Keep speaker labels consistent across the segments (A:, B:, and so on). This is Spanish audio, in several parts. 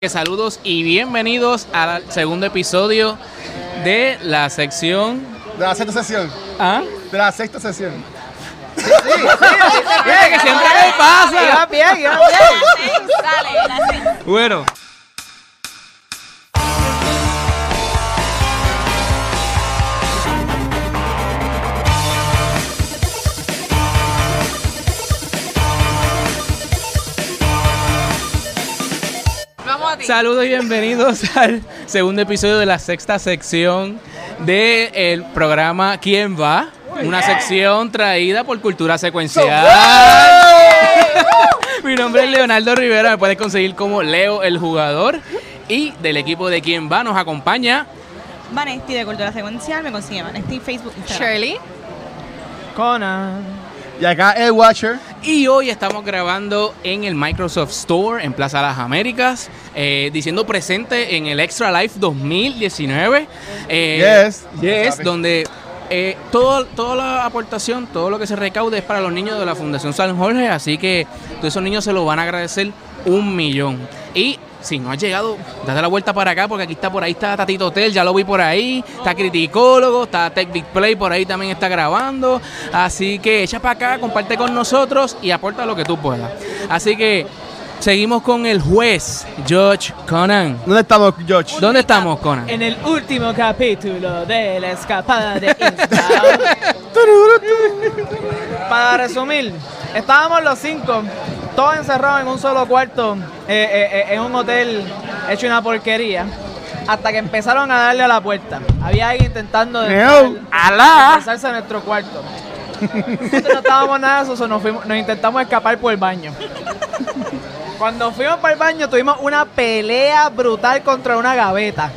A: Que saludos y bienvenidos al segundo episodio de la sección.
B: De la sexta sesión.
A: ¿Ah?
B: De la sexta sesión.
A: Mira que siempre me pasa.
C: bien, iba
A: Bueno.
C: Vamos a ti.
A: Saludos y bienvenidos al segundo episodio de la sexta sección del programa ¿Quién va? Una sección traída por Cultura Secuencial. Mi nombre es Leonardo Rivera, me puedes conseguir como Leo el jugador. Y del equipo de ¿Quién va? nos acompaña
D: Vanesti de Cultura Secuencial, me consigue Vanesti, Facebook, Instagram.
C: Shirley.
B: Y acá el Watcher.
A: Y hoy estamos grabando en el Microsoft Store en Plaza Las Américas, eh, diciendo presente en el Extra Life 2019. Eh,
B: Yes.
A: yes, donde eh, todo- toda la aportación, todo lo que se recaude es para los niños de la Fundación San Jorge, así que todos esos niños se lo van a agradecer un millón. Y si no has llegado, date la vuelta para acá, porque aquí está por ahí está Tatito Hotel, ya lo vi por ahí, está Criticólogo, está Tech Big Play, por ahí también está grabando. Así que echa para acá, comparte con nosotros y aporta lo que tú puedas. Así que seguimos con el juez, George Conan.
B: ¿Dónde estamos, George?
A: ¿Dónde estamos, Conan?
E: En el último capítulo de la escapada de Insta. Para resumir, estábamos los cinco, todos encerrados en un solo cuarto, eh, eh, eh, en un hotel hecho una porquería, hasta que empezaron a darle a la puerta. Había alguien intentando
B: Neo.
E: entrar- ingresarse a nuestro cuarto. Nosotros no estábamos nada de eso, nos, fuimos- nos intentamos escapar por el baño. Cuando fuimos para el baño tuvimos una pelea brutal contra una gaveta.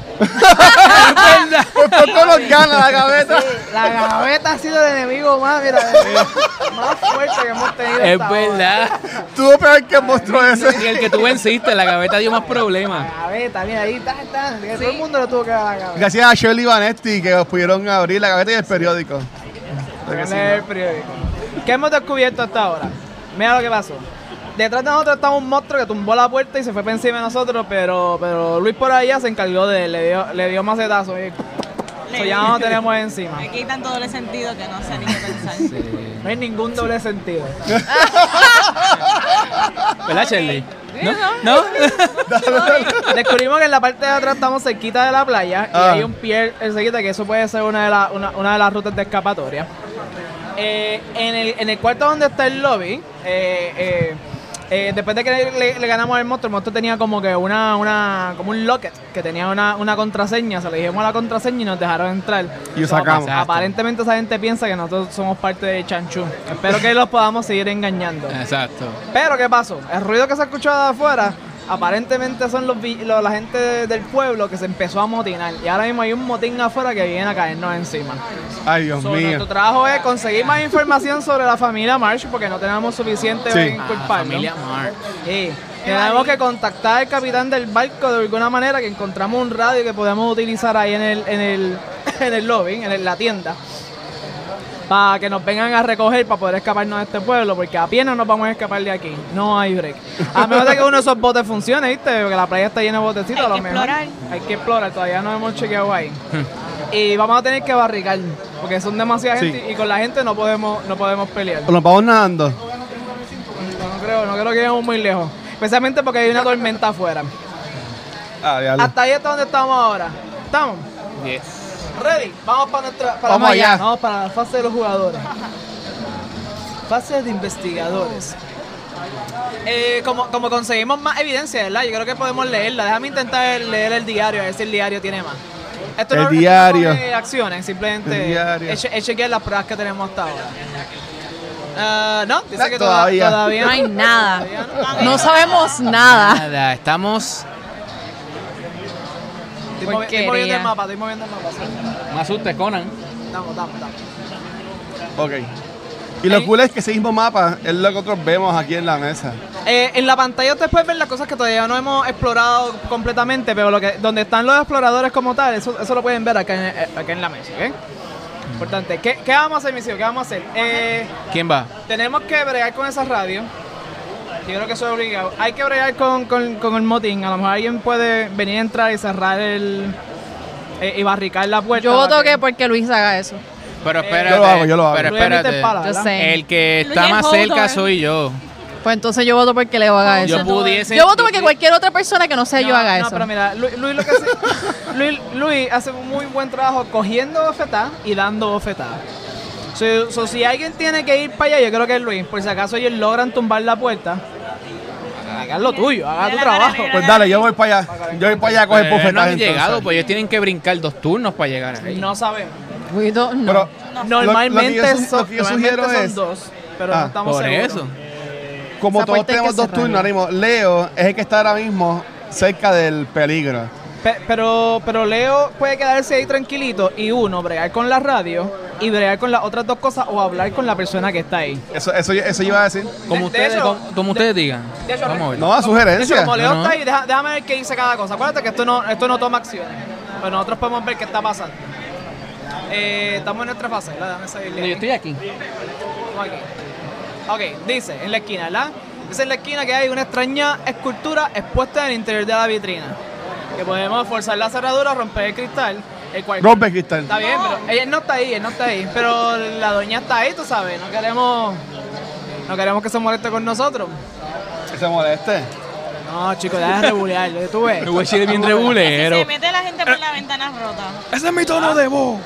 B: Por poco nos gana la cabeza.
E: La gaveta ha sido el enemigo más, mira, más fuerte que hemos tenido.
A: Es
E: hasta ahora.
A: verdad.
B: Tuvo peor que el monstruo
A: Y
B: ese.
A: el que tú venciste, la gaveta dio más problemas.
E: La gaveta, mira, ahí está, está. que Todo el mundo lo tuvo que dar a la gaveta.
B: Gracias a Shirley Vanetti que nos pudieron abrir la cabeza y el periódico.
E: Porque leer el periódico. ¿Qué hemos descubierto hasta ahora? Mira lo que pasó. Detrás de nosotros estaba un monstruo que tumbó la puerta y se fue por encima de nosotros, pero, pero Luis por allá se encargó de él, le dio, le dio macetazo. y- Eso ya no lo tenemos encima.
D: Me quitan todo el sentido que no sé ni qué pensar.
E: No hay ningún doble sentido.
A: ¿Verdad, Shirley? ¿No? ¿No?
E: Descubrimos que en la parte de atrás estamos cerquita de la playa
B: Ah.
E: y hay un pier cerquita que eso puede ser una de, la- una, una de las rutas de escapatoria. Eh, en, el, en el cuarto donde está el lobby, eh, eh, eh, después de que le, le- le ganamos al monstruo, el monstruo tenía como que una, una como un locket que tenía una, una contraseña, se le dijimos la contraseña y nos dejaron entrar.
B: Y lo
E: Eso,
B: sacamos.
E: apa- Aparentemente esa gente piensa que nosotros somos parte de Chanchu. Espero que los podamos seguir engañando.
A: Exacto.
E: Pero ¿qué pasó? El ruido que se escuchaba de afuera, aparentemente son los, vi- lo- la gente de- del pueblo que se empezó a motinar. Y ahora mismo hay un motín afuera que viene a caernos encima.
B: Ay, Dios
E: So,
B: mío.
E: nuestro trabajo es conseguir más información sobre la familia Marsh porque no tenemos suficiente
B: Sí.
E: en
A: Ah,
E: culparlo.
A: familia Mark.
E: Sí. Tenemos que contactar al capitán del barco de alguna manera que encontramos un radio que podemos utilizar ahí en el, en el, en el lobby, en el- la tienda. Para que nos vengan a recoger para poder escaparnos de este pueblo, porque a pie no nos vamos a escapar de aquí. No hay break. A menos de que uno de esos botes funcione, ¿viste? Porque la playa está llena de botecitos.
D: Hay
E: a lo
D: que
E: mejor.
D: explorar.
E: Hay que explorar, todavía no hemos chequeado ahí. y vamos a tener que barricar, porque son demasiada
B: Sí.
E: gente y con la gente no podemos, no podemos pelear.
B: ¿O nos vamos nadando?
E: No creo, no creo que lleguemos muy lejos. Especialmente porque hay una tormenta afuera.
B: Ah, diablo.
E: Hasta ahí está donde estamos ahora. ¿Estamos?
A: Yes.
E: ¿Ready? Vamos para nuestra. Para
B: Vamos
E: más allá.
B: allá.
E: Vamos para la fase de los jugadores. Fase de investigadores. Eh, como, como conseguimos más evidencia, ¿verdad? Yo creo que podemos leerla. Déjame intentar leer el diario, a ver si el diario tiene más. Esto
B: El
E: no- esto no
B: diario.
E: coge acciones, simplemente
B: El diario.
E: es, es chequear las pruebas que tenemos hasta ahora. Ah, no, dice
B: No,
E: que toda-
B: todavía.
E: todavía,
C: No hay nada.
E: Todavía no.
C: No sabemos nada.
A: Nada, estamos.
E: Estoy, movi- estoy
C: Porquería.
E: moviendo el mapa, estoy moviendo el mapa. sí.
A: Me asustes, Conan.
E: Damos, damos, damos.
B: Ok. Y lo
E: Ey.
B: cool es que ese mismo mapa es lo que nosotros vemos aquí en la mesa.
E: Eh, en la pantalla ustedes pueden ver las cosas que todavía no hemos explorado completamente, pero lo que, donde están los exploradores como tal, eso, eso lo pueden ver acá en, eh, acá en la mesa, ¿ok? Importante. ¿Qué, qué vamos a hacer, misión? ¿Qué vamos a hacer? Eh,
A: ¿Quién va?
E: tenemos que bregar con esa radio. Yo creo que eso es obligado. Hay que bregar con, con- con el motín. A lo mejor alguien puede venir a entrar y cerrar el. eh, y barricar la puerta.
C: Yo voto
E: para
C: que porque Luis haga eso.
A: Pero espérate.
B: Yo lo hago, yo lo hago.
A: Pero
E: Luis emite
A: espérate.
E: pala,
C: Yo
E: ¿verdad?
C: sé.
A: El que
D: Luis
A: está
D: es
A: más
D: holder.
A: cerca soy yo.
C: Pues entonces yo voto porque Leo haga eso.
A: Yo pudiese.
C: Yo voto porque cualquier otra persona que no sea yo
E: No,
C: haga
E: no,
C: eso.
E: pero mira, Luis, Luis lo que hace, Luis, Luis hace un muy buen trabajo cogiendo bofetadas y dando bofetadas. So, so, si alguien tiene que ir para allá, yo creo que es Luis. Por si acaso ellos logran tumbar la puerta, hagan lo tuyo, hagan tu
D: Mira la
E: trabajo.
D: nena,
B: Pues dale, yo voy para allá. Yo voy para allá a coger
A: Pero ellos
B: bufetadas.
A: Eh. no han
B: entonces.
A: llegado, pues ellos tienen que brincar dos turnos para llegar ahí.
E: No sabemos.
C: Guido, no.
B: Pero lo-
E: Normalmente,
B: lo que yo su-
E: son-
B: lo que yo
E: normalmente
B: sugiero
E: son
B: es-
E: dos, pero no
B: Ah,
E: estamos
A: Por
E: seguros.
A: eso.
B: Como todos
C: Esa puerta hay que
B: tenemos dos
C: cerrarla.
B: turnos, ahora mismo, Leo es el que está ahora mismo cerca del peligro.
E: Pe- pero, pero Leo puede quedarse ahí tranquilito y uno, bregar con la radio y bregar con las otras dos cosas o hablar con la persona que está ahí.
B: Eso, eso, eso yo iba a decir.
A: Como
E: de
A: ustedes,
E: hecho-
A: como, como ustedes digan.
E: de hecho,
A: Vamos a ver.
B: No, a
E: De hecho,
B: sugerencia.
E: como Leo
A: No, no.
E: está ahí, deja- déjame ver qué dice cada cosa. Acuérdate que esto no, esto no toma acciones. Pero nosotros podemos ver qué está pasando. Eh, estamos en nuestra fase, ¿verdad? Déjame seguirle
A: Yo
E: aquí.
A: estoy aquí.
E: Estamos aquí. Ok, dice, en la esquina, ¿verdad? Dice en la esquina que hay una extraña escultura expuesta en el interior de la vitrina. Que podemos forzar la cerradura, romper el cristal, el cual...
B: Rompe el cristal.
E: Está bien, pero ella no está ahí, él no está ahí. Pero la doña está ahí, tú sabes. No queremos, no queremos que se moleste con nosotros.
B: Que se moleste.
E: No, chicos, deja de rebulearlo, tú ves.
A: El es bien
D: Se
A: rebulero.
D: mete la gente por la ventana rota.
A: Ese es mi tono de voz.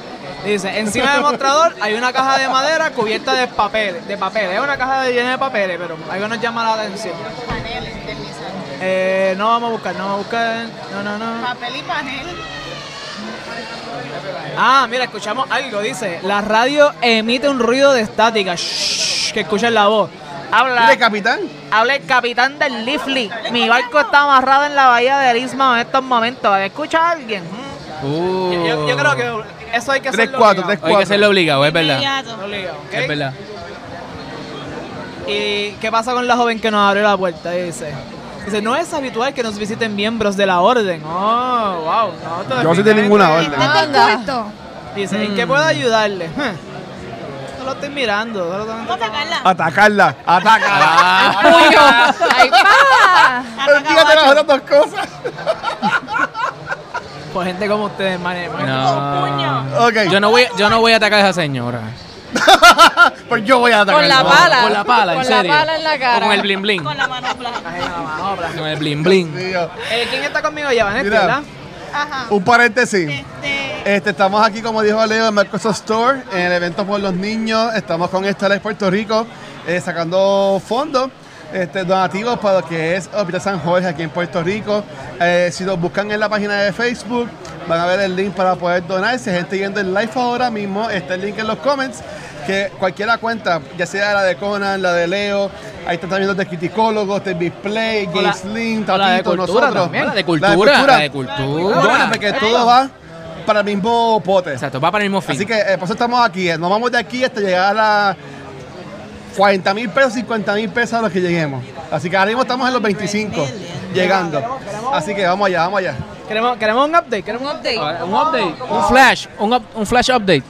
E: Dice, encima del mostrador hay una caja de madera cubierta de papeles, de papeles. Es una caja de- llena de papeles, pero algo nos llama la atención. Eh, no vamos a buscar, no vamos a buscar. No, no, no.
D: Papel y panel.
E: Ah, mira, escuchamos algo, dice. La radio emite un ruido de estática. Shhh, que escuchen la voz.
B: Mire,
E: Habla,
B: capitán.
E: habla el capitán del Leafly. Mi barco está amarrado en la bahía del Istmo en estos momentos. ¿Escucha a alguien? Mm. Yo, yo- yo creo que eso hay que
B: Uh. Tres,
E: hacerlo
B: cuatro,
E: obligado.
B: tres,
A: Uh. Hay que hacerlo obligado, es verdad.
D: Inmediato.
E: Obligado, ¿ok?
A: Es verdad.
E: ¿Y qué pasa con la joven que nos abrió la puerta? Dice. Dice, no es habitual que nos visiten miembros de la orden. Oh, wow. No,
B: Yo no soy de
E: definitivamente-
B: ninguna orden.
C: Anda.
E: Dice, ¿en qué puedo ayudarle? Hmm. Solo estoy mirando. solo-
D: Vamos a atacarla.
B: Atacarla. Atacarla.
A: Ah,
C: Puño. Ahí va.
B: Fíjate las otras dos cosas.
E: Por Pues gente como ustedes, mané. pues, mané.
D: Oh,
A: no.
B: Ok.
A: Yo no, voy, yo no voy a atacar a esa señora.
B: Pues yo voy a atacar.
C: Con la pala.
A: Con la pala, en
C: Con la
A: serio.
C: pala en la
A: O con el
C: cara.
A: blin blin.
D: Con la mano blanca.
E: Ay, la manobra.
A: Con el blin blin.
E: Eh, ¿Quién está conmigo ya, Vanetti,
B: Mira.
E: verdad?
D: Ajá.
B: Un paréntesis.
D: Este.
B: Este, estamos aquí, como dijo Leo, en Microsoft Store, en el evento por los niños. Estamos con Estelares Puerto Rico, eh, sacando fondos, este, donativos para lo que es Hospital San Jorge aquí en Puerto Rico. Eh, si nos buscan en la página de Facebook, van a ver el link para poder donar. Si hay gente viendo el live ahora mismo, está el link en los comments. Que cualquiera cuenta, ya sea la de Conan, la de Leo, ahí están también los de criticólogos, de Bisplay,
E: O la-
B: Games Link,
E: o la de
B: Tatito,
E: cultura
B: nosotros.
E: también.
A: La de cultura. La de cultura.
B: Bueno, porque todo va para el mismo pote.
A: Exacto, va para el mismo fin.
B: Así que eh, por eso estamos aquí. eh, Nos vamos de aquí hasta llegar a las 40 mil pesos, 50 mil pesos a los que lleguemos. Así que ahora mismo estamos en los 25, llegando. Así que vamos allá, vamos allá.
E: Queremos, queremos un update, queremos un update.
A: un update. Un flash. Un, up- un flash update.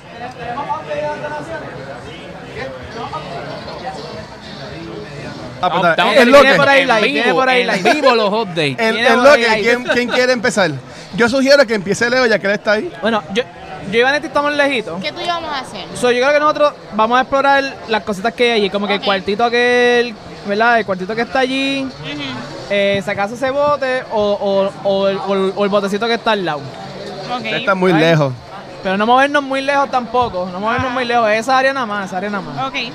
B: Ah, pues, está-
E: estamos
B: en
E: en
B: lo
E: línea por
B: que,
E: ahí
A: en
E: live,
A: vivo,
E: viene por ahí
A: en
E: live.
A: vivo los updates.
B: en-
E: viene
B: en
E: por
B: lo
E: ahí
B: que-
E: live.
B: ¿quién, quién quiere empezar? Yo sugiero que empiece Leo, ya que él está ahí.
E: Bueno, yo, yo y Vanetti estamos lejitos.
F: ¿Qué tú y yo vamos a hacer?
E: So, yo creo que nosotros vamos a explorar las cositas que hay allí, como que
F: Ok.
E: el cuartito que el- ¿verdad? El cuartito que está allí, eh, si acaso ese bote o, o, o el, o el- o el botecito que está al lado.
B: Él
D: Ujú.
B: está muy
E: Ay.
B: lejos.
E: Pero no movernos muy lejos tampoco, no movernos muy lejos, esa área nada más, esa área nada más.
D: Ah. Ok. Ok.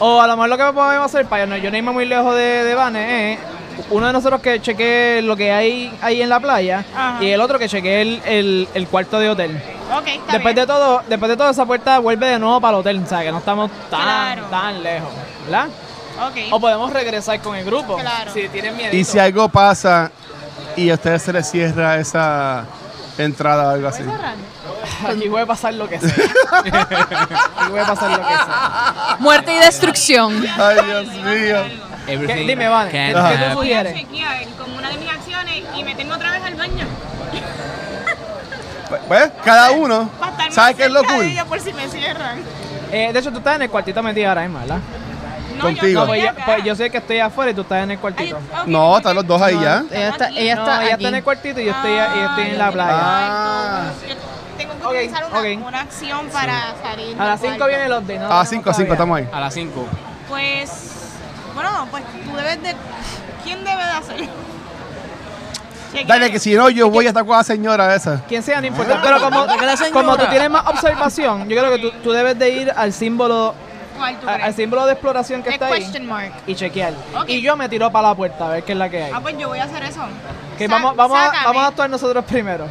E: O a lo mejor lo que podemos hacer para no, yo no irme muy lejos de, de Vanes es uno de nosotros que chequee lo que hay ahí en la playa
D: Ajá.
E: y el otro que chequee el, el- el cuarto de hotel.
D: Ok, está
E: Después de
D: bien.
E: todo, después de todo esa puerta vuelve de nuevo para el hotel, ¿sabes? Que no estamos tan,
D: Claro.
E: tan lejos, ¿verdad?
D: Ok.
E: O podemos regresar con el grupo.
F: Claro.
E: Si tienen miedo.
B: Y si algo pasa y a ustedes se les cierra esa entrada o algo así.
E: Aquí puede pasar lo que sea. Aquí puede pasar lo que sea.
C: Muerte y destrucción.
B: Ay, Dios mío.
E: ¿Qué- dime, Vane,
A: can
E: ¿qué, qué
B: Ajá.
E: tú
D: Voy a
E: sugieres?
D: chequear con una de mis acciones y me tengo otra vez al baño.
B: Pues, Pues, cada uno.
D: Para estar más
B: ¿Sabes qué es lo
D: cerca de
B: cool?
D: ellos por si me cierran.
E: Eh, de hecho, tú estás en el cuartito metido ahora mismo, ¿verdad?
D: No,
B: Contigo.
E: No, pues,
D: estoy
E: yo,
D: acá.
E: pues yo sé que estoy afuera y tú estás en el
D: Ay,
E: cuartito.
D: ok,
B: No,
D: ok.
B: están los dos ahí ya.
C: Ella está, ella
E: No,
C: está aquí.
E: ella está en el cuartito y yo estoy, y yo estoy en la
D: Ay,
E: playa.
B: Ah.
D: no, Ah, yo Tengo que
E: Ok,
D: utilizar una,
E: ok.
D: una acción para salir.
E: A
D: del
E: las 5
D: cuarto.
E: viene los de
B: Ah, 5, 5, estamos ahí.
A: A las 5.
D: Pues, bueno, pues tú debes de... ¿Quién debe de hacer?
B: Dale, que si no, yo voy a estar con la señora esa.
E: Quien sea, no
B: Ah.
E: importa. Pero como,
A: ¿De qué la señora?
E: como tú tienes más observación, yo creo que tú, tú debes de ir al símbolo,
D: ¿Cuál tú
E: a- al
D: crees?
E: símbolo de exploración Ah, que
D: The
E: está ahí
D: question mark.
E: y chequear.
D: Ok.
E: Y yo me tiro para la puerta a ver qué es la que hay.
D: Ah, pues yo voy a hacer eso.
E: Que
D: Sa-
E: vamos, vamos, a,
D: sácame.
E: vamos a actuar nosotros primero.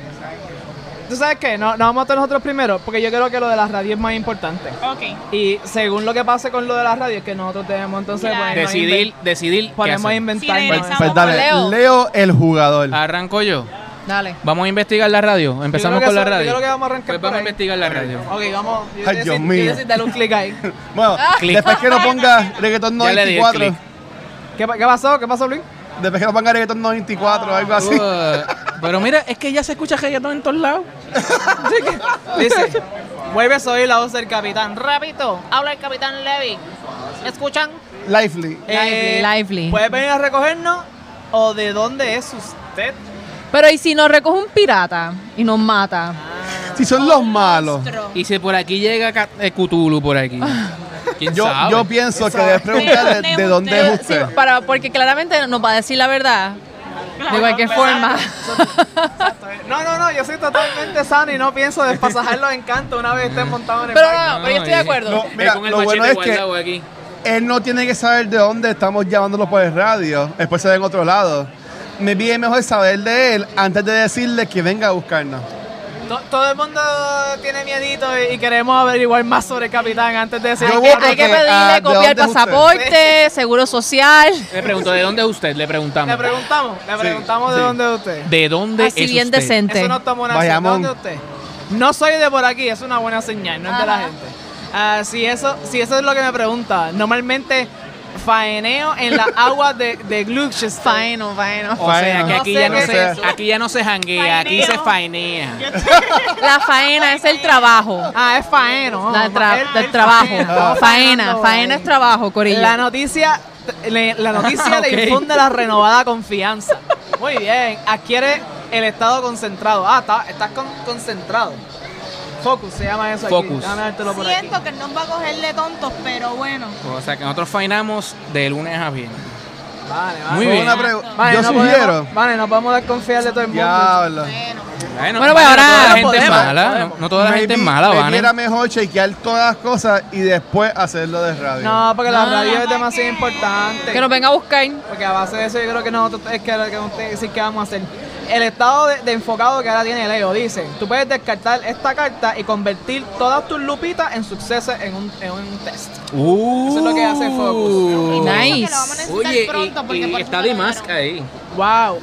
E: ¿Tú sabes qué? No, no vamos a actuar nosotros primero porque yo creo que lo de la radio es más importante.
D: Ok.
E: Y según lo que pase con lo de la radio es que nosotros tenemos entonces
D: Claro.
E: ponernos a
A: Decidir,
E: inven-
A: decidir. qué
E: Ponemos a
A: hacer.
D: Sí,
E: inventarnos.
D: regresamos.
B: Pues
D: Vamos con
B: dale,
C: Leo.
B: Leo el jugador.
A: Arranco yo.
C: Dale.
A: Vamos a investigar la radio. Empezamos
E: que
A: con la
E: eso- yo
A: radio.
E: creo que vamos a arrancar
A: Pues
E: por
A: vamos a
E: ahí.
A: investigar la radio.
E: Ok, vamos. Yo
B: Ay,
E: decid-
B: Dios
E: yo
B: mío.
E: decid- dale un clic ahí.
B: Bueno,
A: clic.
B: después que no ponga reggaetón
A: Ya le di el
B: 94.
A: clic.
E: ¿Qué, pa- qué pasó? ¿Qué pasó, Luis?
B: Después que no ponga reggaetón 94 o algo así.
A: Uh, pero mira, es que ya se escucha reggaetón en todos lados.
E: Dice, vuelves a oír la voz del capitán. Repito, habla el capitán Levy. ¿Escuchan?
B: Lively.
C: Lively, lively.
E: ¿Puede Eh, venir a recogernos? ¿O de dónde es usted?
C: Pero ¿y si nos recoge un pirata y nos mata?
B: Si son los malos.
A: Y si por aquí llega Ca- eh, Cthulhu por aquí. ¿Quién
B: Yo,
A: sabe?
B: yo pienso que debes preguntar de, de dónde
C: Pero,
B: es usted.
C: Eh, sí, para, porque claramente nos va a decir la verdad. De cualquier forma.
E: No, no, no, yo soy totalmente sano y no pienso despasajar los encantos una vez estés montado en el
C: Pero
E: barco.
C: no, no, pero yo estoy de acuerdo.
B: No,
A: Eh,
B: mira,
A: con el
B: lo
A: machete
B: bueno es que
A: guardado aquí.
B: él no tiene que saber de dónde estamos llamándolo por el radio. Después se ve en otro lado. Me pide mejor saber de él antes de decirle que venga a buscarnos.
E: To- Todo el mundo tiene miedito y y queremos averiguar más sobre el capitán antes de decir
B: Yo
E: que-
B: voy-
C: Hay que
B: Ok,
C: pedirle
B: ah, ¿de
C: copia del
B: dónde es usted?
C: pasaporte, seguro social.
A: Le pregunto, ¿de dónde es usted? Le
E: Le
A: preguntamos.
E: preguntamos, le
B: Sí,
E: preguntamos
B: sí.
E: de dónde es usted.
A: ¿De dónde
C: Así
A: es
C: bien
A: usted?
C: decente.
E: Eso no toma una
B: Bayamón.
E: señal. ¿De dónde usted? No soy de por aquí, es una buena señal, no es de la
C: Ajá.
E: gente. Ah, si, eso, si eso es lo que me pregunta, normalmente faeneo en las aguas de, de Gloucester.
C: Faeno, faeno.
A: O sea, que
E: No
A: aquí
E: sé
A: ya
E: qué
A: no
E: es
A: se,
E: eso.
A: aquí ya no se janguea, aquí
D: Faeneo.
A: se faenea.
C: La faena es el trabajo.
E: Ah, es faeno.
C: La tra-
E: Él- él
C: del trabajo.
E: faena.
C: Faena,
E: Estamos faenando,
C: faena
E: eh.
C: es trabajo, Corillo.
E: La noticia, le- la noticia
A: Ok.
E: le infunde la renovada confianza. Muy bien, adquiere el estado concentrado. Ah, está- estás con- concentrado. Focus se llama eso. aquí.
A: Focus.
E: Déjame dártelo por aquí.
D: Siento que no va a cogerle tontos, pero bueno.
A: O sea, que nosotros faenamos de lunes a viernes.
E: Vale, vale.
A: Muy
B: Fue
A: bien.
B: una pre-
E: Vale,
B: Yo
E: no
B: sugiero.
E: podemos- vale, no podemos desconfiar de todo el mundo.
B: Diablo.
D: Bueno,
A: Bueno,
C: Bueno, pues
A: no
C: ahora
A: toda la gente
E: podemos,
A: es mala.
E: podemos.
A: No, no toda la gente es mala,
B: me
A: Vane.
B: Era mejor chequear todas las cosas y después hacerlo de radio.
E: No, porque la
C: No,
E: radio es
D: porque-
E: demasiado importante.
C: Que nos venga a buscar.
E: Porque a base de eso yo creo que nosotros es que, que ustedes sí que vamos a hacer. El estado de, de enfocado que ahora tiene Leo dice, tú puedes descartar esta carta y convertir todas tus lupitas en sucesos en un, en un test.
A: Uh.
E: Eso es lo que hace Focus.
A: Uh.
D: que
C: Nice.
D: lo vamos a necesitar
A: Oye,
D: pronto
A: y-
D: porque
A: y
D: por
A: está
D: eso
A: Dimask
D: me lo
A: ahí.
E: Wow.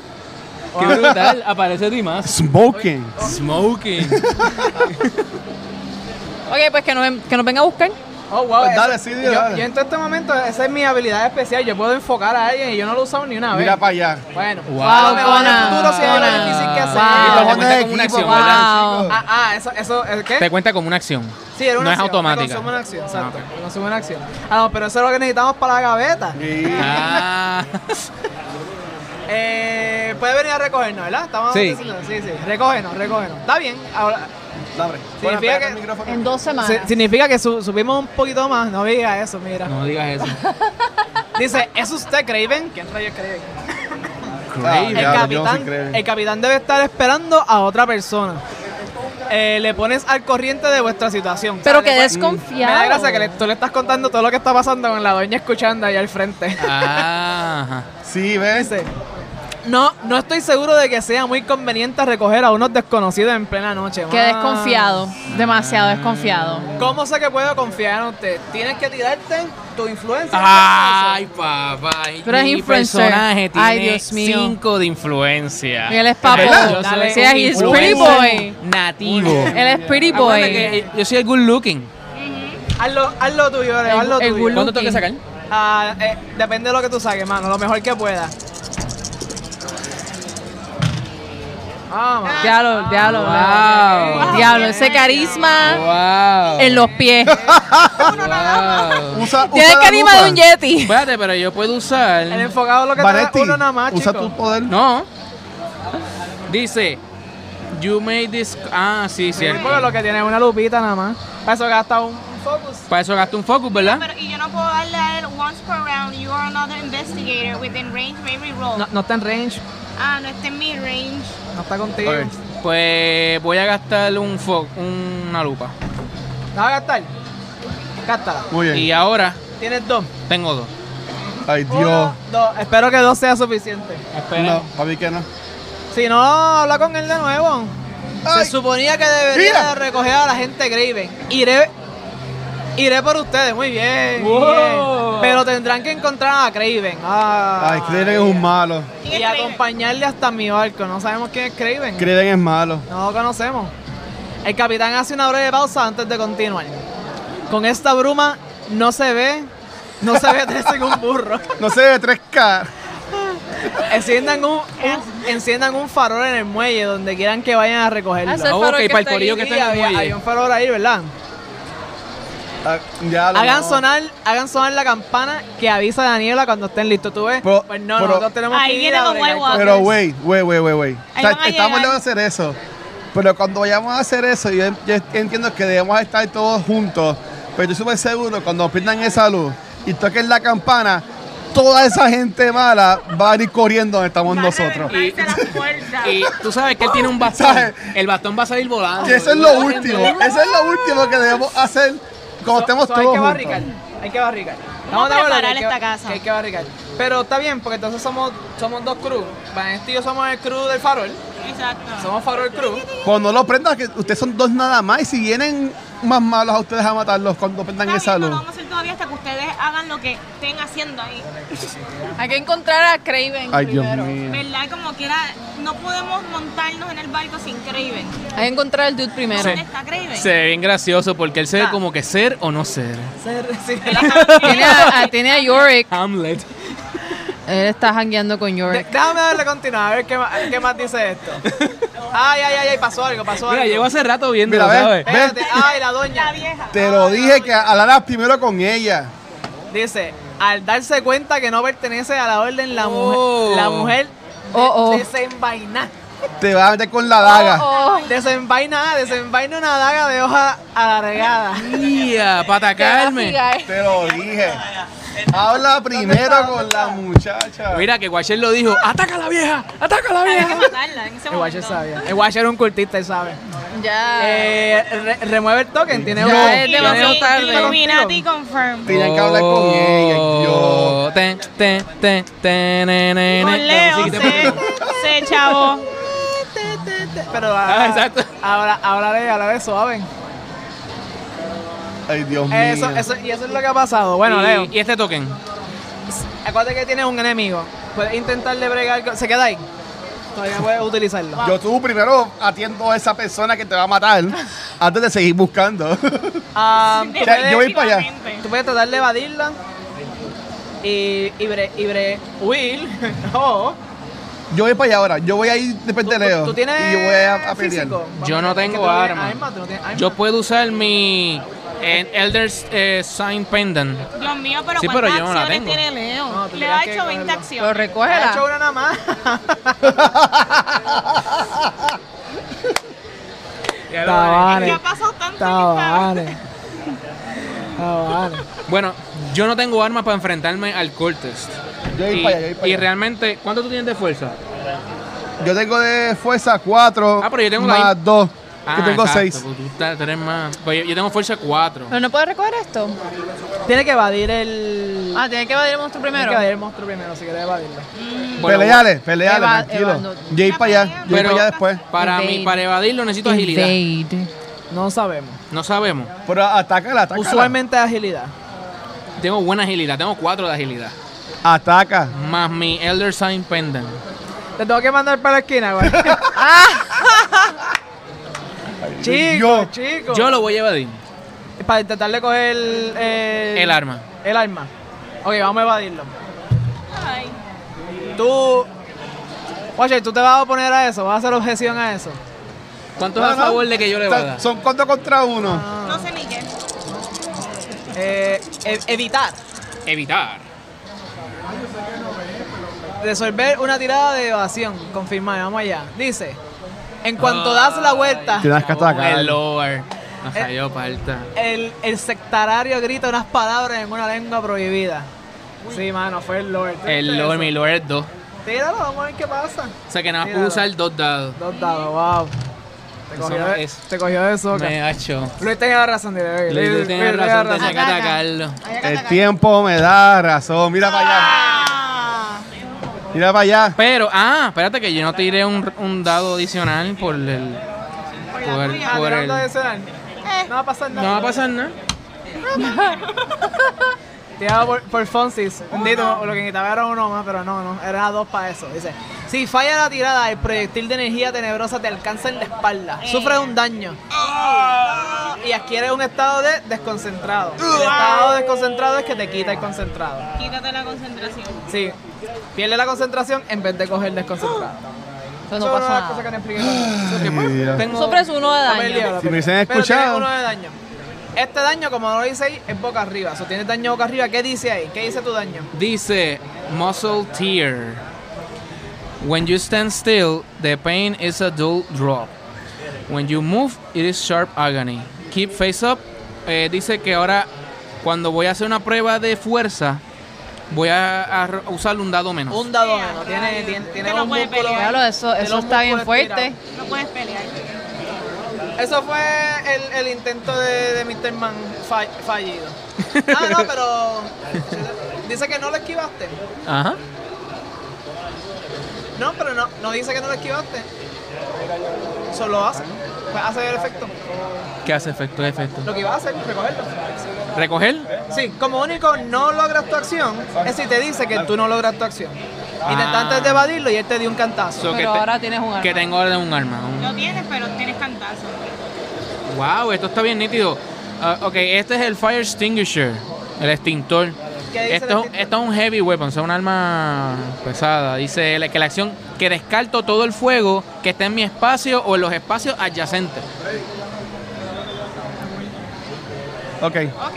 A: Qué brutal, aparece Dimask.
B: Smoking.
A: Smoking.
C: Ok, pues que nos, ven- que nos venga a buscar.
E: Oh, wow.
B: Pues dale,
E: eso-
B: sí,
E: yo,
B: dale.
E: yo en todo este momento, esa es mi habilidad especial. Yo puedo enfocar a alguien y yo no lo he usado ni una vez.
B: Mira para allá.
E: Bueno,
A: Wow,
E: ahora me voy
C: Conan,
E: al futuro si hay
C: Conan.
E: algo difícil que hacer.
C: Wow.
A: Te
B: Vamos
A: cuenta
B: de
A: como una
B: equipo,
A: acción, ¿verdad?
B: vamos.
C: Wow.
E: Ah, ah, eso, eso, ¿el ¿qué?
A: Te cuenta como una acción.
E: Sí, era una
A: No es
E: acción,
A: automática.
E: me consume una acción, exacto.
A: Ah, ok.
E: me consume una acción. Ah, no, pero eso es lo que necesitamos para la gaveta.
B: Sí.
A: Ah.
E: Eh, puede venir a recogernos, ¿verdad? Estamos
A: Sí.
E: diciendo, sí, sí. Recógenos, recógenos. Está bien. Ahora,
B: Dame.
E: Significa
B: Bueno, pégate
E: que-
B: el micrófono.
C: En dos semanas.
E: si- significa que su- subimos un poquito más. No diga eso, mira.
A: No digas eso.
E: Dice, ¿es usted Craven? ¿Quién rayo es Craven?
B: Ah, diablo, yo
E: El
B: no soy
E: capitán,
B: Craven.
E: el capitán debe estar esperando a otra persona. Eh, le pones al corriente de vuestra situación. O sea,
C: Pero
E: le
C: que
E: pones-
C: desconfiado.
E: Me da gracia que le- tú le estás contando todo lo que está pasando con la doña escuchando ahí al frente.
A: Ah, ajá.
B: Sí, ves.
E: Dice, No, no estoy seguro de que sea muy conveniente recoger a unos desconocidos en plena noche.
C: Que
E: Ah.
C: desconfiado. Demasiado desconfiado.
E: ¿Cómo sé que puedo confiar en usted? Tienes que tirarte tu influencia.
A: Ay, papá.
C: Tú eres
A: mi
C: influencer.
A: personaje tiene
C: Ay, Dios mío.
A: cinco de influencia.
C: Y él es papo.
A: ¿Verdad? Yo
E: Dale,
A: soy
E: sí,
A: un
E: he's
A: influencer
E: pretty
C: boy.
A: Nativo.
C: Él es pretty
A: Acuérdate
C: boy.
A: que eh, yo soy el good looking.
E: Haz lo, haz lo tuyo, Leo, haz lo
C: el
E: tuyo.
C: gulú.
A: ¿Cuánto tengo que sacar?
E: Ah, eh, depende de lo que tú saques, mano. Lo mejor que puedas. Ah, ma-
C: Diablo, diablo.
A: Wow.
C: Diablo, ese carisma
E: Ah.
A: Wow.
C: en los pies.
A: Wow.
B: Usa, usa
C: Tiene el
B: la
C: carisma
B: lupa.
C: de un Yeti.
A: Espérate, pero yo puedo
E: El
A: usar.
E: enfocado lo que
B: Vanetti,
E: trae uno nada más,
B: usa
E: chico.
B: tu poder.
A: No. Dice. You made this. Ah, sí,
E: Sí,
A: cierto.
E: porque lo que tiene es una lupita nada más. Para eso gasta un, un focus.
A: Para eso gasto un focus, ¿verdad?
D: Pero, y yo no puedo darle a él once per round. You are another investigator within range of every roll.
E: No, no está en range,
D: Ah, no está en mi range.
E: no está contigo.
B: Ok.
A: Pues voy a gastar un fo- una lupa.
E: ¿La vas a gastar? Gástala.
B: Muy bien.
A: Y ahora
E: Tienes dos.
A: tengo dos.
B: Ay, Dios.
E: Uno, dos. Espero que dos sea suficiente.
A: Ah,
B: No, para mí que no.
E: Si no, habla con él de nuevo.
B: Ay.
E: Se suponía que debería
B: Mira.
E: de recoger a la gente Graven. Iré, iré por ustedes, muy bien. muy
A: Wow.
E: bien. Pero tendrán que encontrar a Craven.
B: Ay, Craven es un malo.
E: Y acompañarle hasta mi barco. No sabemos quién es Craven.
B: Craven es malo.
E: No lo conocemos. El capitán hace una breve pausa antes de continuar. Con esta bruma no se ve, no se ve tres en un burro.
B: No se ve 3K.
E: Enciendan un, un- enciendan un farol en el muelle donde quieran que vayan a recogerlo.
C: Ah, eso es
A: Ok,
C: farol que
A: para el
C: está
A: corillo
C: aquí.
A: que
E: Sí,
A: está en
E: había-
A: el
E: había
A: muelle.
E: un farol ahí, ¿verdad?
B: Ah, ya lo-
E: Hagan sonar, hagan sonar la campana que avisa a Daniela cuando estén listos, ¿tú ves?
B: Pero-
E: pues no,
B: pero-
E: nosotros tenemos
D: Ahí
E: que ir
D: vienen
E: a
D: los
E: bregar
D: White
E: con
B: Pero,
E: eso.
B: güey, güey, güey, güey, güey. O
D: Ahí
B: sea,
D: van a
B: estamos
D: llegar.
B: lejos de hacer eso. Pero cuando vayamos a hacer eso, yo, yo entiendo que debemos estar todos juntos. Pero yo súper seguro, cuando prendan esa luz y toquen la campana, toda esa gente mala va a ir corriendo donde estamos nosotros.
D: Y, la puerta.
A: Y tú sabes que él tiene un bastón.
B: ¿Sabes?
A: El bastón va a salir volando.
B: Que eso es lo último. Eso es lo último que debemos hacer cuando
E: So-
B: estemos
E: so
B: todos
E: Hay que
B: juntos.
E: barricar, hay que barricar.
D: Vamos a
E: de acuerdo
D: preparar
E: que hay que-
D: esta casa.
E: que hay que barricar. Pero está bien, porque entonces somos, somos dos crews. Vanetti y yo somos el crew del farol.
D: Exacto.
E: Somos farol crew.
B: Cuando lo prendan, que ustedes son dos nada más. Y si vienen más malos a ustedes a matarlos cuando prendan
D: Está
B: esa
D: bien, no lo
B: luz.
D: vamos a hacer todavía hasta que ustedes hagan lo que estén haciendo ahí.
C: Hay que encontrar a Craven
B: Ay, Dios
C: primero.
B: mío.
D: ¿Verdad? Como quiera, no podemos montarnos en el barco sin Craven.
C: Hay que encontrar al dude primero.
D: ¿Dónde está Craven?
A: Se ve bien gracioso porque él se ve
E: Ah.
A: como que ser o no ser.
E: Se re- sí.
C: Tiene a, a- tiene a Yorick.
A: Hamlet.
C: Él está jangueando con
E: De-
C: Yorick.
E: Déjame darle continuar, a ver qué más, qué más dice esto. Ay, ay, ay, ay, pasó algo, pasó
A: Mira,
E: algo.
A: llevo hace rato viendo,
B: Mira, ve,
A: ¿sabes?
B: ve.
E: Espérate, ay, la doña.
D: La vieja.
B: Te lo dije que hablaras primero con ella.
E: Dice, al darse cuenta que no pertenece a la orden, la
A: Oh.
E: mujer, la mujer
C: Oh, oh.
E: desenvaina.
B: Te vas a meter con la daga.
C: Oh,
E: Desenvaina, desenvaina una daga de hoja alargada.
A: Mía, para atacarme.
B: Te lo dije. Habla primero con la muchacha.
A: Mira que Watcher lo dijo, ataca a la vieja, ataca a la
D: Hay que
A: vieja.
D: matarla en ese
E: El Watcher
D: momento.
E: sabía. El Watcher era un cultista, él sabe.
C: Ya.
E: Eh, re- remueve el token, tiene
B: Ya
E: un...
B: es
E: tiene un-
C: demasiado tarde.
D: Illuminati confirm.
B: Tenían que hablar con ella. Yo.
A: Oh, ten, ten, ten, ten, ne, ne,
D: Con
A: ne.
D: Leo
A: La musiquita.
D: se, se chavo.
E: Pero
A: Ah,
E: ahora,
A: exacto.
E: ahora, ahora le hablaré suave.
B: Ay, Dios mío.
E: Eso, eso, y eso es lo que ha pasado. Bueno,
A: Y-
E: Leo.
A: Y este token.
E: Acuérdate que tienes un enemigo. Puedes intentarle bregar. con- ¿Se queda ahí? Todavía puedes utilizarlo.
B: Yo tú primero atiendo a esa persona que te va a matar antes de seguir buscando.
E: Ah, tú,
B: O sea, yo voy
E: puedes,
B: para allá.
D: Definitivamente.
E: tú puedes tratar de evadirla. Y, y, bre, y bre, Will. No.
B: Yo voy para allá ahora. Yo voy a ir después
E: Tú,
B: de Leo.
E: tú- tú tienes.
B: y yo voy a, a pelear.
E: físico. Vamos
A: Yo
E: a
A: no
E: ver, es que
A: tengo
E: tú tienes
A: arma.
E: tú no tienes arma.
A: Yo puedo usar mi eh, Elder eh, Sign Pendant.
D: Dios mío, pero
A: Sí, pero
D: ¿cuántas
A: yo no la
D: acciones
A: tengo.
D: tiene Leo?
E: No, tú
D: Leo ha
E: tienes que
D: hecho 20
E: cogerlo.
D: acciones.
C: Lo
E: Ha hecho
C: recógela.
E: una nada más.
D: Es que ha pasado tanto en esta-
E: Tabanes.
A: Bueno, yo no tengo armas para enfrentarme al Cortest.
B: Yo voy
A: Y,
B: para allá. Yo, voy para
A: y
B: allá.
A: realmente, ¿cuánto tú tienes de fuerza?
B: yo tengo de fuerza 4
A: Ah, pero yo tengo la
B: más 2.
A: Ah,
B: que tengo
A: exacto,
B: 6.
A: pues tú estás- tú eres más. Pues yo, yo tengo fuerza 4.
C: ¿Pero no puedes recoger esto?
E: Tiene que evadir el.
C: Ah, tiene que evadir el monstruo
E: tiene que
C: primero.
E: evadir el monstruo primero si quieres evadirlo.
B: Peleale, peleale,
C: Eva-
B: tranquilo.
C: Eva, no.
B: yo voy para allá. Yo
A: pues, Pero-
B: voy para allá después.
A: Para,
C: Evade.
A: mí, para evadirlo necesito agilidad.
C: Evade.
E: No sabemos.
A: No sabemos.
B: Pero atácala, atácala.
E: Usualmente agilidad.
A: Tengo buena agilidad, tengo 4 de agilidad.
B: Ataca.
A: Más mi Elder Sign Pendant.
E: Te tengo que mandar para la esquina, güey. Ah, chico,
B: Yo.
E: chico.
A: Yo lo voy a evadir.
E: Para intentar de coger el, el...
A: El arma.
E: El arma. Ok, vamos a evadirlo.
D: Ay,
E: Tú... Oye, ¿tú te vas a oponer a eso? ¿Vas a hacer objeción a eso?
A: ¿Cuánto es a favor de que yo le
B: Está-
A: vaya?
B: Son cuatro contra uno.
D: No sé ni qué.
E: Eh, ev- evitar.
A: Evitar.
E: Resolver una tirada de evasión. Confirmar, vamos allá. Dice, en cuanto das la vuelta,
B: Tienes que atacar.
A: El Lord. Ajá, yo parta.
E: el, el sectarario grita unas palabras en una lengua prohibida. Sí, mano, fue el Lord.
A: El Lord, mi Lord es 2.
E: Tíralo, vamos a ver qué pasa.
A: O sea que nada más puedo usar dos dados.
E: Dos dados, wow. Te
A: Eso
E: cogió,
A: no
E: de-
A: es.
E: te cogió de soca.
A: Me ha hecho.
E: Luis tenía razón, dile.
A: Le- le tenía razón, tenía que
D: Ataca.
A: atacarlo.
D: Había que
B: El
D: atacar.
B: tiempo me da razón. Mira para allá.
D: Ah,
B: Mira para allá.
A: Pero, ah, espérate que yo no tiré un, un dado adicional por el.
D: por
A: Por-
D: la tuya.
E: Ah,
A: por
E: tirando
A: el-
E: adicional.
C: Eh.
E: No va a pasar
A: No
E: nada.
A: va a pasar nada.
E: Tirado por, por Fonsis. Bendito, lo que necesitaba era uno más, pero no, no. Era dos para eso. Dice: Si falla la tirada, el proyectil de energía tenebrosa te alcanza en la espalda.
C: Eh.
E: Sufres un daño.
C: Ah.
E: Y adquieres un estado de desconcentrado. El estado desconcentrado es que te quita el concentrado.
D: Quítate la concentración.
E: Sí. Pierde la concentración en vez de coger desconcentrado.
C: Eso
E: Eso
C: no
E: es una de las
C: pasa
E: cosas que
C: nada.
E: no expliqué cuando-
B: Ay, Dios.
A: pues, Tengo-
C: Sufres uno de
E: Está peleado,
C: daño.
E: la
B: Si me
E: pelea.
B: hubiesen
E: Pero
B: escuchado.
E: tienes uno de daño. Este daño, como lo dice ahí, es boca arriba. O sea, tienes daño boca arriba. ¿Qué dice ahí? ¿Qué dice tu daño?
A: Dice Muscle Tear. When you stand still, the pain is a dull drop. When you move, it is sharp agony. Keep face up. Eh, dice que ahora, cuando voy a hacer una prueba de fuerza, voy a, a r- usar un dado menos.
E: Un dado
D: Sí,
E: menos.
D: a
E: Tiene,
D: rayos.
E: tiene,
D: Usted
E: tiene
D: no
E: un
D: puede
E: músculo
D: pelear.
E: menos.
C: Claro, eso,
E: Tiene
C: eso
E: un
C: está bien
E: músculo
C: fuerte.
E: estirado.
D: No puedes pelear.
E: Eso fue el, el intento de, de Mr. Man fall- fallido. Ah, no, pero. Dice que no lo esquivaste.
A: Ajá.
E: No, pero no, no dice que no lo esquivaste. Solo hace. Pues hace el efecto.
A: ¿Qué hace efecto? Efecto.
E: Lo que iba a hacer, recogerlo.
A: ¿Recoger?
E: Sí, como único no logras tu acción es si te dice que tú no logras tu acción. Intentaste de evadirlo y él te dio un cantazo.
A: Ah. So que
C: Pero
A: te-
C: ahora tienes un
A: Que
C: arma.
A: tengo ahora un arma. un-
D: No tienes, pero tienes cantazo.
A: Wow, esto está bien nítido. Ah, ok, este es el Fire Extinguisher, el extintor.
E: ¿Qué dice el
A: Esto,
E: extintor?
A: esto es un heavy weapon, o sea, un arma pesada. Dice la- que la acción que descarto todo el fuego que está en mi espacio o en los espacios adyacentes.
B: Ok.
D: Ok.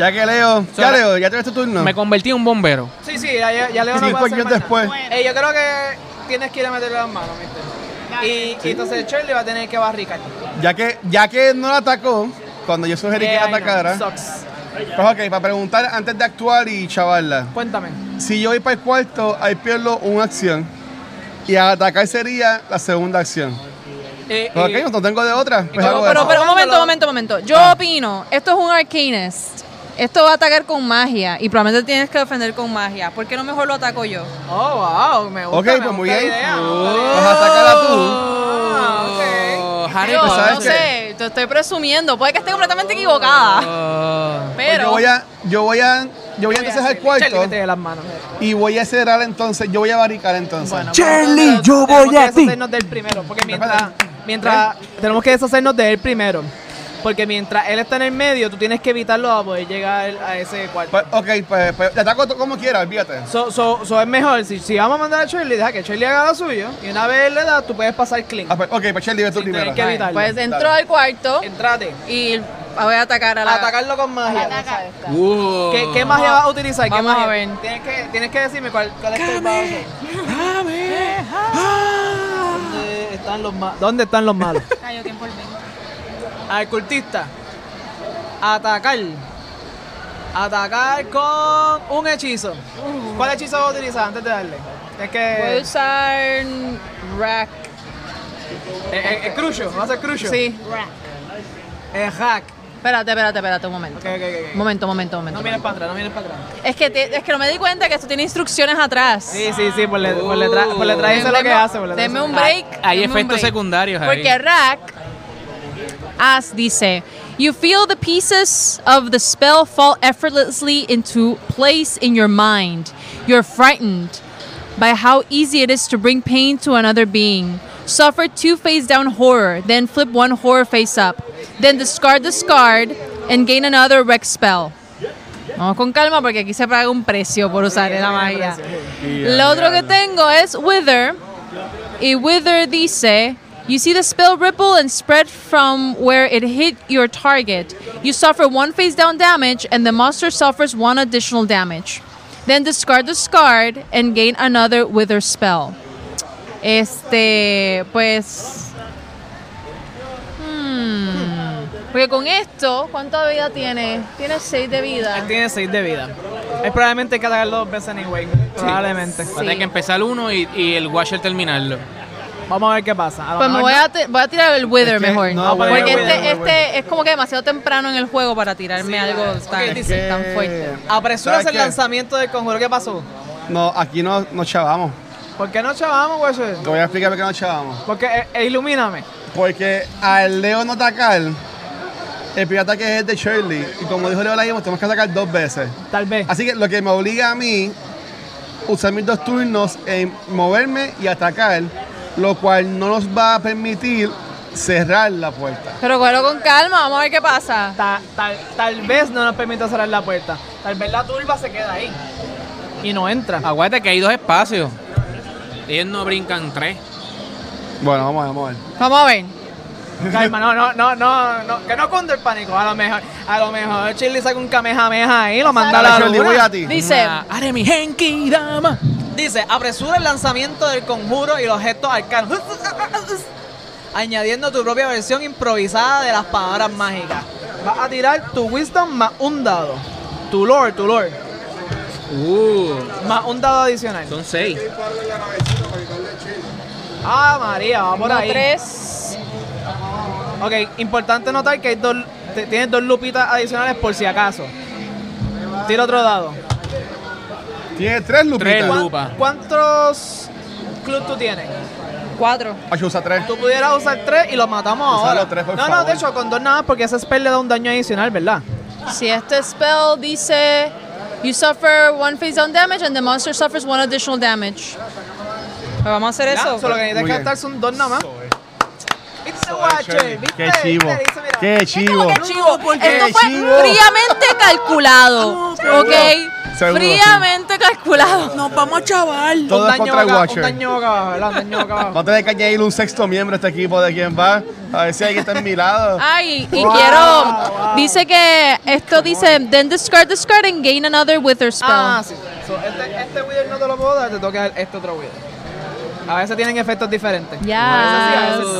B: Ya que Leo. Ya
A: Solo-
B: Leo, ya tienes tu turno.
A: Me convertí en un bombero.
E: Sí, sí, ya, ya, ya Leo
B: Sí,
E: no va a
B: pues
E: hacer
B: yo
E: más
B: después.
E: nada. Eh, yo creo que tienes que ir a meterle las manos, ¿viste? Y, y entonces Shirley va a tener que barricar.
B: Ya que, ya que no la atacó, cuando yo sugerí que
E: Eh,
B: la
E: ay, no,
B: atacara.
E: sucks.
B: Pues ok, para preguntar antes de actuar y chavarla.
E: Cuéntame.
B: Si yo voy para el cuarto, ahí pierdo una acción. Y al atacar sería la segunda acción.
A: Eh,
B: Ok,
A: eh,
B: no tengo de otra. Pues
E: cómo-
B: hago
C: Pero,
B: eso.
C: pero un momento, un momento, un momento. Yo opino, esto es un arcanist. Esto va a atacar con magia y probablemente tienes que defender con magia. ¿Por qué no mejor lo ataco yo?
E: Oh, wow, me gusta.
B: Ok,
E: me
B: pues muy
E: gusta la
B: bien.
E: idea.
B: Pues atácala tú.
E: ah,
A: Oh, Harry
C: Digo,
B: pues, ¿sabes
A: Potter.
C: no
B: qué?
C: sé, te estoy presumiendo. Puede que esté completamente equivocada,
A: Oh.
B: Pues
C: pero
B: yo voy a, yo voy a, yo voy entonces al
E: Shirley,
B: cuarto
E: métele las manos.
B: y voy a cerrar entonces, yo voy a barricar entonces.
E: Charlie, yo voy a ti. Deshacernos del primero, porque mientras, mientras tenemos que deshacernos de él primero, porque mientras él está en el medio, tú tienes que evitarlo para poder llegar a ese cuarto.
B: Pues, ok, pues, pues, te ataco to- como quiera, olvídate.
E: So, so, so es mejor, si, si vamos a mandar a Shirley, deja que Shirley haga lo suyo, y una vez él le da, tú puedes pasar clean.
B: Ah, pues, ok, pues Shelly, ve tú
E: Sin tener
B: primero.
E: que
C: Vale,
E: evitarlo.
C: pues entró
B: Dale.
C: al cuarto
E: Entrate,
C: y voy a atacar a la
E: atacarlo con magia.
D: Ataca.
A: Wow.
E: ¿Qué, qué magia vas a utilizar? ¿Qué
C: Vamos a
E: magia?
C: ver.
E: Tienes que, tienes que decirme cuál, cuál es que vas a usar. ¿Dónde están los ma- ¿Dónde están los malos?
D: Cayó tiempo el 20.
E: al cultista atacar. Atacar con un hechizo. ¿Cuál hechizo vas a utilizar antes de darle? Es
C: Voy a
E: que.
C: usar rack.
E: Es, es, es eh, crucio, va a ser crucio.
C: Sí.
E: Es hack.
C: Espérate, espérate, espérate un momento.
E: Ok, ok, ok.
C: Momento, momento,
E: No
C: momento.
E: mires para atrás, no mires para atrás.
C: Es que, te- es que no me di cuenta que esto tiene instrucciones atrás.
E: Sí, sí, sí, por le, por le, tra- por le
A: Ahí
E: traerse
A: se
E: lo
C: Denme-
E: que hace. Por le traerse
C: Denme
E: lo
C: un
E: que-
C: break.
A: Ah, Hay
C: denme un
A: efectos
C: break.
A: secundarios ahí.
C: Porque Rack as dice, you feel the pieces of the spell fall effortlessly into place in your mind. You're frightened by how easy it is to bring pain to another being. Suffer two face down horror, then flip one horror face up, then discard the scarred and gain another wreck spell. Vamos con calma porque aquí se paga un precio por usar la magia. Lo otro que tengo es Wither, Y Wither dice, you see the spell ripple and spread from where it hit your target. You suffer one phase down damage, and the monster suffers one additional damage. Then discard the scarred and gain another Wither spell. Este, pues. hmm, Porque con esto, ¿cuánta vida tiene? Tiene 6 de vida.
E: Él tiene 6 de vida. Es probablemente hay que atacarlo dos veces anyway. Probablemente.
A: Va a tener que empezar uno y, y el Washer terminarlo.
E: Vamos a ver qué pasa. A lo
C: Pues me
E: mejor
C: voy
E: no-
C: a, ti- voy a tirar el Wither
B: Es que-
C: mejor.
B: no,
E: Wither,
C: porque
E: Wither,
C: este,
E: Wither,
C: este es como que demasiado temprano en el juego para tirarme algo tan,
E: ok, dice-
C: tan
B: que-
C: fuerte.
E: Apresúrese
B: ¿Sabes
E: el
B: qué?
E: lanzamiento del conjuro. ¿Qué pasó?
B: No, aquí no, no chavamos.
E: ¿Por qué no chavamos, güey?
B: Te voy a explicar por qué no chavamos.
E: Porque eh, eh, ilumíname.
B: Porque al Leo no atacar, el primer ataque es el de Shirley. Y como dijo Leo la mismo, tenemos que atacar dos veces.
E: Tal vez.
B: Así que lo que me obliga a mí, usar mis dos turnos en moverme y atacar, lo cual no nos va a permitir cerrar la puerta.
C: Pero cógelo con calma, vamos a ver qué pasa.
E: Ta- tal, tal vez no nos permita cerrar la puerta. Tal vez la turba se queda ahí. Y no entra.
A: Aguanta que hay dos espacios. Ellos no brincan tres.
B: Bueno, vamos a ver, vamos a ver.
C: Vamos a ver.
E: Calma, no, no, no, no, no, que no cunda el pánico. A lo mejor, a lo mejor Shirley saca un kamehameha ahí y lo manda a la
B: Dale, Shirley,
E: luna.
B: voy a ti.
C: Dice,
A: Una Aremi Genki Dama.
E: Dice, apresura el lanzamiento del conjuro y los gestos arcanos. Añadiendo tu propia versión improvisada de las palabras mágicas. Vas a tirar tu wisdom más un dado. Tu lore, tu lore.
A: Uh,
E: Más un dado adicional.
A: son seis.
E: Ah, María, va por
C: uno,
E: ahí.
C: tres.
E: Ok, importante notar que hay dos, te- tienes dos lupitas adicionales por si acaso. Tira otro dado.
B: Tiene tres
A: Tres
B: lupitas.
A: lupas.
E: ¿Cuán-
A: Lupa.
E: ¿Cuántos clubs tú tienes?
C: Cuatro.
B: Ay, usa tres.
E: Tú pudieras usar tres y los matamos
B: Usa
E: ahora.
B: los tres, por
E: no, no,
B: favor.
E: de hecho, con dos nada más porque ese spell le da un daño adicional, ¿verdad?
C: Si este spell dice, you suffer one phase down damage and the monster suffers one additional damage. Pues vamos a hacer
E: Ya,
C: eso.
E: Solo que necesitas
B: Muy
E: que
B: bien.
E: gastar son dos nada más. It's a watcher, ¿viste?
B: Qué chivo.
E: Te dice, mira,
B: Qué chivo.
C: chivo. Esto fue
B: chivo.
C: fríamente calculado. ¿Ok?
B: Seguro,
C: fríamente calculado.
D: Nos vamos a chaval.
E: Un
B: Todo es
E: daño,
B: contra el
E: boca, un
B: Watcher.
E: daño boca abajo, ¿verdad? Un daño boca abajo.
B: No tener que añadir un sexto miembro a este equipo de quien va. A ver si alguien está en mi lado.
C: Ay, y quiero. Dice que esto dice: Then discard, discard and gain another wither spell.
E: Ah, sí. So, este, este Wither no te lo puedo dar, te toca este otro Wither. A veces tienen efectos diferentes.
C: Ya.
E: A veces sí, a veces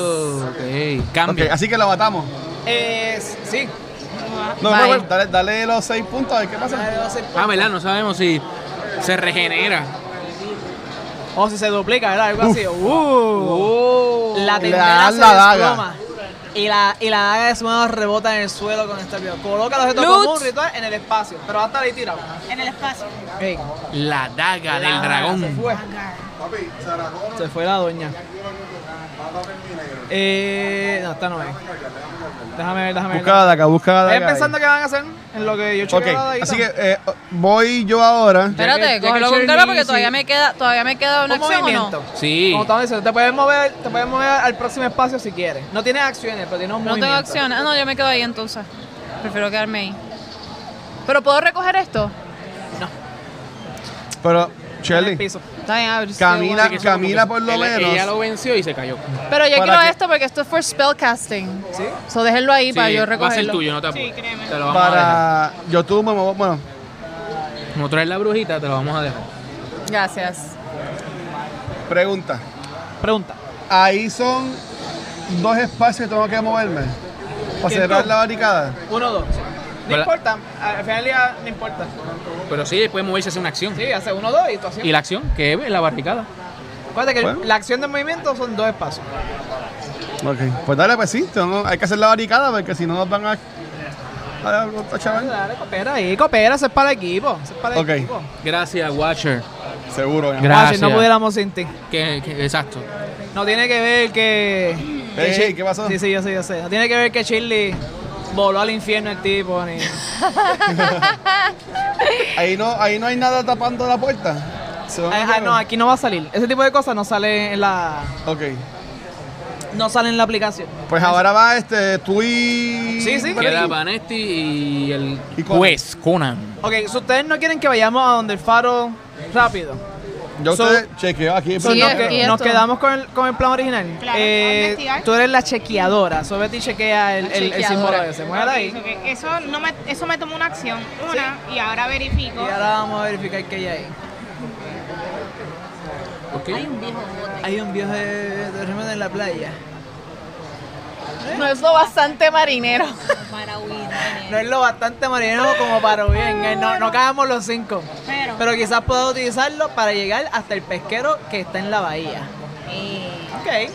A: ok.
B: Ok,
A: Cambio.
B: así que lo matamos.
E: no. Eh, sí.
B: No,
C: Bye.
B: no, no, dale, dale los seis puntos a ver qué pasa.
A: Ah, ¿verdad? No sabemos si se regenera.
E: O si se duplica, ¿verdad? Algo así. Uh. La
B: Le
E: tendera
B: dan
E: se
B: la daga.
E: desploma. Y la, y la daga de su mano rebota en el suelo con este video. Coloca los objetos como
C: Lutz.
E: un ritual en el espacio. Pero hasta ahí tirado.
D: En el espacio.
E: Ey,
A: La daga
E: la
A: del
E: daga Ah, Se
A: dragón.
E: fue. Se fue la doña. Eh, no, esta no es. Déjame ver, déjame ver.
B: Busca la daga, busca la daga.
E: ¿Estás pensando
B: ahí.
E: que van a hacer en lo que yo chequeo
B: Ok,
E: la daguita?
B: así que eh, voy yo ahora.
A: Ya que-
C: Espérate,
A: ya que
C: cógelo con
A: Shirley,
C: calma porque
A: sí.
C: todavía me queda, todavía me queda una
E: un
C: acción o
E: movimiento.
C: no.
A: Sí.
E: Como estamos diciendo, te puedes mover, te puedes mover al próximo espacio si quieres. No tienes acciones, pero tienes un
C: No
E: movimiento.
C: tengo acción. Ah, no, yo me quedo ahí entonces. Prefiero quedarme ahí. Pero puedo recoger esto.
B: Pero,
E: En el
B: Shirley,
E: piso.
C: Está bien, a ver si
B: camina,
C: voy.
B: camina por lo
A: Él- Ella
B: menos.
A: lo venció y se cayó.
C: Pero yo
B: para
C: quiero
B: que-
C: esto porque esto es for spellcasting.
E: ¿Sí?
C: So déjenlo ahí para
A: Sí,
C: yo
A: va a ser
C: recogerlo.
A: tuyo, no te apures.
D: Sí, créeme.
A: Te lo vamos a
B: Para. Yo tú me muevo. Bueno,
A: dejar. Como traes la brujita, te lo vamos a dejar.
C: Gracias.
B: pregunta.
E: Pregunta.
B: Ahí son dos espacios que tengo que moverme. Para
E: ¿Quién
B: cerrar
E: tú?
B: la barricada.
E: Uno, dos. No
A: ¿Verdad?
E: importa. Al final del día no importa.
A: Pero sí, después moverse hace una acción.
E: Sí, hace uno, dos y tú así.
A: Y la acción, que es la barricada.
E: Acuérdate que
B: Bueno.
E: la acción del movimiento son dos espacios.
B: Ok. Pues dale, pues sí. tengo- hay que hacer la barricada porque si no nos van a. a- a
E: Dale,
B: chaval.
E: dale, coopera ahí, coopera. Eso es para el equipo. Eso es para el
B: Ok.
E: equipo.
A: Gracias, Watcher.
B: Seguro, mi amor.
A: Gracias.
E: Ah, si no pudiéramos sin ti.
A: Que, que- exacto.
E: No tiene que ver que.
B: Ey,
E: que-
B: ¿qué pasó?
E: Sí, sí, yo sé, yo sé. No tiene que ver que Shirley voló al infierno el tipo. Ni...
B: Ahí no, ahí no hay nada tapando la puerta. Se van a
E: Ah, ah,
B: mover.
E: no, aquí no va a salir. Ese tipo de cosas no sale en la.
B: Ok.
E: No sale en la aplicación.
B: Pues ahora va este, tú y.
E: Sí, sí.
A: Queda Vanesti y el
B: Y Conan.
A: juez, Conan.
E: Ok, si ustedes no quieren que vayamos a donde el faro rápido,
B: Yo
E: So-
B: usted chequeo aquí.
E: So,
C: Sí,
E: nos,
C: es-
E: que-
C: y
E: nos
C: esto.
E: quedamos con el, con el plan original. Eh,
D: Claro, vamos a investigar.
E: tú eres la chequeadora. So, vete y chequea el,
C: La
E: el, el
C: chequeadora.
E: símbolo ese. Muévela ahí.
D: Ok, Eso, no me, eso me tomó una acción, una, y ahora
E: Y
D: verifico.
E: ahora vamos a verificar qué hay ahí.
A: Ok.
E: Hay un viejo de, de remo en la playa.
F: No es lo bastante marinero.
E: No es lo bastante marinero como para bien. eh, No, no cagamos los cinco.
D: Pero,
E: Pero quizás pueda utilizarlo para llegar hasta el pesquero que está en la bahía. eh,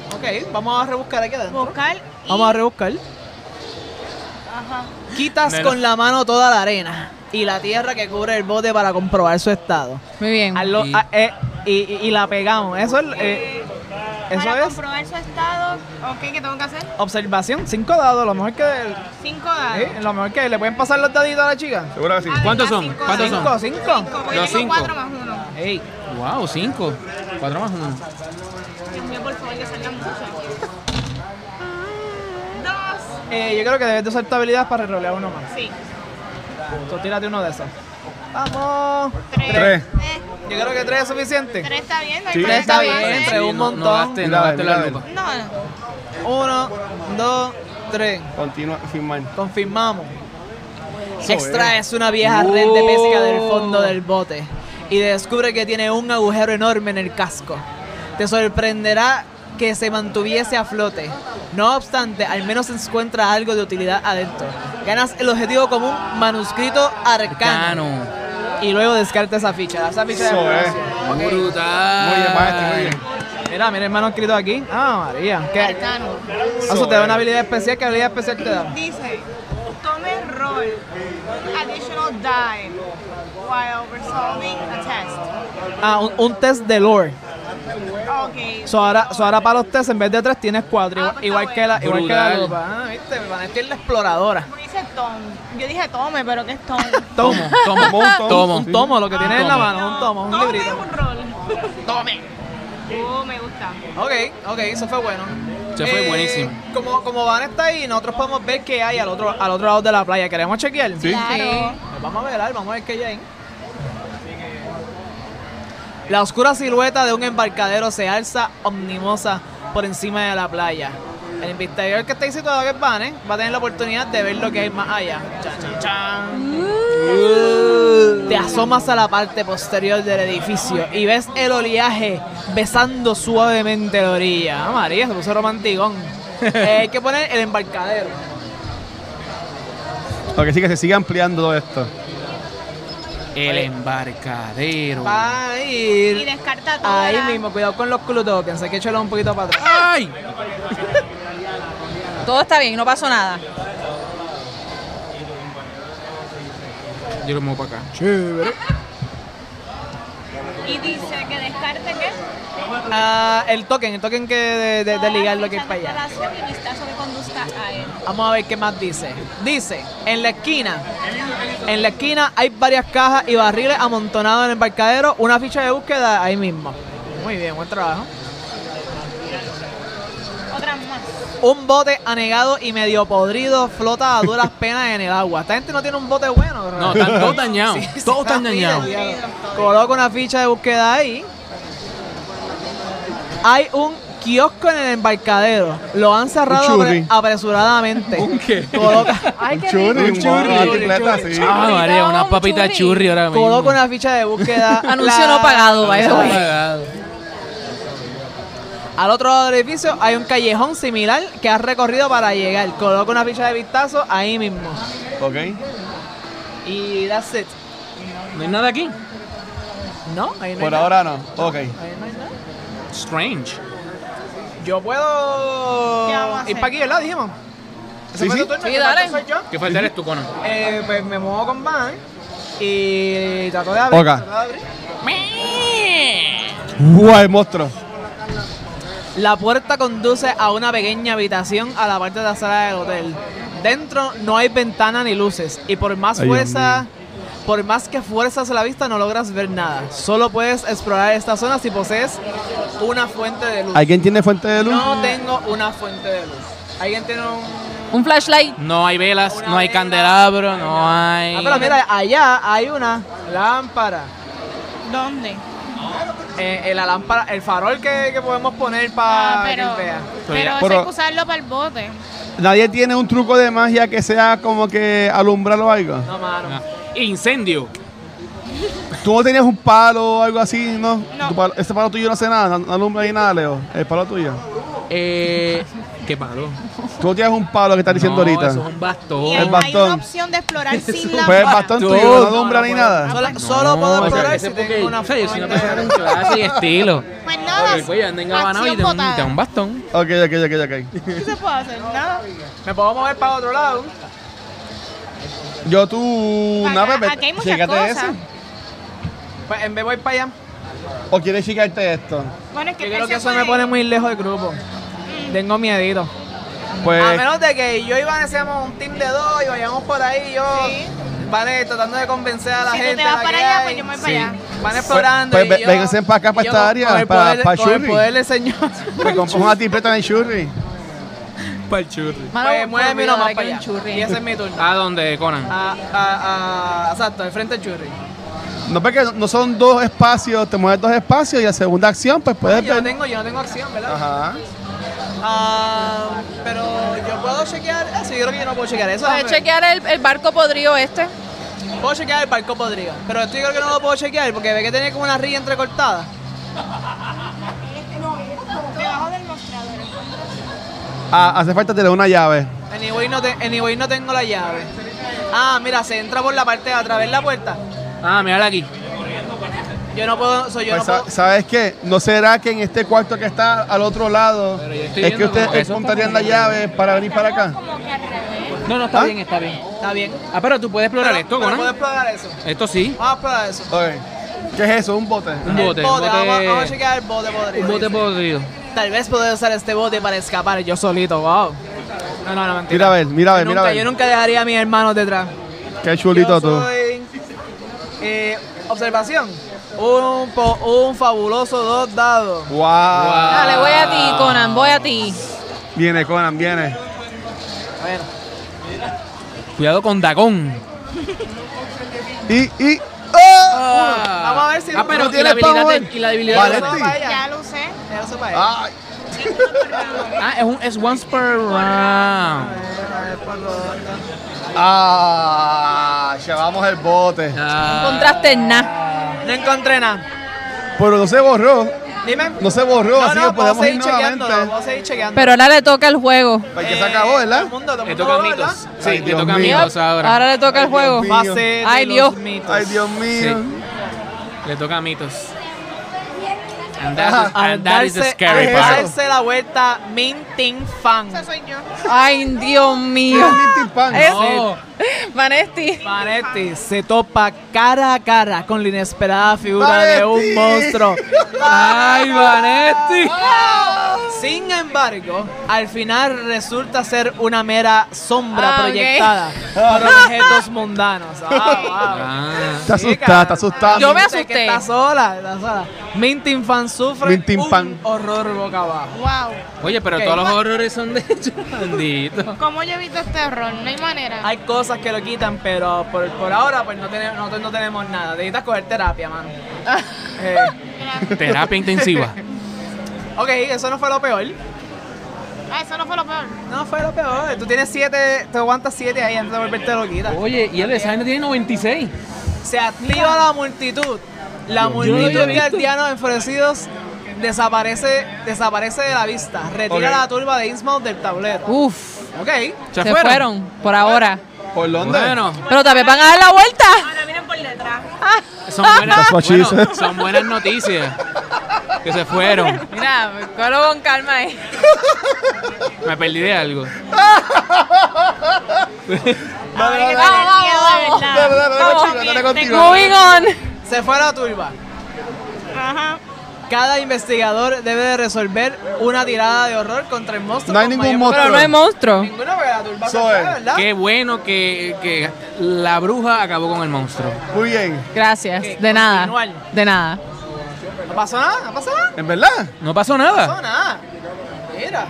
E: Ok, ok. Vamos a rebuscar aquí adentro.
D: buscar y...
E: Vamos a rebuscar.
D: Ajá.
E: Quitas
A: Nena.
E: con la mano toda la arena y la tierra que cubre el bote para comprobar su estado.
C: Muy bien.
E: Hazlo-
A: Y-
E: ah, eh, y, y- y la pegamos. Eso es, eh, eso
D: Para
E: es
D: comprobar su estado, ok, ¿qué tengo que hacer?
E: observación. Cinco dados, lo mejor que
D: Cinco dados.
E: eh, lo mejor que le pueden pasar los daditos a la chica.
B: Seguro que sí.
D: Ah,
A: ¿Cuántos
D: ya,
A: son?
D: cinco
A: ¿Cuántos
D: dados.
E: Cinco, cinco.
D: Cinco, porque
A: Los
D: tengo
A: cinco.
D: cuatro más uno.
E: Ey,
A: Wow, cinco. Cuatro más uno.
D: Dios mío, por favor, que salgan muchos. Dos.
E: eh, yo creo que debes de usar tu habilidad para rolear uno más.
D: Sí.
E: Tú tírate uno de esos. Vamos.
D: Tres.
B: Tres.
D: Eh,
E: Yo creo que tres es suficiente.
D: tres está bien, no hay
B: Sí.
D: problema,
E: Tres está bien,
D: ¿eh?
E: entre un
A: no, no
E: montón.
A: gastes, no
B: Mira,
A: gastes la
B: mira.
A: lupa.
D: No, no.
E: Uno, dos, tres.
B: Continúa, sin man.
E: Confirmamos. Extraes una vieja red de pesca del fondo del bote y descubre que tiene un agujero enorme en el casco. Te sorprenderá que se mantuviese a flote. No obstante, al menos encuentra algo de utilidad adentro. Ganas el objetivo común manuscrito arcano.
A: Cano.
E: Y luego descarta esa ficha. Esa ficha de
B: Eso es.
E: exploración. Ok.
A: Brutal.
B: Muy bien, maestro, muy bien.
E: Mira, mira el manuscrito aquí. Ah, María. ¿Qué? Ah,
D: Arcano.
E: Eso te da una habilidad especial. ¿Qué habilidad especial te da?
D: Dice, tome rol, additional die, while resolving a test.
E: Ah, un, un test de lore.
D: Ok.
E: So ahora, so ahora para los test, en vez de tres, tienes cuatro.
D: Ah,
E: Igual,
D: pues está
E: igual que la,
A: bueno.
E: igual que la
A: Brutal.
E: lupa. Ah, viste, me van a decir la exploradora.
D: Porque dice tom. Yo dije tome, pero ¿qué es tom?
E: Tomo,
B: Como
E: tomo.
B: un tomo.
A: Tomo.
E: un tomo, lo que tienes en la
A: Tomo.
E: mano, un tomo, un
D: tome
E: librito.
D: un rol. tome. Oh, me gusta.
E: Ok, ok, eso fue bueno. Eh,
A: Se fue buenísimo.
E: Como, como Van está ahí, nosotros podemos ver qué hay al otro, al otro lado de la playa. ¿Queremos chequear?
B: Sí.
D: Claro.
E: Pues vamos a ver, vamos a ver qué hay ahí. La oscura silueta de un embarcadero se alza omnimosa por encima de la playa. El investigador que está ahí situado, que es Van, ¿eh? va a tener la oportunidad de ver lo que hay más allá. Chan, chan, chan. Te asomas a la parte posterior del edificio y ves el oleaje besando suavemente la orilla. Ah, María, se puso romanticón. Eh, hay que poner el embarcadero.
B: Ok, sí, que se sigue ampliando todo esto.
A: El embarcadero.
E: Va a ir.
D: Y descarta todo.
E: Ahí mismo, cuidado con los clue tokens, hay que echarlo un poquito para atrás.
A: ¡Ay!
F: Todo está bien, no pasó nada.
A: Yo lo muevo para acá. Ah,
D: Y dice que descarte qué.
E: Ah, el token, el token que de, de- de ligar lo que es
D: Ficha
E: para
D: de
E: allá.
D: relación y vistazo que conduzca a él.
E: Vamos a ver qué más dice. Dice, en la esquina, en la esquina hay varias cajas y barriles amontonados en el embarcadero, una ficha de búsqueda ahí mismo. Muy bien, buen trabajo.
D: Otra más.
B: Oh.
E: Un bote anegado y medio podrido flota a duras penas en el agua. Esta gente no tiene un bote bueno.
A: No, están todos dañados. todos están dañados.
E: Coloca una ficha de búsqueda ahí. Hay un kiosco en el embarcadero. Lo han cerrado
B: Un
E: apre-
B: churri.
E: apresuradamente.
A: ¿Un qué?
E: Coloca,
F: Ay, qué
B: Churri,
F: rico.
B: un churri, una bicicleta, sí.
A: Ah, María, una
F: un
A: papita
F: churri.
A: churri ahora mismo.
E: coloca una ficha de búsqueda.
F: Anuncio
E: La-
F: no pagado, by the
A: Está
F: way.
A: apagado.
E: Al otro lado del edificio hay un callejón similar que has recorrido para llegar. Coloca una ficha de vistazo ahí mismo.
B: Ok.
E: Y that's it.
A: ¿No hay nada aquí?
E: No, ahí no hay
B: Por
E: nada.
B: ahora no. Ok.
E: Ahí no hay nada.
A: Strange.
E: Yo puedo
D: ¿Qué vamos a hacer?
E: ir para aquí, ¿verdad? Dijimos. ¿Ese
B: Sí,
E: fue tu
B: sí.
E: turno?
F: Sí,
E: ¿Qué parte
F: dale.
E: soy yo?
A: ¿Qué falta eres tú, Conan?
E: Eh, pues me muevo con Van y trato de abrir.
B: Ok.
E: trato de abrir.
B: Guay, monstruo.
E: La puerta conduce a una pequeña habitación a la parte trasera del hotel. Dentro no hay ventana ni luces y por más
B: Ay, Dios
E: fuerza, por más que fuerzas la vista no logras ver nada. Solo puedes explorar esta zona si posees una fuente de luz.
B: ¿Alguien tiene fuente de luz?
E: No tengo una fuente de luz. ¿Alguien tiene un
F: Un flashlight.
A: No hay velas,
E: Una
A: no hay
E: vela.
A: candelabro, no hay.
E: Ah, pero mira, allá hay una lámpara.
D: ¿Dónde?
E: eh, eh, la lámpara, el farol que, que podemos poner para
D: Ah,
E: que él vea.
D: pero,
A: Mira,
D: pero eso
B: pero-
D: hay que usarlo para el bote.
B: Nadie tiene un truco de magia que sea como que alumbrar o algo.
E: No, mano.
A: Ah, Incendio.
B: ¿Tú no tenías un palo o algo así? No.
D: No.
B: Tu palo- ese palo tuyo no hace nada, no, no alumbra ni nada, Leo. El palo tuyo.
A: Eh, ¿Qué palo?
B: Tú no tienes un palo que estás
A: No,
B: diciendo ahorita.
A: Eso es un bastón.
B: El
D: Y hay- hay
B: bastón.
D: una opción de explorar sin la
B: Pues el
D: vara.
B: bastón
A: Tú-
B: tuyo no alumbra ni nada.
E: Ah, Solo, solo puedo
A: No,
E: explorar
A: ese
E: si
A: porque-
E: tengo una
A: o sea, yo soy una
E: foto.
A: persona con clase y estilo.
D: Pues nada,
A: Porque el cuello anda engabanado y
D: acción
A: te un,
D: botada.
A: te da un bastón.
B: Ok, ok, ok, ok.
D: ¿Qué se puede hacer? Nada.
E: Me puedo mover para otro lado.
B: Yo tú.
D: Acá-
B: nada, Pepe,
D: acá hay muchas
B: chécate
D: cosas.
B: eso.
E: Pues en vez voy para allá.
B: ¿O quieres chicarte esto?
D: Bueno, es que
E: Yo
D: él
E: creo
D: se
E: que eso me pone muy lejos del grupo.
D: Mm.
E: Tengo miedito.
A: Eh.
B: Pues.
E: A menos de que yo y Vanessa seamos un team de dos y vayamos por ahí, yo Vane tratando de convencer a la
D: Si tú
E: gente.
D: te vas
E: la
D: para
E: que
D: allá,
E: hay.
D: pues yo me voy para allá.
E: Van explorando.
B: Pues-
E: y
B: pues
E: yo-
B: vénganse para acá,
E: y
B: para
E: yo
B: esta
E: con-
B: área,
E: con el
B: para-
E: poder-
B: para
E: Con el
B: Shuri.
E: poder del señor.
B: Me compré una tipleta en el churri.
A: Para el churri.
E: Pues muéveme uno más para allá. Y
F: allá.
E: ese es mi turno.
A: ¿A dónde, Conan?
E: A, a, a, exacto, al frente del churri.
B: No, porque no son dos espacios, te mueves dos espacios y la segunda acción, pues puedes
E: Yo no
B: ver.
E: tengo, yo no tengo acción, ¿verdad?
B: Ajá.
E: Ah, pero yo puedo chequear eso. Yo creo que yo no puedo chequear eso.
F: Puedes
E: hombre.
F: chequear el, el barco podrido este.
E: Puedo chequear el barco podrido. Pero esto yo creo que no lo puedo chequear porque ve que tiene como una rilla entrecortada.
D: Debajo del mostrador.
B: Ah, hace falta tener una llave.
E: Anyway no, te, anyway, no tengo la llave. Ah, mira, se entra por la parte de atrás, ¿ves la puerta?
A: Ah, mírala aquí.
E: Yo no puedo, soy yo
B: Pues,
E: no
B: sa- ¿Sabes qué? ¿No será que en este cuarto que está al otro lado
A: Pero yo estoy
B: es que
A: viendo como que
B: ustedes
A: eso es
B: montarían
A: como-
B: la llave para venir para acá?
D: Como que al revés.
A: No, no, está
B: ¿Ah?
A: bien, está bien.
E: puedo. Está bien.
A: Ah, pero tú puedes explorar esto,
E: pero puedo
A: Conan.
E: explorar eso.
A: Esto sí.
E: Vamos a explorar eso.
B: Ok. ¿Qué es eso? ¿Un bote?
A: Un bote.
E: el
A: un
E: Ah, pues, bote, Vamos, vamos a
A: bote,
E: chequear el bote podrido.
A: un bote podrido.
E: Tal vez poder usar este bote para escapar yo solito, wow. No, no, no, mentira.
B: Mira a ver, mira a ver,
E: Yo
B: mira a
E: nunca, yo
B: ver.
E: nunca dejaría a mis hermanos detrás.
B: Qué chulito
E: yo
B: tú.
E: soy, eh, observación. Un, po- un fabuloso dos dados.
B: ¡Wow!
F: Dale, voy a ti, Conan, voy a ti.
B: Viene, Conan, viene.
E: Bueno,
A: Cuidado con Dagón.
B: Y, y. ¡Oh!
E: vamos a ver si-
A: Ah, pero
B: ¿No
A: y la
B: tienes
A: habilidad
B: power?
A: de- y la debilidad
B: Vale.
A: de-
E: eso va
B: Valesti.
E: para ella.
D: Ya lo usé.
E: Eso para ella.
B: ¡Ay!
A: Ah, es un es once per round.
B: ¡Ah! Llevamos el bote.
A: Ah,
F: Contraste en nada.
E: No encontré nada.
B: Pero no se borró.
E: Dime.
B: No se borró, así que
E: puedo
B: podemos ir
E: seguir chequeando.
B: nuevamente.
E: Puedo seguir chequeando.
F: Pero ahora le toca el juego.
B: Porque Pues se acabó,
E: Todo
B: ¿verdad?
E: el mundo, todo el
A: le
E: mundo
A: toca a
E: va, ¿verdad?
A: mitos. Sí, le
B: Dios
A: toca a
B: mío.
A: mitos ahora.
F: Ahora le toca el juego.
B: mío.
E: Fase de
F: Ay,
E: los
F: Dios.
E: mitos.
B: Ay, Dios mío.
A: Sí. Le toca a mitos. And
B: Ajá.
A: that, is, and that is the
E: Darse-
A: scary
E: a
A: part.
E: darse la vuelta Minting Fan.
D: Esa soy yo.
F: Ay, Dios mío.
B: Dios mío, Timpán.
A: Eh. No.
F: Vanesti.
E: Vanetti se topa cara a cara con la inesperada figura de
B: Vanetti.
E: un monstruo.
A: ¡Ay, Vanetti!
E: Sin embargo, al final resulta ser una mera sombra
F: Ah, ok.
E: proyectada por objetos mundanos. Ah,
A: Ah.
B: Te
E: Chica.
B: asustada, te asustada.
F: Yo me
E: Dice
F: asusté.
E: que Está sola, está sola. Minting Fan sufre
B: Minting
E: un
B: Fan.
E: horror boca abajo.
D: Wow.
A: Oye, pero
E: Ok.
A: todos los horrores son de hecho, bandito.
D: ¿Cómo yo evito este error? No hay manera.
E: Hay cosas que lo quitan, pero por, por ahora pues no tenemos, nosotros no tenemos nada. Necesitas coger terapia, mano. Eh,
A: Terapia intensiva.
E: ok, eso no fue lo peor.
D: Ah, eso no fue lo peor.
E: No fue lo peor. Tú tienes siete, te aguantas siete ahí antes de volverte loquita.
A: Oye, y el design tiene 96.
E: Se activa la multitud. La multitud de aldeanos enfurecidos desaparece, desaparece de la vista. Retira
B: Ok.
E: la turba de Innsmouth del tablero.
F: Uf.
E: Ok.
A: Se,
F: Se, fueron? por ahora.
B: ¿Por dónde?
A: Bueno,
F: Pero también van a dar la vuelta.
D: Ahora vienen por detrás.
A: son buenas,
B: That's what she
A: bueno,
B: said.
A: son buenas noticias. Que se fueron.
F: Mira, colo con calma ahí.
A: Me perdí de algo.
B: Dale, dale,
D: Ah,
F: vamos,
B: dale.
F: vamos.
B: Dale, dale, dale,
F: Vamos.
B: continúa, dale, continúa.
F: Moving on.
E: Se fue la turba.
D: Ajá.
E: Cada investigador debe de resolver una tirada de horror contra el monstruo.
B: No hay
E: con
B: ningún
E: mayor-
B: monstruo.
F: Pero no hay monstruo.
E: Ninguno, pero la turba se
B: Soy.
E: fue, ¿verdad?
A: Qué bueno que, que la bruja acabó con el monstruo.
B: Muy bien.
F: Gracias. De nada.
E: Continuar.
F: De nada.
E: No pasó nada, no pasó nada.
B: ¿En verdad?
A: No pasó
E: No pasó
A: nada.
E: nada. Mira.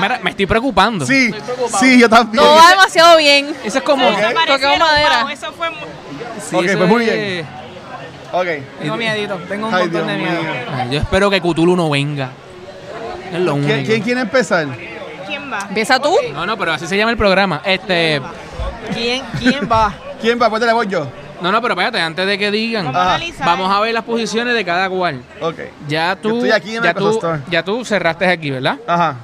A: Mira, me estoy preocupando.
B: Sí,
E: Estoy preocupado.
B: sí, yo también.
F: Todo va demasiado bien.
A: Eso es como.
D: Desaparecieron,
F: Toquemos madera.
D: wow, eso fue mu-
A: Sí,
B: Ok,
A: eso
B: pues muy
A: es-
B: bien. Ok.
E: Tengo miedito, tengo un
B: Ay,
E: montón de
B: Dios
E: miedo.
B: mío.
A: Ay, Yo espero que Cthulhu no venga. Es lo único.
B: ¿Quién, quién quiere empezar?
D: ¿Quién va?
C: Empieza tú.
A: No, no, pero así se llama el programa. Este.
E: ¿Quién, quién va?
B: ¿Quién va? Ponte la voz yo.
A: No, no, pero espérate, antes de que digan,
D: Vamos
B: Ajá.
D: a analizar.
A: vamos a ver las posiciones de cada cual.
B: Ok.
A: Ya tú.
B: Yo estoy aquí en
A: ya,
B: Microsoft
A: tú
B: Store.
A: ya tú cerraste aquí, ¿verdad?
B: Ajá.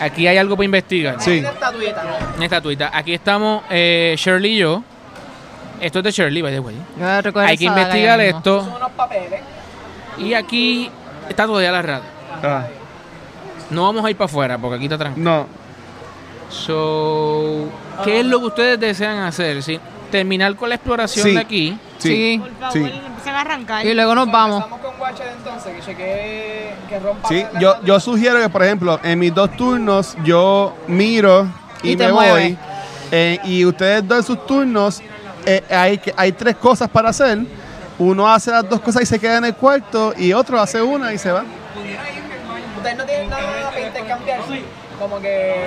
A: Aquí hay algo para investigar.
B: Sí.
E: Una estatuita.
A: Una estatuita. Aquí estamos eh, Shirley y yo. Esto es de Shirley, by the way. Hay que investigar
E: Son
A: esto.
E: unos papeles.
A: Y aquí está todavía la radio.
B: Ajá.
A: No vamos a ir para afuera porque aquí está tranquilo.
B: No.
A: So, ¿qué es lo que ustedes desean hacer? ¿Sí? Terminar con la exploración
B: Sí.
A: de aquí.
B: Sí.
D: Por favor,
B: Sí.
D: empiezan a arrancar.
C: Y luego nos vamos.
E: Empezamos con Watcher entonces, que chequee que rompa.
B: Sí.
E: la
B: Yo,
E: estatua.
B: yo sugiero que, por ejemplo, en mis dos turnos yo miro y,
C: Y te
B: me
C: mueves.
B: voy. Eh, y ustedes dos en sus turnos eh, hay, que- hay tres cosas para hacer. Uno hace las dos cosas y se queda en el cuarto y otro hace una y se va.
E: Ustedes no tienen nada para intercambiar. Como que.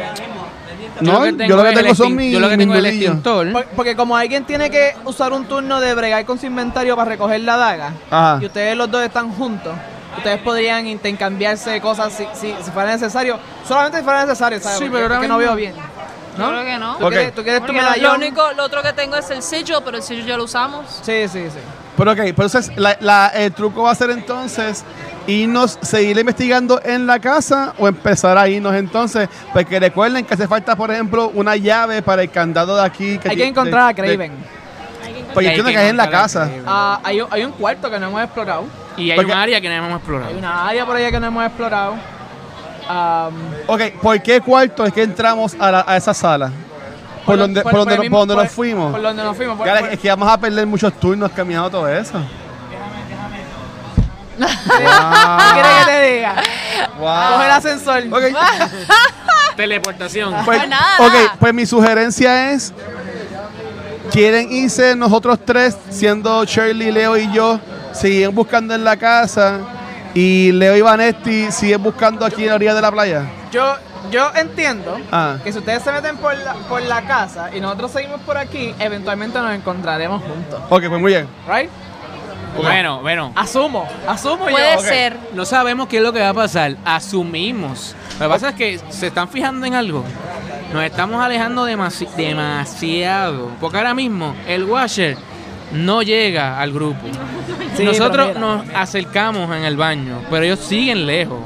B: No, yo lo que
A: es el
B: tengo son
A: extin-
B: mis
A: Yo lo que tengo es el
B: mis nudillos.
A: extintor.
E: Por- Porque como alguien tiene que usar un turno de bregar con su inventario para recoger la daga,
B: Ajá.
E: y ustedes los dos están juntos, ustedes podrían intercambiarse cosas si, si, si fuera necesario. Solamente si fuera necesario, ¿sabes?
A: Sí,
E: Porque-
A: pero ahora
E: porque no
A: mismo-
E: veo bien.
C: Yo creo que no.
E: ¿Tú
B: Ok.
E: quieres, tú quieres tu
C: Porque lo
E: medallón?
C: único, lo otro que tengo es el sello, pero el sello ya lo usamos.
E: Sí, sí, sí.
B: Pero ok, pero entonces la- la- el truco va a ser entonces irnos, seguir investigando en la casa o empezar a irnos entonces. Porque recuerden que hace falta, por ejemplo, una llave para el candado de aquí.
E: Hay
B: ti-
E: que encontrar a
B: de- de-
E: Craven.
B: Pues yo
A: Hay
B: entiendo que es en la
A: encontrar
B: casa.
A: el-
E: Ah, hay, un- hay un cuarto que no hemos explorado.
A: Y hay
B: Porque-
A: un área que no hemos explorado.
E: Hay una área por allá que no hemos explorado. Am,
B: Ok, ¿por qué cuarto es que entramos a, la- a esa sala? Por, donde, por, donde,
E: el
B: nos-
E: mismo-
B: por donde
E: por-
B: nos fuimos.
E: Por donde nos fuimos. por-
B: Cara,
E: por-
B: es que vamos a perder muchos turnos caminando todo eso.
E: ¿Qué quieres que te diga?
B: Wow, wow.
E: Coge el ascensor.
B: Ah. Ok.
A: Teleportación.
B: Pues,
C: Pues nada.
B: ok, pues mi sugerencia es, quieren irse nosotros tres, siendo Shirley, Leo y yo, siguen buscando en la casa y Leo y Vanetti siguen buscando aquí en la orilla de la playa.
E: Yo, yo entiendo
B: Ah.
E: que si ustedes se meten por la, por la casa y nosotros seguimos por aquí, eventualmente nos encontraremos juntos.
B: Ok, pues muy bien.
E: ¿Right?
A: Bueno, bueno.
E: Asumo, asumo
C: Puede
E: yo.
C: ser.
A: No sabemos qué es lo que va a pasar. Asumimos. Lo que pasa es que se están fijando en algo. Nos estamos alejando demasi- demasiado. Porque ahora mismo el Washer no llega al grupo.
E: Sí,
A: Nosotros
E: pero mira.
A: nos acercamos en el baño, pero ellos siguen lejos.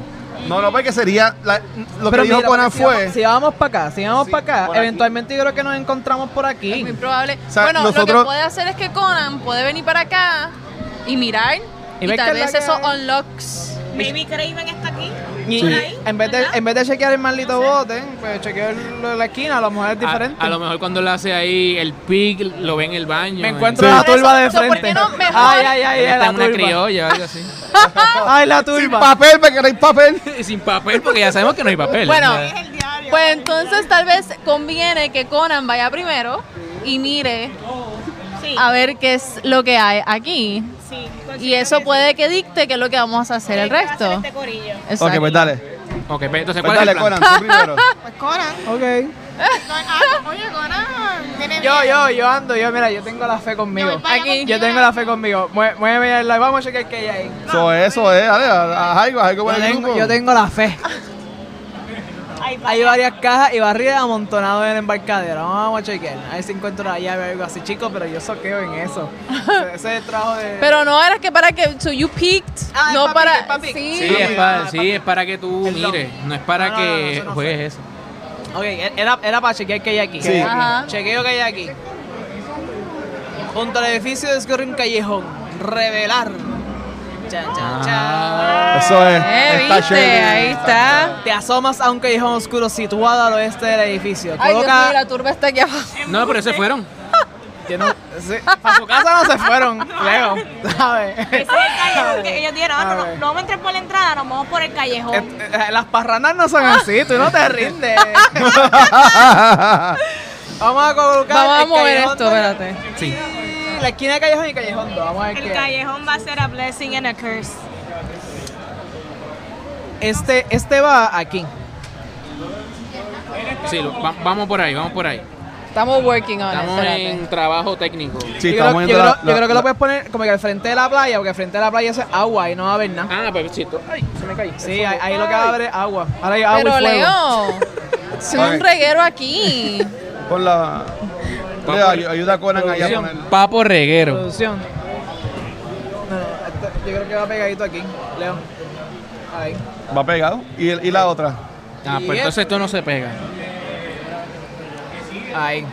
B: No, no, porque sería, la- lo
E: Pero
B: que dijo
E: mira,
B: Conan
E: porque si
B: fue,
E: vamos- Si vamos para acá, si vamos
B: Sí,
E: para
B: por
E: acá,
B: aquí.
E: eventualmente yo creo que nos encontramos por aquí.
C: Es muy probable.
B: O sea,
C: bueno, lo
B: nosotros-
C: que puede hacer es que Conan puede venir para acá y mirar.
E: Y
C: Y,
E: ves que
C: tal
E: es la
C: vez
E: que
C: eso
E: hay.
C: unlocks.
D: Maybe Craven está aquí.
E: Y
D: por ahí,
E: en, vez de,
D: ¿verdad?
E: en vez de chequear el maldito bote, pues chequeo el- lo de la esquina, a lo mejor es
A: A,
E: diferente.
A: a lo mejor cuando lo hace ahí, el pig lo ve en el baño.
E: me
A: eh.
E: encuentro
B: Sí.
E: la turba de
C: Eso, ¿por
E: frente.
C: qué no mejor?
E: Ay, ay, ay,
A: Él
E: ay,
A: está
E: la
A: en una
E: turba.
A: criolla o algo así.
E: Ay, la
B: sin
E: turba.
B: papel, porque no hay papel.
A: Sin papel, porque ya sabemos que no hay papel.
C: Bueno,
A: O sea,
D: Es el diario.
C: Pues entonces tal vez conviene que Conan vaya primero y mire
D: sí.
C: a ver qué es lo que hay aquí.
D: sí,
C: Y eso puede que dicte qué es lo que vamos a hacer el resto.
D: Este corillo.
C: Exacto.
B: Ok, pues dale.
A: Ok, pero entonces,
B: Pues
A: ¿cuál es
B: dale,
A: el plan?
B: Conan, tú primero.
D: Pues Conan.
E: Ok.
D: Ah, oye, Conan. tiene
E: Yo,
D: miedo.
E: yo, yo ando, yo, mira, yo tengo la fe conmigo.
D: voy para allá
C: Aquí.
E: Yo
D: contigo.
E: tengo la fe conmigo. Mue- Muéveme el live. Vamos a chequear que hay ahí.
B: So, eso es, dale, a, a Jaigo, a Jaigo
E: Yo
B: para el
E: tengo,
B: grupo.
E: yo tengo la fe.
D: Ahí va.
E: Hay varias cajas y barriles amontonados en el embarcadero. Vamos a chequear. A ver si encuentro la llave o algo así, chicos, pero yo soqueo en eso. Ese es el trabajo de.
C: Pero no era que para que so you peeked,
E: Ah, es
C: no
E: pa'
C: para
E: pic, pa' pic.
C: sí.
A: Sí, es para, sí, es para que tú
E: Perdón.
A: mires, no es para
E: No, no, no, no,
A: que
E: eso no
A: juegues
E: fue.
A: eso.
E: Ok, e-, era, era para chequear que hay aquí.
B: Sí.
C: Ajá.
E: Chequeo que hay aquí. Junto al edificio descubre un callejón. Revelar. Chan, chan, chan.
B: Eso es.
C: Eh,
B: Ah. está
C: viste,
B: Shirley.
C: ahí está.
E: Te asomas a un callejón oscuro situado al oeste del edificio.
C: Ay, Dios
E: Coloca-
C: mío, la turba está aquí abajo.
A: No, pero se fueron.
E: Yo no- sí, pa' su casa no se fueron, Leo. ¿Sabes?
D: Ese es el callejón que ellos dijeron, ah,
E: A
D: no, no,
E: ver.
D: no vamos a entrar por la entrada, nos vamos por el callejón.
E: Et- eh, Las parrandas no son así, tú no te rindes. Vamos a colocar.
C: Vamos a
E: el
C: mover
E: callejón
C: esto,
E: dos-
C: espérate.
A: Sí.
E: La esquina de callejón y callejón 2. Vamos a ver
D: el
E: qué.
D: callejón va a ser a blessing and a curse.
E: Este, este va aquí.
A: Sí, lo- va- vamos por ahí, vamos por ahí.
F: Estamos working on
A: Estamos
F: it. espérate.
A: en trabajo técnico.
B: Sí,
E: yo,
B: estamos
E: creo, yo
B: viendo la-
E: creo- yo
B: la-
E: creo
B: la-
E: que lo puedes poner como que al frente de la playa, porque al frente de la playa es agua y no va a haber nada.
A: Ah, pues sí, esto- Ay, se me cayó.
E: Sí, ahí, ahí lo que abre es agua. Ahora hay agua
F: Pero
E: y fuego.
F: Leo, soy
B: Ok.
F: un reguero aquí.
B: Pon la. Leo, ay- ayuda a Conan allá a
E: Producción.
B: ponerlo.
A: Papo reguero.
E: Producción. No, no, esto- yo creo que va pegadito aquí, Leo. Ahí.
B: Va pegado. ¿Y, el- y la otra?
A: Ah, pues entonces esto no se pega.
E: Ahí.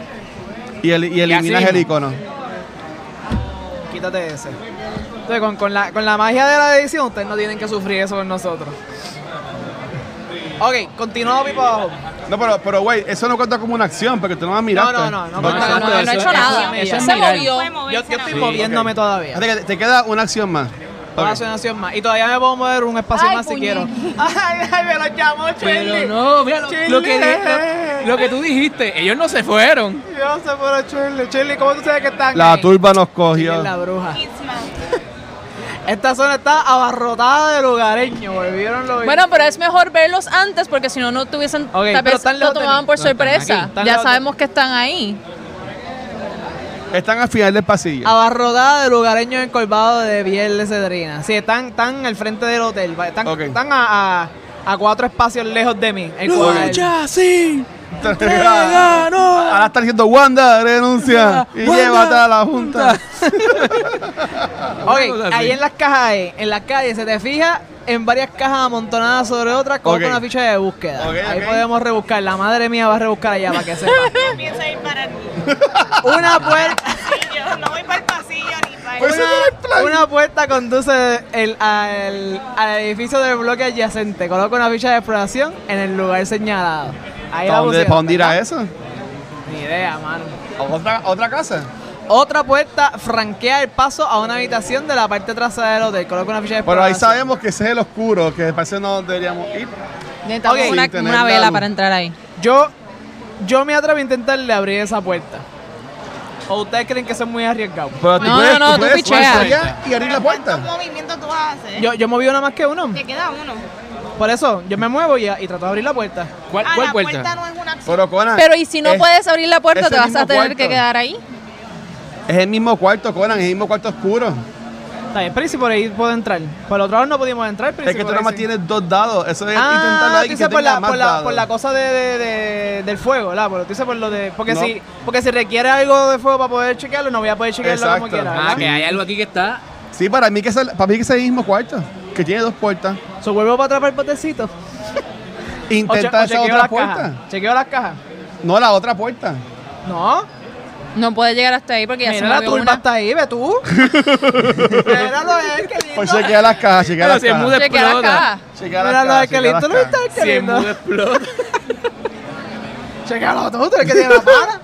B: Y, el, y eliminas
A: así
B: el
A: mismo.
B: icono.
E: Quítate ese. Entonces, con, con la, con la magia de la edición, ustedes no tienen que sufrir eso con nosotros. Ok, continuamos pipa abajo.
B: No, pero, pero, güey, eso no cuenta como una acción porque tú no vas a mirar.
E: No, no, no,
A: No,
E: no, no,
A: eso-
E: no,
F: No he
A: eso-
F: hecho
E: Ah,
F: nada.
A: eso- eso es
F: Se
A: mirar.
F: movió.
E: Yo, yo estoy
A: Sí,
E: moviéndome
B: ok.
E: todavía.
B: Fíjate que te- te queda una acción más.
E: Una
B: Ok.
E: acción más. Y todavía me puedo mover un espacio
F: Ay,
E: más si quiero.
F: puñet.
E: Ay, ay, me lo llamó Shirley.
A: Pero no, mira lo, lo que, di- lo, lo que tú dijiste. Ellos no se fueron.
E: Yo se fueron Shirley. Shirley, ¿cómo tú sabes que están
B: La
E: ahí?
B: turba nos
E: Shirley es
B: cogió.
E: la bruja.
D: Kids Mountain.
E: Esta zona está abarrotada de lugareños. Volvieron los
F: Bueno, pero es mejor verlos antes porque si no, no tuviesen.
E: Ok,
F: tal
E: pero
F: vez
E: están
F: lo
E: lejos de
F: tomaban
E: mí.
F: por
A: No, están
F: sorpresa.
A: aquí,
E: están
F: ya
E: lejos de-
F: sabemos que están ahí.
B: Están al final del pasillo.
E: Ah, abarrotada de lugareños encorvados de piel de cedrina. Sí, están, están al frente del hotel. va- Están,
B: Ok.
E: están a, a- a cuatro espacios lejos de mí. el cual-
A: sí!
B: Ahora están diciendo Wanda, renuncia y
A: Wanda,
B: llévate a la junta.
E: Ok,
A: Cosas así.
E: ahí en las cajas, ahí, en las calles, se te fija en varias cajas amontonadas sobre otras con
B: Ok.
E: una ficha de búsqueda.
B: Ok,
E: ahí
B: ok.
E: podemos rebuscar. La madre mía va a rebuscar allá para que sepa.
D: No pienso ir para aquí.
E: una puerta.
D: Yo no voy para el pasillo ni para
B: Pues- Ese no era el plan.
E: Una, una puerta conduce el- al, al edificio del bloque adyacente. Coloca una ficha de exploración en el lugar señalado.
B: ¿Para
E: Ahí la
B: dónde,
E: pusieron,
B: para dónde irá
E: ¿verdad?
B: eso?
E: Ni idea, mano.
B: ¿A ¿Otra, otra casa?
E: Otra puerta franquea el paso a una habitación de la parte trasera del hotel. Coloca una ficha de
B: Pero ahí
E: exploración.
B: sabemos que ese es el oscuro, que parece no deberíamos ir.
F: Necesitamos
E: Ok.
F: una,
B: Sin tener
F: una
B: la
F: vela
B: luz.
F: para entrar ahí.
E: Yo, yo me atrevo a intentarle abrir esa puerta. ¿O ustedes creen que eso es muy arriesgado?
B: Pero
F: No, no, no, tú
B: puedes
F: pichea.
B: fuerza allá y abrir la
D: ¿Cuántos
B: puerta.
D: movimientos tú vas a hacer?
E: Yo, yo moví una más que uno.
D: Te queda uno.
E: Por eso, yo me muevo y, y trato de abrir la puerta.
A: ¿Cuál,
D: Ah,
A: cuál
D: la
A: puerta?
D: puerta no es una acción.
B: Pero
E: Ah.
B: Conan.
F: Pero y si no
B: es-
F: puedes abrir la puerta,
B: ese
F: te vas
B: mismo
F: a tener
B: cuarto.
F: que quedar ahí.
B: Es el mismo cuarto, Conan, es el mismo cuarto oscuro.
E: Está bien, pero ¿y si por ahí puedo entrar. Por el otro lado no pudimos entrar, pero ¿y
B: Es
E: si
B: que tú
E: por ahí
B: nomás
E: sí?
B: tienes dos dados. Eso es intentarlo
E: Ah,
B: ahí que
E: tú dices
B: tenga
E: por la,
B: más
E: por, la, por la
B: dados.
E: cosa de, de- de- del fuego, ¿verdad? Por- Tú dices por lo de. Porque,
B: No.
E: si, porque si requiere algo de fuego para poder chequearlo, no voy a poder chequearlo como
B: Exacto.
E: quiera.
A: Ah,
E: ¿verdad?
A: que hay algo aquí que está.
B: Sí, para mí que es el, para mí que es el mismo cuarto, que tiene dos puertas.
E: So, vuelvo para atrapar el potecito. O che-
B: Intenta
E: o
B: esa
E: chequeo
B: otra
E: las
B: puerta.
E: cajas. Chequeo las cajas.
B: No, la otra puerta.
E: No.
F: No puedes llegar hasta ahí porque ya se
E: Mira, la
F: movió
E: turba
F: una.
E: está ahí, ve tú. Míralo, es que lindo.
B: Pues chequea las cajas, chequea
A: Pero
B: las
A: si es
B: cajas.
A: muda-
F: Chequea la
A: Explota.
F: caja.
B: Chequea las
E: Míralo,
B: cajas,
E: es que
B: chequea
E: lindo.
B: las
E: ¿No viste
B: cajas.
E: es que lindo?
A: explota.
E: Chequealo tú, tú eres que tiene la pana.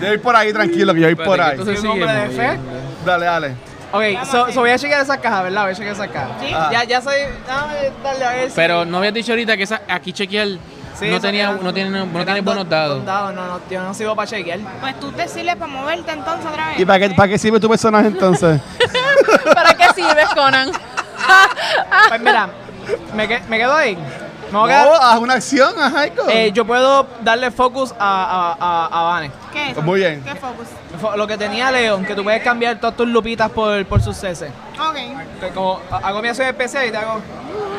B: Yo voy por ahí tranquilo, que yo voy por
A: Espérate, que
B: ahí.
A: esto se
E: Sí, un
A: sigue
E: hombre de fe.
A: moviendo.
B: Dale, dale.
E: Ok, so, so voy a chequear esa caja, ¿verdad? Voy a chequear esa caja.
D: Sí.
E: Ya, ya soy. Dame, dale, a ver. si-
A: Ah. Pero no habías dicho ahorita que esa, aquí chequear
E: Sí,
A: no,
E: eso
A: tenía,
E: era-
A: no tiene, no
E: eran
A: tiene
E: dos-
A: buenos
E: dos
A: dados.
E: dados, No, no, yo no sirvo para chequear.
D: Pues tú te sirves para moverte entonces otra vez.
B: ¿Y para qué, para qué sirve tu personaje entonces?
F: ¿Para qué sirves, Conan?
E: Pues mira, me, que- me quedo ahí. Me voy a
B: No,
E: quedar-
B: haz una acción, a Jaiko.
E: Eh, yo puedo darle focus a, a, a, a Vane.
D: ¿Qué es?
B: Muy bien.
D: ¿Qué focus?
E: Fo- Lo que tenía León, que tú puedes cambiar todas tus lupitas por, por sus ceses.
D: Ok.
E: Que Como hago mi acción especial y te hago.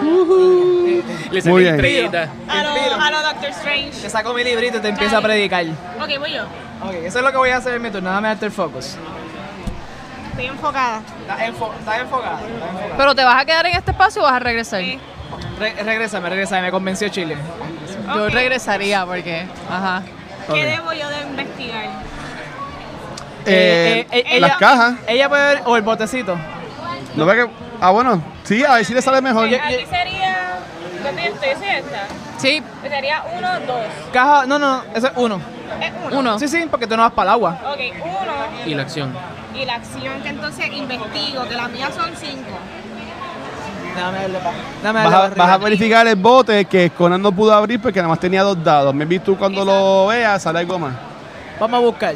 A: Le
B: Muy
A: salió
B: bien.
A: estrellita.
D: A
E: Inspiro.
D: lo, a lo Doctor Strange.
E: Te saco mi librito y te empiezo a predicar.
D: Ok, voy yo.
E: Ok, eso es lo que voy a hacer en mi turno. Dame alter focus.
D: Estoy enfocada.
E: Estás enfo está enfocado. está enfocado.
F: ¿Pero te vas a quedar en este espacio o vas a regresar?
D: Sí.
E: Re- regrésame, regrésame. Me convenció Chile.
F: Yo
D: Ok.
F: regresaría porque. Ajá.
D: ¿Qué debo yo de investigar?
B: Eh,
E: Eh, eh, ella-
B: las cajas.
E: Ella puede ver. O el botecito.
B: ¿No ve que? Ah, bueno. Sí, a ver si le sale mejor.
E: Yo-
G: Aquí sería. ¿Dónde estoy? ¿Sí esta?
F: Sí,
G: Sería uno, dos.
E: Caja. No, no, eso es uno.
D: Es uno.
F: uno.
E: Sí, sí, porque tú no vas para el agua.
G: Ok, uno.
A: Y la acción.
D: Y la acción que entonces investigo, que las mías son cinco.
E: Dame darle pa. Dame
B: Vas
E: darle
B: a,
E: pa
B: vas a
E: arriba.
B: verificar el bote que Conan no pudo abrir porque nada más tenía dos dados. Maybe tú cuando lo veas sale algo más.
E: Vamos a buscar.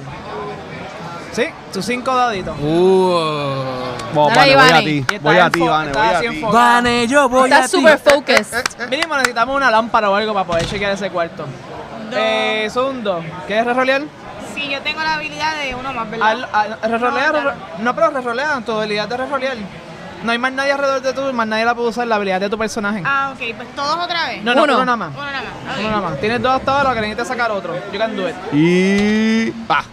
E: Sí, tus cinco daditos.
A: Uh.
B: Vamos,
F: Dale,
B: Vane, voy a
F: Vane.
B: ti.
E: Y está
B: Voy a
E: en
B: ti,
E: fo-
B: Vane, voy
E: está
B: a
E: así
B: ti.
E: enfocado. Vane,
A: yo
F: Estás super focused.
E: Mínimo Eh, necesitamos una lámpara o algo para poder chequear ese cuarto. Eh, son dos. ¿Quieres re-rolear?
D: Sí. Sí, yo tengo la habilidad de uno más, ¿verdad?
E: Al- al- rerolea,
D: No,
E: rerolea. no, pero rerolea, tu habilidad de rerolear. No hay más nadie alrededor de tú, más nadie la puede usar, la habilidad de tu personaje.
D: Ah, ok, pues todos otra vez.
E: no, no,
C: Uno.
E: uno nada más.
D: Uno nada más. ok.
E: Uno nada más. Tienes dos hasta ahora, que necesitas sacar otro. You can do it.
B: Y. ¡Pah!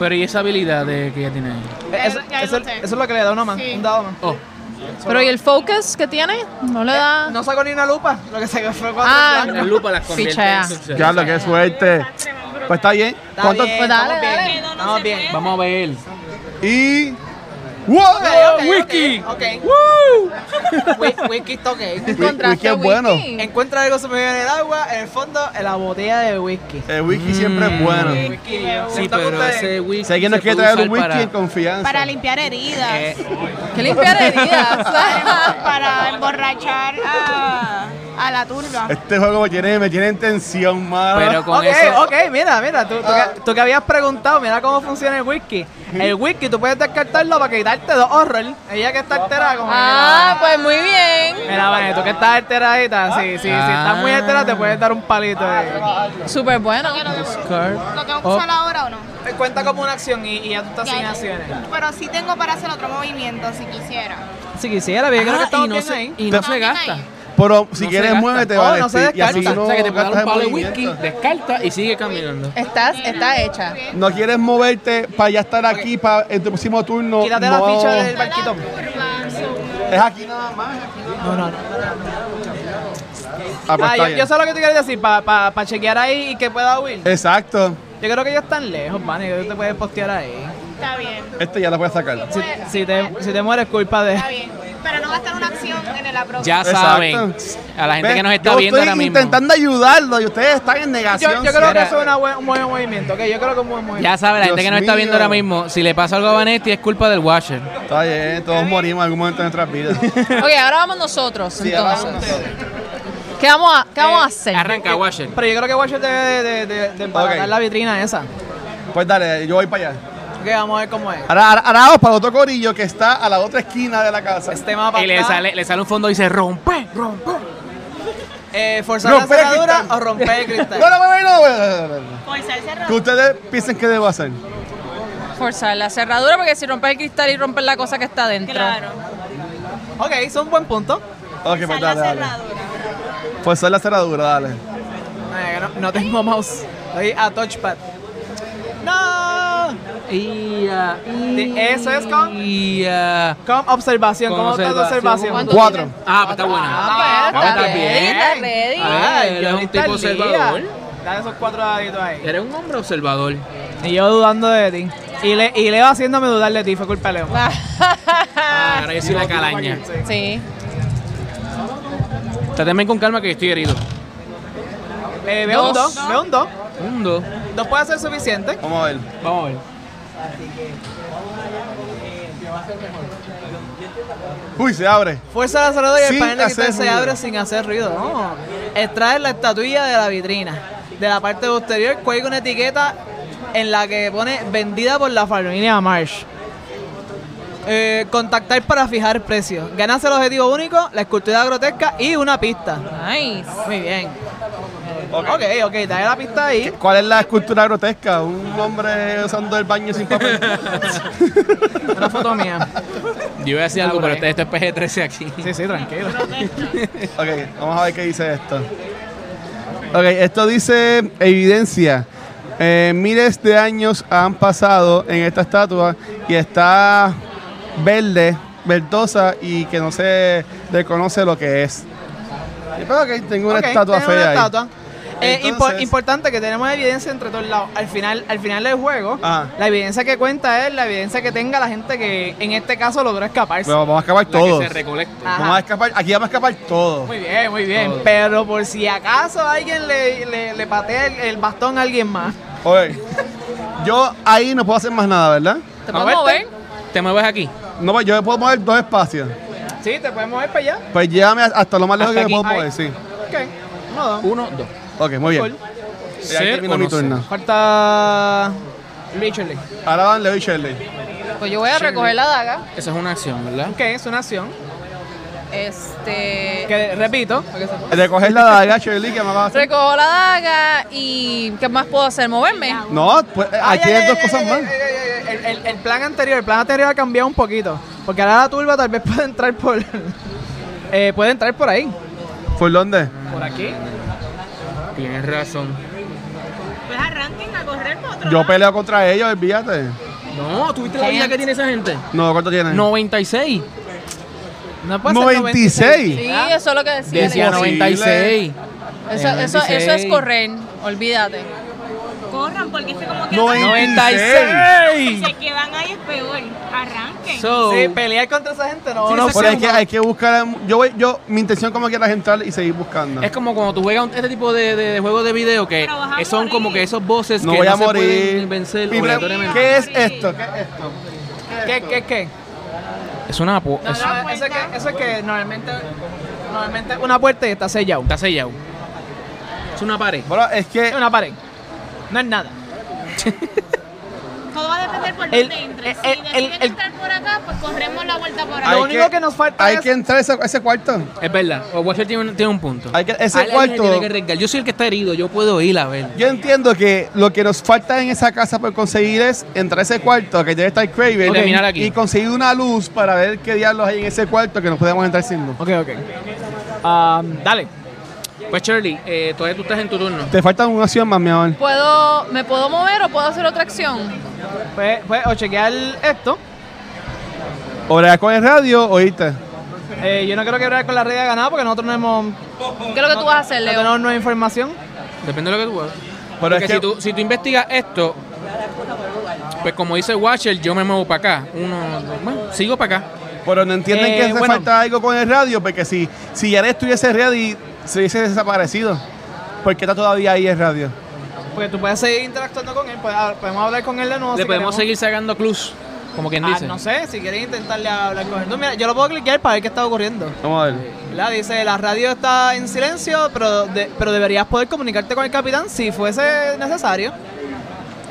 A: Pero ¿y esa habilidad de, que ella tiene ahí?
D: Ya,
E: Eso,
D: ya
E: eso-
D: lo sé.
E: eso es lo que le da uno más,
D: Sí.
E: un dado más.
A: Oh,
C: Pero ¿y el focus que tiene? Eh, No le da...
E: No sacó ni una lupa, lo que sacó fue cuatro.
C: Ah,
E: blancos.
C: no.
A: el lupa las convierte
C: Pichea.
A: en suceso.
B: Ya lo que suerte. Pues está bien.
E: Está
B: ¿Cuánto?
E: bien,
C: Pues dale,
E: estamos bien,
C: dale.
G: No, no
E: estamos
G: se
E: bien.
G: puede.
A: Vamos a ver.
B: Y. ¡Wow!
E: Ok, ok,
A: Wiki.
E: Ok.
B: ¡Woo!
E: Wi- Wiki está ok.
C: Encontraste
B: Wiki es bueno.
C: wiki.
E: Encuentra algo sumergido en el agua, en el fondo, en la botella de whisky.
B: El wiki siempre es bueno.
E: Whisky, yo.
A: Sí,
E: Siento que
A: pero
E: ustedes-
A: ese wiki
B: Si alguien nos
A: se
B: quiere
A: puede
B: traer un wiki
A: usar para-
B: en confianza.
D: Para limpiar heridas.
A: Eh,
C: ¡Qué limpiar heridas!
D: para emborrachar a, a la turba.
B: Este juego me tiene, me tiene en tensión, mano.
A: Pero con
E: ok,
A: eso-
E: ok, mira, mira, tú, tú que, tú que habías preguntado, mira cómo funciona el wiki. El wiki tú puedes descartarlo para quitarte dos horror. Ella que está alterada como
C: ah, pues muy bien.
E: mira, mira, Vane, tú que estás alteradita, sí, sí, si estás muy alterada te puedes dar un palito. eh.
C: Súper bueno.
A: Card.
D: ¿Lo tengo que
A: Oh.
D: usar ahora o no?
E: Eh, Cuenta como una acción y, y ya tú estás sin
D: Ya,
E: acciones.
D: Pero sí tengo para hacer otro movimiento si quisiera.
E: Si quisiera, pero yo creo que
A: Ah,
E: estamos
A: y no
E: bien
A: se,
E: ahí.
A: y no
D: Te-
A: se gasta.
B: Pero si
A: No se
B: quieres,
A: gasta.
B: muévete,
E: Oh,
B: vale.
E: no se
B: y así
E: descarta.
A: O sea,
B: no
A: o sea, que te puedes
B: gastas
A: dar
B: el
A: un palo de
B: movimiento.
A: whisky, descarta y sigue caminando.
F: Estás, está hecha.
B: No quieres moverte para ya estar aquí para en tu próximo turno.
E: Quítate
B: no.
E: la ficha del barquito.
B: Es aquí nada más.
E: No, no, no.
B: Ah, pues
E: Ah,
B: está
E: yo,
B: bien.
E: yo sé lo que tú quieres decir, para pa, pa chequear ahí y que pueda huir.
B: Exacto.
E: Yo creo que ellos están lejos, Vane, que tú te puedes postear ahí.
D: Está bien,
B: Este ya la puedes sacar.
E: Si, si te, si te mueres, culpa de.
D: está bien. Para no gastar una acción en el approach.
A: Ya
B: Exacto.
A: saben, a la gente
B: Ven,
A: que nos está
B: yo
A: viendo
B: estoy
A: ahora mismo.
B: intentando ayudarlo y ustedes están en
E: Yo,
B: negación.
E: yo creo que
A: Mira.
E: eso es una buen- un buen movimiento, ok. Yo creo que es un buen movimiento.
A: Ya saben, la gente
B: Dios
A: que nos está viendo
B: mío.
A: ahora mismo, si le pasa algo a Vanetti es culpa del washer.
B: Está bien, todos morimos en algún momento de nuestras vidas.
C: Ok, ahora vamos nosotros,
B: Sí,
C: entonces.
B: vamos.
C: ¿Qué vamos a, qué vamos Eh, a hacer?
A: Arranca, washer.
E: Pero yo creo que Watcher debe de, de, de, de embaratar
B: Ok.
E: la vitrina esa.
B: Pues dale, yo voy para allá.
E: Ok, vamos a ver cómo es.
B: Ahora, ahora- ahora vamos para el otro corillo que está a la otra esquina de la casa.
E: Este mapa.
A: Y le
E: está,
A: sale, le sale un fondo y dice rompe, rompe.
E: Eh, ¿Forzar la
B: Romper el
E: cerradura
B: cristal.
E: o romper el
B: No,
E: cristal?
B: no, no, no, no, no, no.
D: Forzar cerrado.
B: ¿Qué ustedes piensan que debo hacer?
C: Forzar la cerradura porque si romper el cristal y romper la cosa que está dentro.
D: Claro.
E: ok, eso es un buen punto.
B: Ok, pues
D: Forzar
B: dale,
D: la
B: dale.
D: cerradura.
B: Forzar la cerradura, dale.
E: Eh, no, no tengo mouse. Estoy a touchpad. ¡No!
A: Y, ah, y-
E: Eso es con-
A: y, ah,
E: Con observación,
A: Con
E: ¿cómo está tu
A: observación.
E: observación?
C: ¿Cuánto?
B: Cuatro.
A: ah, pues está buena.
C: Ah,
E: Ah,
C: pues,
A: está bien.
C: está ready.
A: Ah,
E: Ay,
A: él es
E: yo
A: un tipo observador.
E: Dale esos cuatro daditos ahí.
A: Eres un hombre observador.
E: Eh, Y yo dudando de ti. Y, le, y Leo haciéndome dudar de ti, fue culpa de Leo.
A: Ah, ahora yo soy la calaña.
C: sí.
A: Tráteme con calma que estoy herido.
E: Eh, veo un
C: Dos.
E: 2, veo un 2.
A: Un, dos.
E: Dos puede ser suficiente.
B: Vamos a ver.
A: Vamos a ver.
B: Uy, se abre.
E: Fuerza de la cerradura y
B: Sin
E: el panel de cristal
B: hacer
E: se
B: ruido.
E: abre sin hacer ruido. No. Extrae la estatuilla de la vitrina. De la parte posterior cuelga una etiqueta en la que pone vendida por la familia Marsh. Eh, contactar para fijar precio. Ganarse el objetivo único, la escultura grotesca y una pista.
C: Nice.
E: Muy bien. Ok, ok, dale la pista ahí.
B: ¿Cuál es la escultura grotesca? Un hombre usando el baño sin papel.
E: Una foto mía.
A: Yo iba a decir algo,
E: por
A: pero
E: ahí.
A: este, esto es PG-13 aquí.
E: Sí, sí, tranquilo.
B: Ok, vamos a ver qué dice esto. Ok, esto dice evidencia. Eh, miles de años han pasado en esta estatua y está verde, verdosa y que no se reconoce lo que es. Pero ok, tengo una
E: Ok,
B: estatua
E: tenemos
B: fea
E: una
B: ahí.
E: estatua. Eh,
B: Entonces-
E: impo- importante que tenemos evidencia entre todos lados. Al final, al final del juego,
B: Ajá.
E: la evidencia que cuenta es la evidencia que tenga la gente que en este caso logró escaparse.
B: Bueno, vamos a escapar
A: La
B: todos.
A: que se recolecta.
E: Ajá.
B: Vamos a escapar, aquí vamos a escapar todos.
E: Muy bien, muy bien.
A: Todo.
E: Pero por si acaso alguien le, le- le patea el, el bastón a alguien más.
B: Ok, yo ahí no puedo hacer más nada, ¿verdad?
C: ¿Te
E: A
C: puedes
E: verte.
C: mover?
A: Ah. ¿Te mueves aquí?
B: No, pues yo puedo mover dos espacios.
E: Sí, te podemos ir para allá.
B: Pues llévame hasta lo más lejos
A: Hasta
B: que me
A: aquí.
B: puedo mover, sí.
E: Ok. Uno, dos.
A: Uno, dos.
B: Ok, muy bien.
E: Cool.
B: Y ahí
A: Ser
B: termino
A: o
B: mi
A: no ser.
B: turno.
E: Falta Richard Lee.
B: Ahora van Leo y Shirley.
C: Pues yo voy a recoger la daga.
A: Esa es una acción, ¿verdad?
E: Ok, es una acción.
F: Este.
E: Que repito, porque se-
B: Recoges la daga, Shirley, que me va a hacer.
F: Recojo la daga y ¿qué más puedo hacer? Moverme.
B: No, pues eh, aquí
E: Ay, ay,
B: hay dos
E: ay,
B: cosas
E: ay,
B: más.
E: ay, ay, ay, ay, ay. El, el- el plan anterior, el plan anterior ha cambiado un poquito. Porque ahora la turba tal vez puede entrar por. eh, puede entrar por ahí.
B: ¿Por dónde?
E: ¿Por aquí?
A: Tienes razón.
G: Pues arranquen a correr por otro
B: Yo
G: lado.
B: peleo contra ellos, olvídate.
A: No, ¿tuviste la vida que tiene esa gente?
B: No, ¿cuánto tienen?
A: 96.
E: No puede ser
B: 96.
F: Sí, eso es lo que decía.
A: Decía
F: Leo.
B: Imposible.
A: 96.
F: Eso, eso,
A: Era
F: eso es
A: 96.
F: correr, olvídate.
G: Corran, porque es que como que
B: No,
G: arranquen,
A: 96.
G: se quedan ahí es peor. Arranquen.
A: So,
E: Sí, pelear contra esa gente no.
A: Sí,
E: no
A: esa
B: Pero
A: es
B: hay que, hay que buscar. Yo, voy- yo, mi intención como quiera es entrar y seguir buscando.
A: es como cuando tú juegas un- este tipo de, de, de juegos de video que
G: Pero vas a
A: son
G: morir.
A: como que esos bosses
B: No
A: que
B: voy
A: no
B: a
A: se
B: morir.
A: pueden vencer
B: Mi pre-
A: obligatoriamente.
B: ¿Qué es esto? ¿Qué es esto?
E: ¿Qué, qué, qué?
A: Es una po-
E: No,
A: es-
E: no, pues, eso, es que, eso es que normalmente. Normalmente una puerta y está sellado.
A: Está sellado. Es una pared.
B: Bueno, es que.
E: Es una pared. No es nada.
G: Todo va a depender por
E: El-
G: dónde entres. Si
E: el- el-
G: deciden
E: el-
G: entrar por acá, pues corremos la vuelta por
E: Lo
G: acá.
B: hay
E: único que nos falta
B: Hay
E: es-
B: que entrar a ese, a ese cuarto.
A: Es verdad. O Watcher tiene, un- tiene un punto.
B: Hay que- ese
A: Alguien se
B: cuarto-
A: tiene que arriesgar. Yo soy el que está herido. Yo puedo ir a ver.
B: Yo entiendo que lo que nos falta en esa casa por conseguir es entrar a ese cuarto que debe estar Craven
A: Ok, mirar aquí.
B: y conseguir una luz para ver qué diablos hay en ese cuarto que no podemos entrar sin luz.
E: Ok, ok. Ah, dale.
A: Pues Shirley, eh, todavía tú estás en tu turno.
B: Te falta una acción más, mi amor.
F: ¿Puedo, ¿Me puedo mover o puedo hacer otra acción?
E: Pues, pues o chequear esto.
B: O bregar con el radio o irte.
E: Eh, yo no creo que hablar con la red de ganado porque nosotros no hemos.
F: ¿Qué es lo que tú vas a hacer,
E: no
F: Leo?
E: tenemos nueva información.
A: Depende de lo que tú hagas.
B: Pero
A: Porque
B: es que
A: si, tú, si tú investigas esto, pues como dice Watcher, yo me muevo para acá. Uno, bueno, sigo para acá.
B: pero no entienden
A: Eh,
B: que hace
A: bueno.
B: falta algo con el radio porque si, si ya estuviese ready se hubiese desaparecido. Porque está todavía ahí el radio.
E: Porque tú puedes seguir interactuando con él. puedes- ah, podemos hablar con él de nuevo.
A: Le
E: si
A: podemos
E: queremos.
A: seguir sacando clues, como quien
E: Ah,
A: dice.
E: no sé, si quieres intentarle hablar con él. No, mira, yo lo puedo cliquear para ver qué está ocurriendo.
B: Vamos a ver.
E: ¿Verdad? Dice, la radio está en silencio, pero, de- pero deberías poder comunicarte con el capitán si fuese necesario.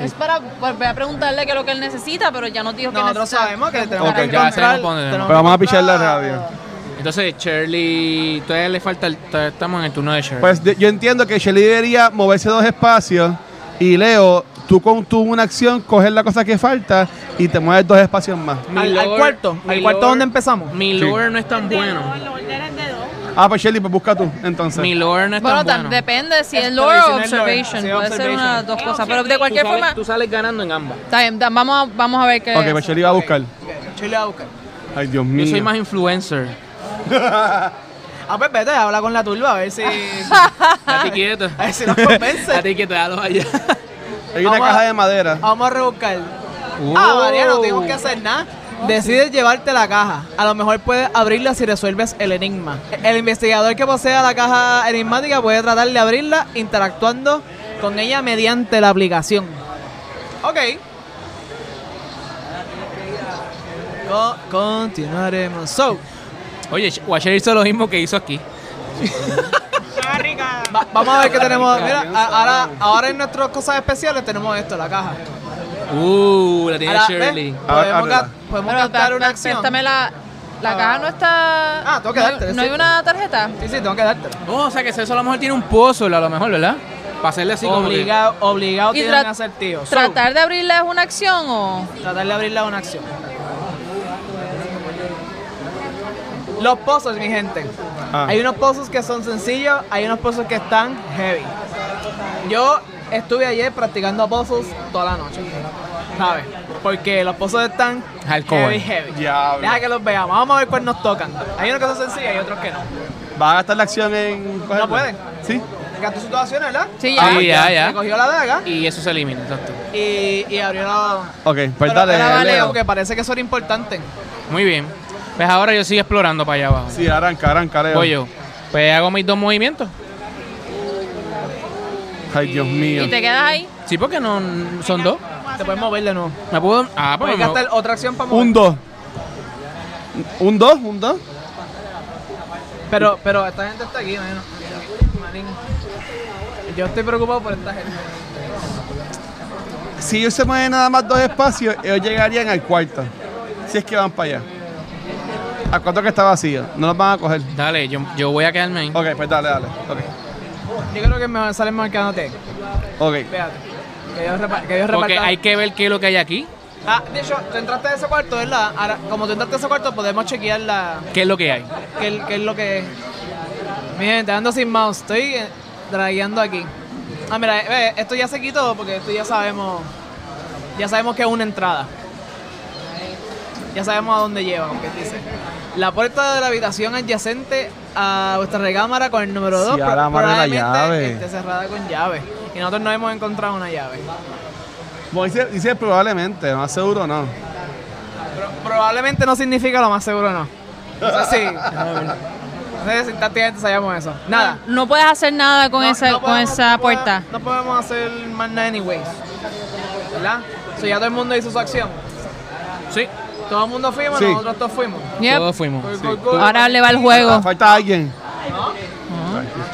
F: Es para volver a preguntarle qué es lo que él necesita, pero ya nos dijo que
E: Nosotros
F: necesita.
E: sabemos que tenemos
B: Ok,
E: que
A: ya
E: encontrar...
A: sabemos por dónde
E: tenemos
B: Pero vamos a
E: que
B: pichar la
E: encontrar-
B: radio.
A: Entonces, Shirley, todavía le falta, el- todavía estamos en el turno de Shirley.
B: Pues de- yo entiendo que Shelly debería moverse dos espacios y Leo, tú con tu una acción, coger la cosa que falta y te mueves dos espacios más.
A: Mi
E: al- al
A: lord-
E: cuarto,
A: mi
E: al cuarto
A: lord-
E: donde empezamos.
A: Mi
B: Sí.
A: lore no es tan
G: De
A: bueno.
G: dos, los órdenes de dos.
B: Ah, pues Shelly, pues busca tú, entonces.
A: Mi lore no es
F: Bueno,
A: tan
F: tam-
A: bueno.
F: depende si
E: Es
F: es lore o
E: tradicional lore,
F: observation.
E: sí,
F: Puede ser una de las
E: observation.
F: dos
G: Sí,
F: cosas, pero de
G: observation.
A: Tú
F: cualquier
A: sales-
F: forma...
A: Tú sales ganando en ambas.
F: Está bien, da- vamos a, vamos a ver qué
B: ok, pues Shelly va a buscar.
E: Yo le voy a buscar.
B: Ay, Dios mío.
A: Yo soy más influencer.
E: Ah, pues vete, habla con la turba a ver si... Ah,
A: A ti quieto.
E: a ver si nos
A: A
E: convence.
A: ti quieto, déjalo allá.
B: Hay una
E: Vamos a-
B: caja de madera.
E: Vamos a rebuscar.
A: Oh.
E: Ah, María, no tenemos que hacer nada. Decides llevarte la caja. A lo mejor puedes abrirla si resuelves el enigma. El investigador que posea la caja enigmática puede tratar de abrirla interactuando con ella mediante la aplicación. Ok. Co- continuaremos. So,
A: Oye, Sh- Washer hizo lo mismo que hizo aquí.
G: Barricada.
E: va- vamos a ver qué tenemos. Mira, a- ahora, ahora en nuestras cosas especiales tenemos esto, la caja.
A: Uh, la tiene
E: Ahora, ¿ves?
A: Shirley.
B: Ahora,
E: Podemos,
B: ábrela.
E: ga- podemos
F: Pero
E: gastar
F: da-
E: una
F: da-
E: acción.
F: préstame la... La caja no está...
E: Ah, tengo que
F: no-
E: dártela,
F: ¿No hay
E: sí.
F: una tarjeta?
E: Sí, sí, tengo que dártela.
A: Oh, o sea que eso a lo mejor tiene un pozo, a lo mejor, ¿verdad? Para hacerle así como que-
E: obligado, obligado
F: Y
E: tienen
F: tra-
E: que hacer tío. So,
F: ¿Tratar de abrirla es una acción o...?
E: tratar de abrirla a una acción. Los pozos, mi gente.
B: Ah.
E: Hay unos pozos que son sencillos, hay unos pozos que están heavy. Yo estuve ayer practicando pozos toda la noche. ¿Sabes? Porque los pozos están
A: Hardcore.
E: heavy, heavy.
B: Diablo.
E: Deja que los veamos. Vamos a ver cuáles nos tocan. Hay unos que son sencillos y otros que no.
B: ¿Va a gastar la acción en cogerla?
E: puede.
B: ¿Sí?
E: Gastó su dotación, ¿verdad?
F: Sí,
A: Ah,
F: ya.
A: sí, ya, ya.
E: Recogió la daga
A: Y eso se elimina, exacto.
E: y, y abrió la,
B: Ok, pues
E: Pero
B: dale,
E: ahora vale,
B: Leo.
E: porque parece que eso era importante.
A: Muy bien. Pues ahora yo sigo explorando para allá abajo.
B: Sí, arranca, arranca, Leo.
A: Voy yo. Pues hago mis dos movimientos.
B: Ay, Dios mío.
F: ¿Y te quedas ahí?
A: Sí, porque no son dos.
E: Te puedes mover de nuevo.
A: Me puedo. Ah, pues
E: Puedes
A: me
E: gastar otra acción para mover.
B: Un 2. Un 2, un 2.
E: Pero, pero esta gente está aquí, mano. Manín. Yo estoy preocupado por esta gente.
B: Si ellos se mueven nada más dos espacios, ellos llegarían al cuarto. Si es que van para allá. ¿A cuánto que está vacío? No los van a coger.
A: Dale, yo, yo voy a quedarme ahí.
B: Ok, pues dale, dale. Ok.
E: Yo creo que me sale marcándote.
B: Ok.
E: Fíjate. Que Dios, repa- que Dios
A: Porque
E: reparta-
A: hay que ver qué es lo que hay aquí.
E: Ah, de hecho, tú entraste a ese cuarto, ¿verdad? Ahora, como tú entraste a ese cuarto, podemos chequear la...
A: ¿Qué es lo que hay?
E: ¿Qué, es- qué es lo que es? Mi gente, ando sin mouse. Estoy eh, dragueando aquí. Ah, mira, eh, ve, esto ya se quitó porque esto ya sabemos... Ya sabemos que es una entrada. Ya sabemos a dónde lleva, aunque dice. La puerta de la habitación adyacente a vuestra recámara con el número
H: Sí,
E: 2
H: a la madre la llave.
E: esté cerrada con llave. Y nosotros no hemos encontrado una llave.
B: Como dice, dice probablemente, más seguro no.
E: Pro- probablemente no significa lo más seguro, no. No sé si. No sé si tácticamente sabíamos eso. Nada.
C: No puedes hacer nada con
E: No-
C: esa,
E: no
C: con
E: podemos-
C: esa
E: no podemos-
C: puerta.
E: No podemos hacer más nada, anyways. ¿Verdad? So, ya todo el mundo hizo su acción.
A: Sí,
E: Todo el mundo fuimos,
B: Sí.
E: nosotros todos fuimos.
C: Yep.
A: todos fuimos.
E: Cool,
A: Sí.
E: cool, cool.
C: Ahora le va el juego.
B: Falta alguien.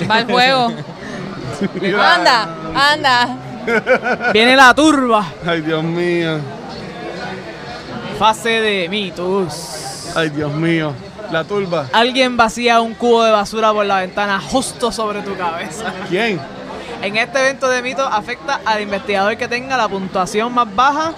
C: Va el juego. Anda, anda.
E: Viene la turba.
B: Ay, Dios mío.
E: Fase de mitos.
B: Ay, Dios mío. La turba.
E: Alguien vacía un cubo de basura por la ventana justo sobre tu cabeza.
B: ¿Quién?
E: En este evento de mitos afecta al investigador que tenga la puntuación más baja,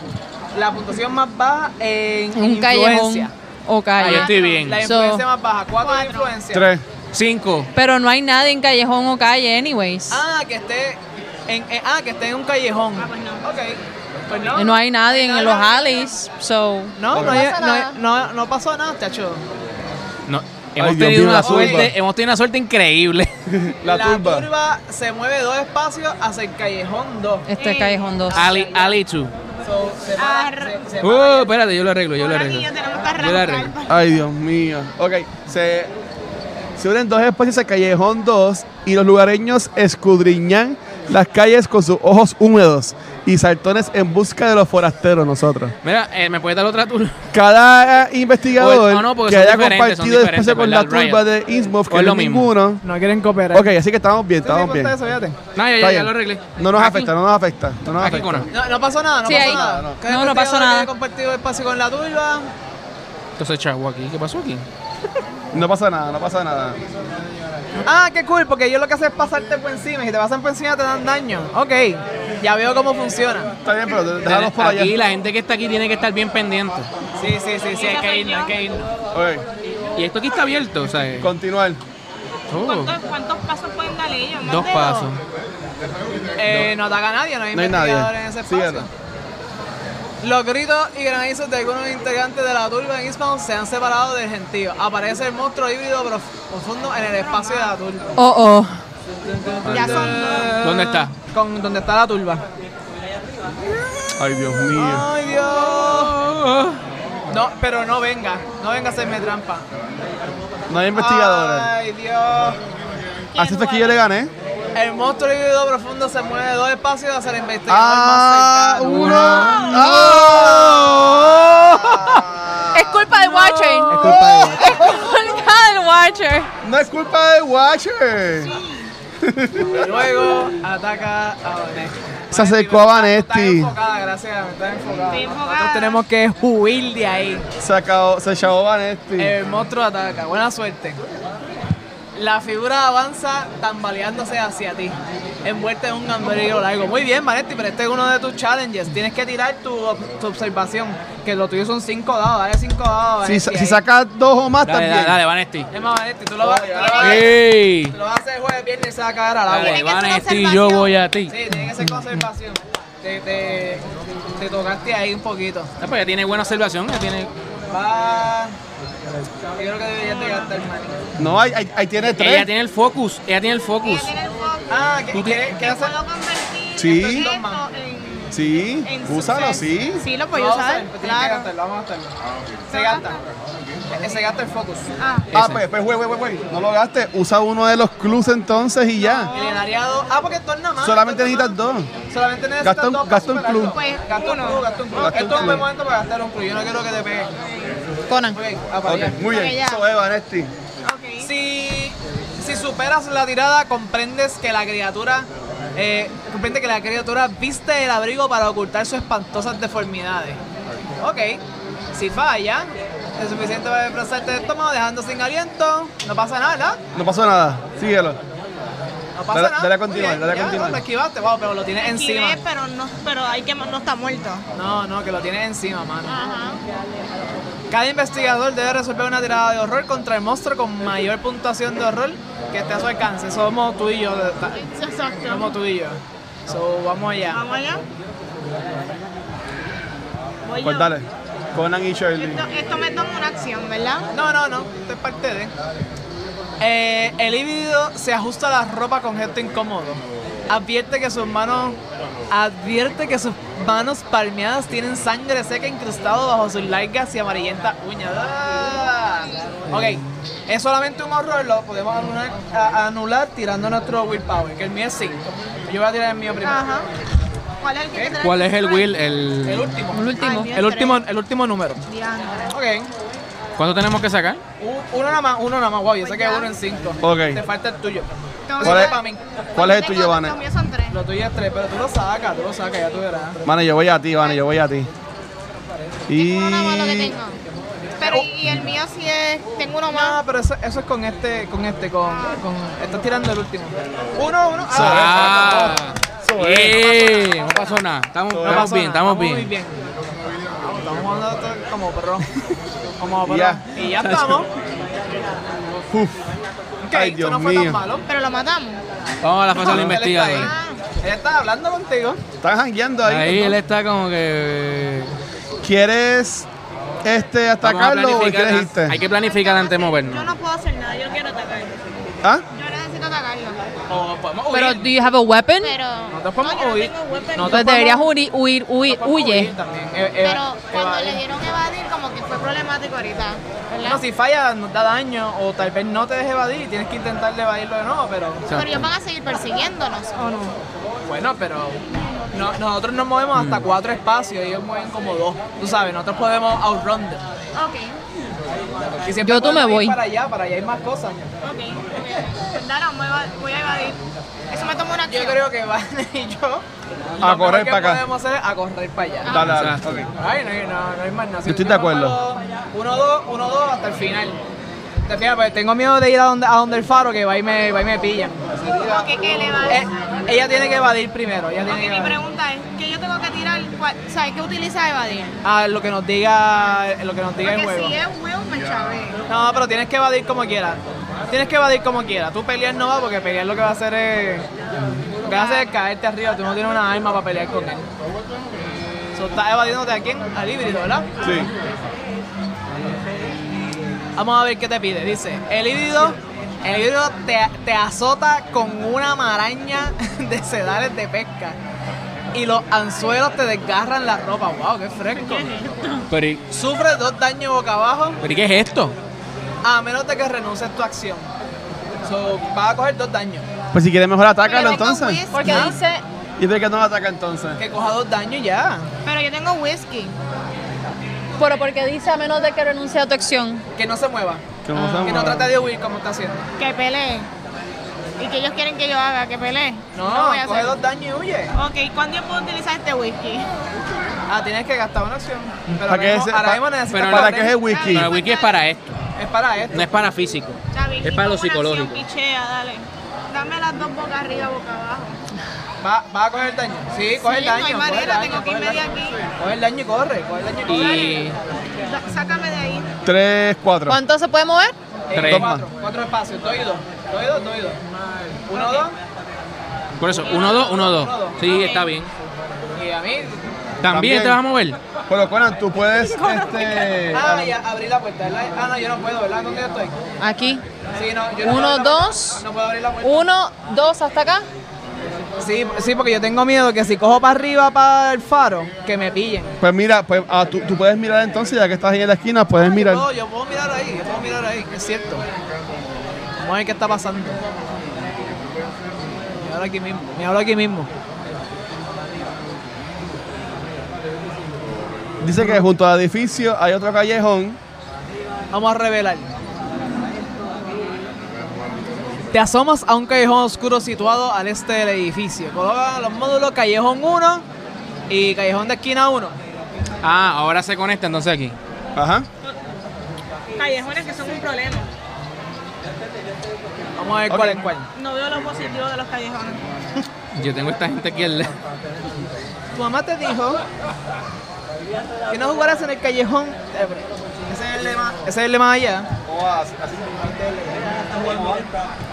E: la puntuación más baja en
C: Un
E: influencia.
C: callejón o
A: Ahí
C: calle.
A: estoy bien.
E: La
C: So-
E: influencia más baja, cuatro, de influencia.
B: Tres.
A: Cinco.
C: Pero no hay nadie en callejón o calle, anyways.
E: Ah, que esté en, en- ah, que esté en un callejón.
G: pues no.
E: Ok. Pues no.
C: No hay nadie en los alleys, so.
E: No, no,
B: No
E: hay-
F: pasa
E: no hay-
F: nada.
E: no- no pasó nada, chacho.
A: No, hemos
B: Dios
A: tenido
B: mío,
A: una
B: la turba.
A: suerte, hemos tenido una suerte increíble.
B: La, turba.
E: se mueve dos espacios hacia el callejón 2.
C: Este es callejón 2.
A: Ali, Ali two.
E: separa, se- separa
A: Uh, espérate, yo lo arreglo, yo lo
G: Ahora que
A: arreglo.
G: ya Ah, tenemos que
A: Yo lo arreglo.
G: arrancar.
B: Ay, Dios mío. Ok, se, se unen dos espacios al callejón 2 y los lugareños escudriñan las calles con sus ojos húmedos y saltones en busca de los forasteros nosotros.
A: Mira, eh, ¿me puedes dar otra turba?
B: Cada investigador
A: O- no, no, porque son
B: que haya
A: diferentes, son
B: compartido el
A: diferentes,
B: espacio con la
A: ¿verdad,
B: turba de
A: Ryan?
B: Innsmouth,
A: O
B: que
A: es
B: no
A: lo
B: es
A: mismo.
B: ninguno.
E: No quieren cooperar.
B: Ok, así que estamos bien,
E: Sí, sí,
B: estamos
E: ponte
B: bien.
E: eso, fíjate.
A: No, ya, ya,
B: Está
A: ya
B: bien.
A: lo arreglé.
B: No nos
A: Aquí.
B: afecta, no nos afecta, no nos
A: Aquí
B: afecta.
A: con
E: No, no pasó nada, no
C: Sí,
E: pasó
C: ahí. No,
E: nada. Cada
C: no
E: investigador
C: pasó
E: que
C: nada.
E: haya compartido espacio con la turba.
A: Entonces, chavo, aquí. ¿Qué pasó aquí?
B: No pasa nada, no pasa nada.
E: Ah, qué cool, porque ellos lo que hacen es pasarte por encima. y Si te pasan por encima te dan daño. Ok, ya veo cómo funciona.
B: Está bien, pero dejamos por allá.
A: Aquí la gente que está aquí tiene que estar bien pendiente.
E: Sí, sí, sí, sí, hay que irnos, hay que irnos.
B: Ok,
A: Y esto aquí está abierto, o sea. eh,
B: continuar.
A: oh,
G: ¿Cuántos, ¿Cuántos pasos pueden darle ellos? ¿Más
A: dos
G: de
A: pasos.
E: Eh, no ataca a nadie, no hay,
B: No hay nadie.
E: investigadores en ese espacio.
B: Síguelo.
E: Los gritos y granizos de algunos integrantes de la turba en Eastbound se han separado del gentío. Aparece el monstruo híbrido prof- profundo en el espacio de la turba.
C: Oh, oh.
G: Ya son
A: ¿Dónde está?
E: Con donde está la turba.
B: Ay, Dios mío.
E: ¡Ay, Dios! No, pero no venga, no venga a hacerme trampa.
B: No hay investigadores.
E: ¡Ay, Dios!
B: Así fue que yo le gané.
E: El monstruo híbrido profundo se mueve dos espacios hacia el investigador
B: Ah,
E: más cercano.
B: uno. Ah.
C: Es culpa del Watcher.
H: Es culpa de Watcher.
C: Es culpa del Watcher.
B: No es culpa de Watcher.
E: Y Luego ataca a Vanesti.
B: Se acercó a Vanesti.
E: Está enfocada, gracias, está enfocada.
G: Estoy enfocada.
E: Nosotros tenemos que huir de ahí.
B: Se acabó, se echó Vanesti.
E: El monstruo ataca. Buena suerte. La figura avanza tambaleándose hacia ti, envuelta en un gambrero largo. Muy bien, Vanetti, pero este es uno de tus challenges. Tienes que tirar tu, ob- tu observación, que lo tuyo son 5 dados. Dale 5 dados.
B: si,
E: Vanetti,
B: sa-
E: ahí.
B: si saca dos o más
A: Dale, dale,
B: también.
A: dale, Vanesti.
E: Es más, Vanetti, tú lo vas, tú lo
B: Oh,
E: vas-
A: ¡Ey!
E: tú lo vas a hacer jueves, viernes y se va a caer al agua.
A: Dale,
G: Tiene que ser
A: Vanesti, yo
G: observación.
A: voy a ti.
E: Sí, tiene que ser conservación. Te, te, te tocaste ahí un poquito.
A: Ah, pues ya tiene buena observación, ya tiene.
E: Va. Yo creo que deberías de gastar maní.
B: No, ahí, ahí- ahí tiene tres.
A: Ella tiene el focus, ella tiene el focus.
G: Tienen foco.
E: Ah, ¿qué,
A: Tú
E: qué, qué
G: Que
E: haces?
G: puedo convertir
B: Sí.
G: esto en-
B: Sí,
G: en
B: úsalo,
G: suceso.
B: sí.
G: Sí, lo
E: Lo
G: puedo
E: vamos a
G: usar.
E: hacer, pues tienes que
G: Claro.
E: gastarlo, vamos a gastarlo. Se gasta. Eh, Se gasta el focus.
G: Ah,
B: Ah,
A: Ese.
B: pues, pues, güey, güey, güey, güey. No lo gastes. Usa uno de los clues entonces y ya.
E: El enareado. Ah, porque esto es nada más.
B: Solamente
E: esto es nada
B: necesitas dos.
E: más. Solamente necesitas
B: Gasta un-
E: dos para
B: gasta un
E: superarlo.
B: clue.
G: Pues,
E: Gasta un
G: uno.
E: clue, gasta un clue.
B: Gasta un
E: Esto es un
B: clue.
E: buen momento para gastar un clue. Yo no quiero que te pegue.
C: Conan.
E: Ok, ah, para
B: Ok,
E: allá.
B: muy
G: Ok,
B: bien.
G: ya.
B: Eso es, Vanesti.
G: ok.
E: Si, si superas la tirada, comprendes que la criatura eh, comprende que la criatura viste el abrigo para ocultar sus espantosas deformidades. Ok. Si falla, Lo suficiente para desplazarte de estómago, dejando sin aliento. No pasa nada, ¿verdad?
B: No pasó nada, síguelo.
E: No pasa
B: Dale-
E: nada.
B: dale a
E: Muy
B: continuar,
E: bien,
B: dale a
E: ya,
B: continuar.
E: Lo esquivaste, wow, pero lo tienes encima.
D: Esquivé, pero no, pero hay que, no está muerto.
E: No, no, que lo tienes encima, mano. Cada investigador debe resolver una tirada de horror contra el monstruo con mayor puntuación de horror que esté a su alcance. Somos tú y yo. de- ta-
D: Exacto.
E: Somos tú y yo. So, vamos allá.
D: Vamos allá. Voy yo.
B: Pues dale, Conan y Shirley.
D: Esto, esto me toma una acción, ¿verdad?
E: No, no, no. Esto es parte de. Eh, el híbrido se ajusta la ropa con gesto incómodo. Advierte que sus manos. Advierte que sus manos palmeadas tienen sangre seca incrustado bajo sus largas y amarillentas uñas. ¡Ah! Ok, es solamente un horror, lo podemos anular, a- anular tirando nuestro willpower, que el mío es 5. Yo voy a tirar el mío primero.
D: Ajá. ¿Cuál es el que tiene
A: ¿Cuál es el Will? El...
E: El último. El
D: último. Ay, bien,
E: El último,
D: tres.
E: el último número.
D: Diantre.
E: Ok.
A: ¿Cuánto tenemos que sacar?
E: U- Uno nada más, uno nada más, wow, yo sé que es uno en cinco.
B: Ok.
E: Te falta el tuyo.
D: Entonces,
B: ¿Cuál es,
E: para mí.
B: cuál es el
D: tengo-
B: tuyo,
D: Los
B: Vane?
D: míos son tres.
E: Lo tuyo es tres, pero tú lo sacas, tú lo sacas, ya tú verás.
B: Vane, yo voy a ti, Vane, yo voy a ti. Y...
F: Uno nada más lo que tengo.
D: Pero y el mío sí es. Tengo uno más.
E: No, Ah, pero eso, eso es con este, con este, con, con. Estás tirando el último. Uno, uno.
A: Ah,
B: Eso es.
A: ¡Eh! No pasó nada. Estamos,
E: No
A: Ah, estamos
E: pasó
A: bien,
E: nada,
A: estamos
E: muy
A: bien.
E: bien. Estamos jugando todo como perro. Como perro.
B: Ya.
E: Y ya estamos.
B: Uf.
E: Ok,
B: Ay,
E: eso
B: Dios
E: no fue tan
B: mío.
E: malo.
D: Pero lo matamos.
A: Vamos a la fase del
E: Él está
A: investigador.
E: ahí. Ella está hablando contigo.
B: Están jangueando ahí.
A: Ahí
B: ¿no?
A: él está como que... eh,
B: ¿Quieres este,
A: Vamos a
B: atacarlo o
A: planificar-
B: quieres irte?
A: Hay que planificar antes de
D: Yo
A: movernos.
D: no puedo hacer nada. Yo quiero atacarlo.
B: ¿Ah?
D: Yo necesito atacarlo.
E: O podemos huir.
C: Pero, do you have a weapon?
F: Pero,
E: Nosotros podemos
D: Eh, No, yo no
E: huir.
D: tengo weapon.
E: Nosotros
C: Pues deberías
E: podemos-
C: huir, huir, huir,
E: nosotros podemos
C: huye.
E: huir también. Eh, eh,
F: pero cuando
E: evadir.
F: le dieron evadir, como que fue problemático ahorita.
E: No,
F: ¿Verdad?
E: si falla, nos da daño, o tal vez no te deje evadir y tienes que intentar evadirlo de nuevo, pero.
F: Pero ellos van a seguir persiguiéndonos, ¿o no?
E: Bueno, pero. no- nosotros nos movemos hasta
B: Mm.
E: cuatro espacios, ellos mueven como dos. Tú sabes, nosotros podemos outrun them.
F: Ok.
E: Y siempre
C: Yo tú me
E: podemos
C: voy.
E: ir Para allá, para allá hay más cosas.
D: Ok. ok. Dale, me va- voy a evadir. Eso me toma una
E: Yo
D: acción.
E: creo que Van y yo.
B: A
E: lo mejor
B: correr
E: que
B: para acá.
E: podemos hacer es a correr para allá.
B: Dale, dale.
A: Exacto.
B: ok.
C: Ah.
E: Ay, no, hay- no, no hay más nada.
B: Yo estoy de acuerdo.
E: 1, 2, 1, 2 hasta el final. Hasta el final, porque tengo miedo de ir a donde, a donde el faro que va y me, va y me pillan.
D: Ok, que le va
E: Eh, ella tiene que evadir primero. Ella tiene
D: Ok,
E: que
D: mi
E: evadir.
D: pregunta es, ¿qué yo tengo que tirar? ¿Cuál- ¿Sabes qué utiliza evadir?
E: a lo que nos diga lo que nos diga el
D: Porque
E: juego.
D: si es huevo, me chavé.
E: No, pero tienes que evadir como quieras. Tienes que evadir como quieras. Tú pelear no va porque pelear lo que va a hacer es lo que va a hacer es caerte arriba. Tú no tienes una arma para pelear con él. So, estás evadiéndote a quién? Al híbrido, ¿verdad?
B: Sí.
E: Vamos a ver qué te pide. Dice, el híbrido, el híbrido te, te azota con una maraña de sedales de pesca. Y los anzuelos te desgarran la ropa. ¡Wow! ¡Qué fresco!
A: Pero, ¿y-
E: Sufre dos daños boca abajo
A: pero ¿y qué es esto?
E: A menos de que renuncies tu acción. So, vas a coger dos daños.
B: Pues si quieres mejor
D: Pero
B: atácalo
D: yo tengo
B: entonces.
D: whisky.
F: Porque dice,
B: ¿Y de qué no ataca entonces?
E: Que coja dos daños y ya.
D: Pero yo tengo whisky.
F: pero porque dice a menos de que renuncie a tu acción.
E: Que no se mueva.
B: ¿Cómo se
E: Ah, Que
B: llama?
E: no trate de huir como está haciendo.
D: Que pelee. ¿Y que ellos quieren que yo haga? ¿Que pelee?
E: No,
D: voy a
E: coge
D: hacer.
E: dos daños y huye.
D: Ok, ¿cuánto tiempo puedo utilizar este whisky?
E: Ah, tienes que gastar una acción. Pero
B: ¿Para
E: ahora
B: qué
E: mismo,
B: ese-
E: ahora
B: pa-
E: mismo necesitas
A: pero
B: ¿Para
E: guardar-
B: qué es el whisky?
A: No, el wiki es para esto,
E: Es para esto.
A: no es para físico.
D: Está bien,
A: Es
D: y
A: para
D: tomo
A: lo
D: una acción,
A: psicológico.
D: Pichea, dale. Dame las dos boca arriba, boca abajo.
E: Va, va a coger daño. Sí, coge el
D: no hay
E: daño. coge el
D: manera,
E: daño,
D: tengo que
E: coge el
D: irme de
E: daño.
D: aquí.
E: Coge el daño y corre. Coge el daño y corre.
A: Y
D: Da- sácame de ahí.
B: 3, 4.
F: ¿Cuánto se puede mover?
E: Eh,
A: Tres.
E: Cuatro, cuatro espacios. Dos y dos. Dos y dos, dos y dos. Uno, dos.
A: por eso, uno, dos, uno, dos. Sí, está bien.
E: Y a mí.
A: ¿También te vas a mover?
B: Pero Conan, tú puedes. este,
E: Ah, ya abrí la puerta. ¿verdad? Ah, no, yo no puedo, ¿verdad? ¿Dónde yo estoy?
F: Aquí.
E: Sí, no, yo
F: Uno,
E: no puedo abrir la puerta.
F: dos.
E: No puedo abrir la puerta.
F: Uno, dos, hasta acá.
E: Sí, sí, porque yo tengo miedo que si cojo para arriba, para el faro, que me pillen.
B: Pues mira, pues ah, tú, tú puedes mirar entonces, ya que estás ahí en la esquina, puedes mirar.
E: No, yo puedo mirar ahí, yo puedo mirar ahí, es cierto. Vamos a ver qué está pasando. Me hablo aquí mismo, me hablo aquí mismo.
B: Dice que junto al edificio hay otro callejón.
E: Vamos a revelar. Te asomas a un callejón oscuro situado al este del edificio. Coloca los módulos callejón 1 y callejón de esquina 1.
A: Ah, ahora se conecta entonces aquí.
B: Ajá.
G: callejones que son un problema.
E: Vamos a ver cuál es cuál.
G: No veo lo positivo de los callejones.
A: Yo tengo esta gente aquí al lado.
E: Tu mamá te dijo que no jugaras en el callejón. Eh, pero Ese es el lema, ese es el lema allá.
B: Oh,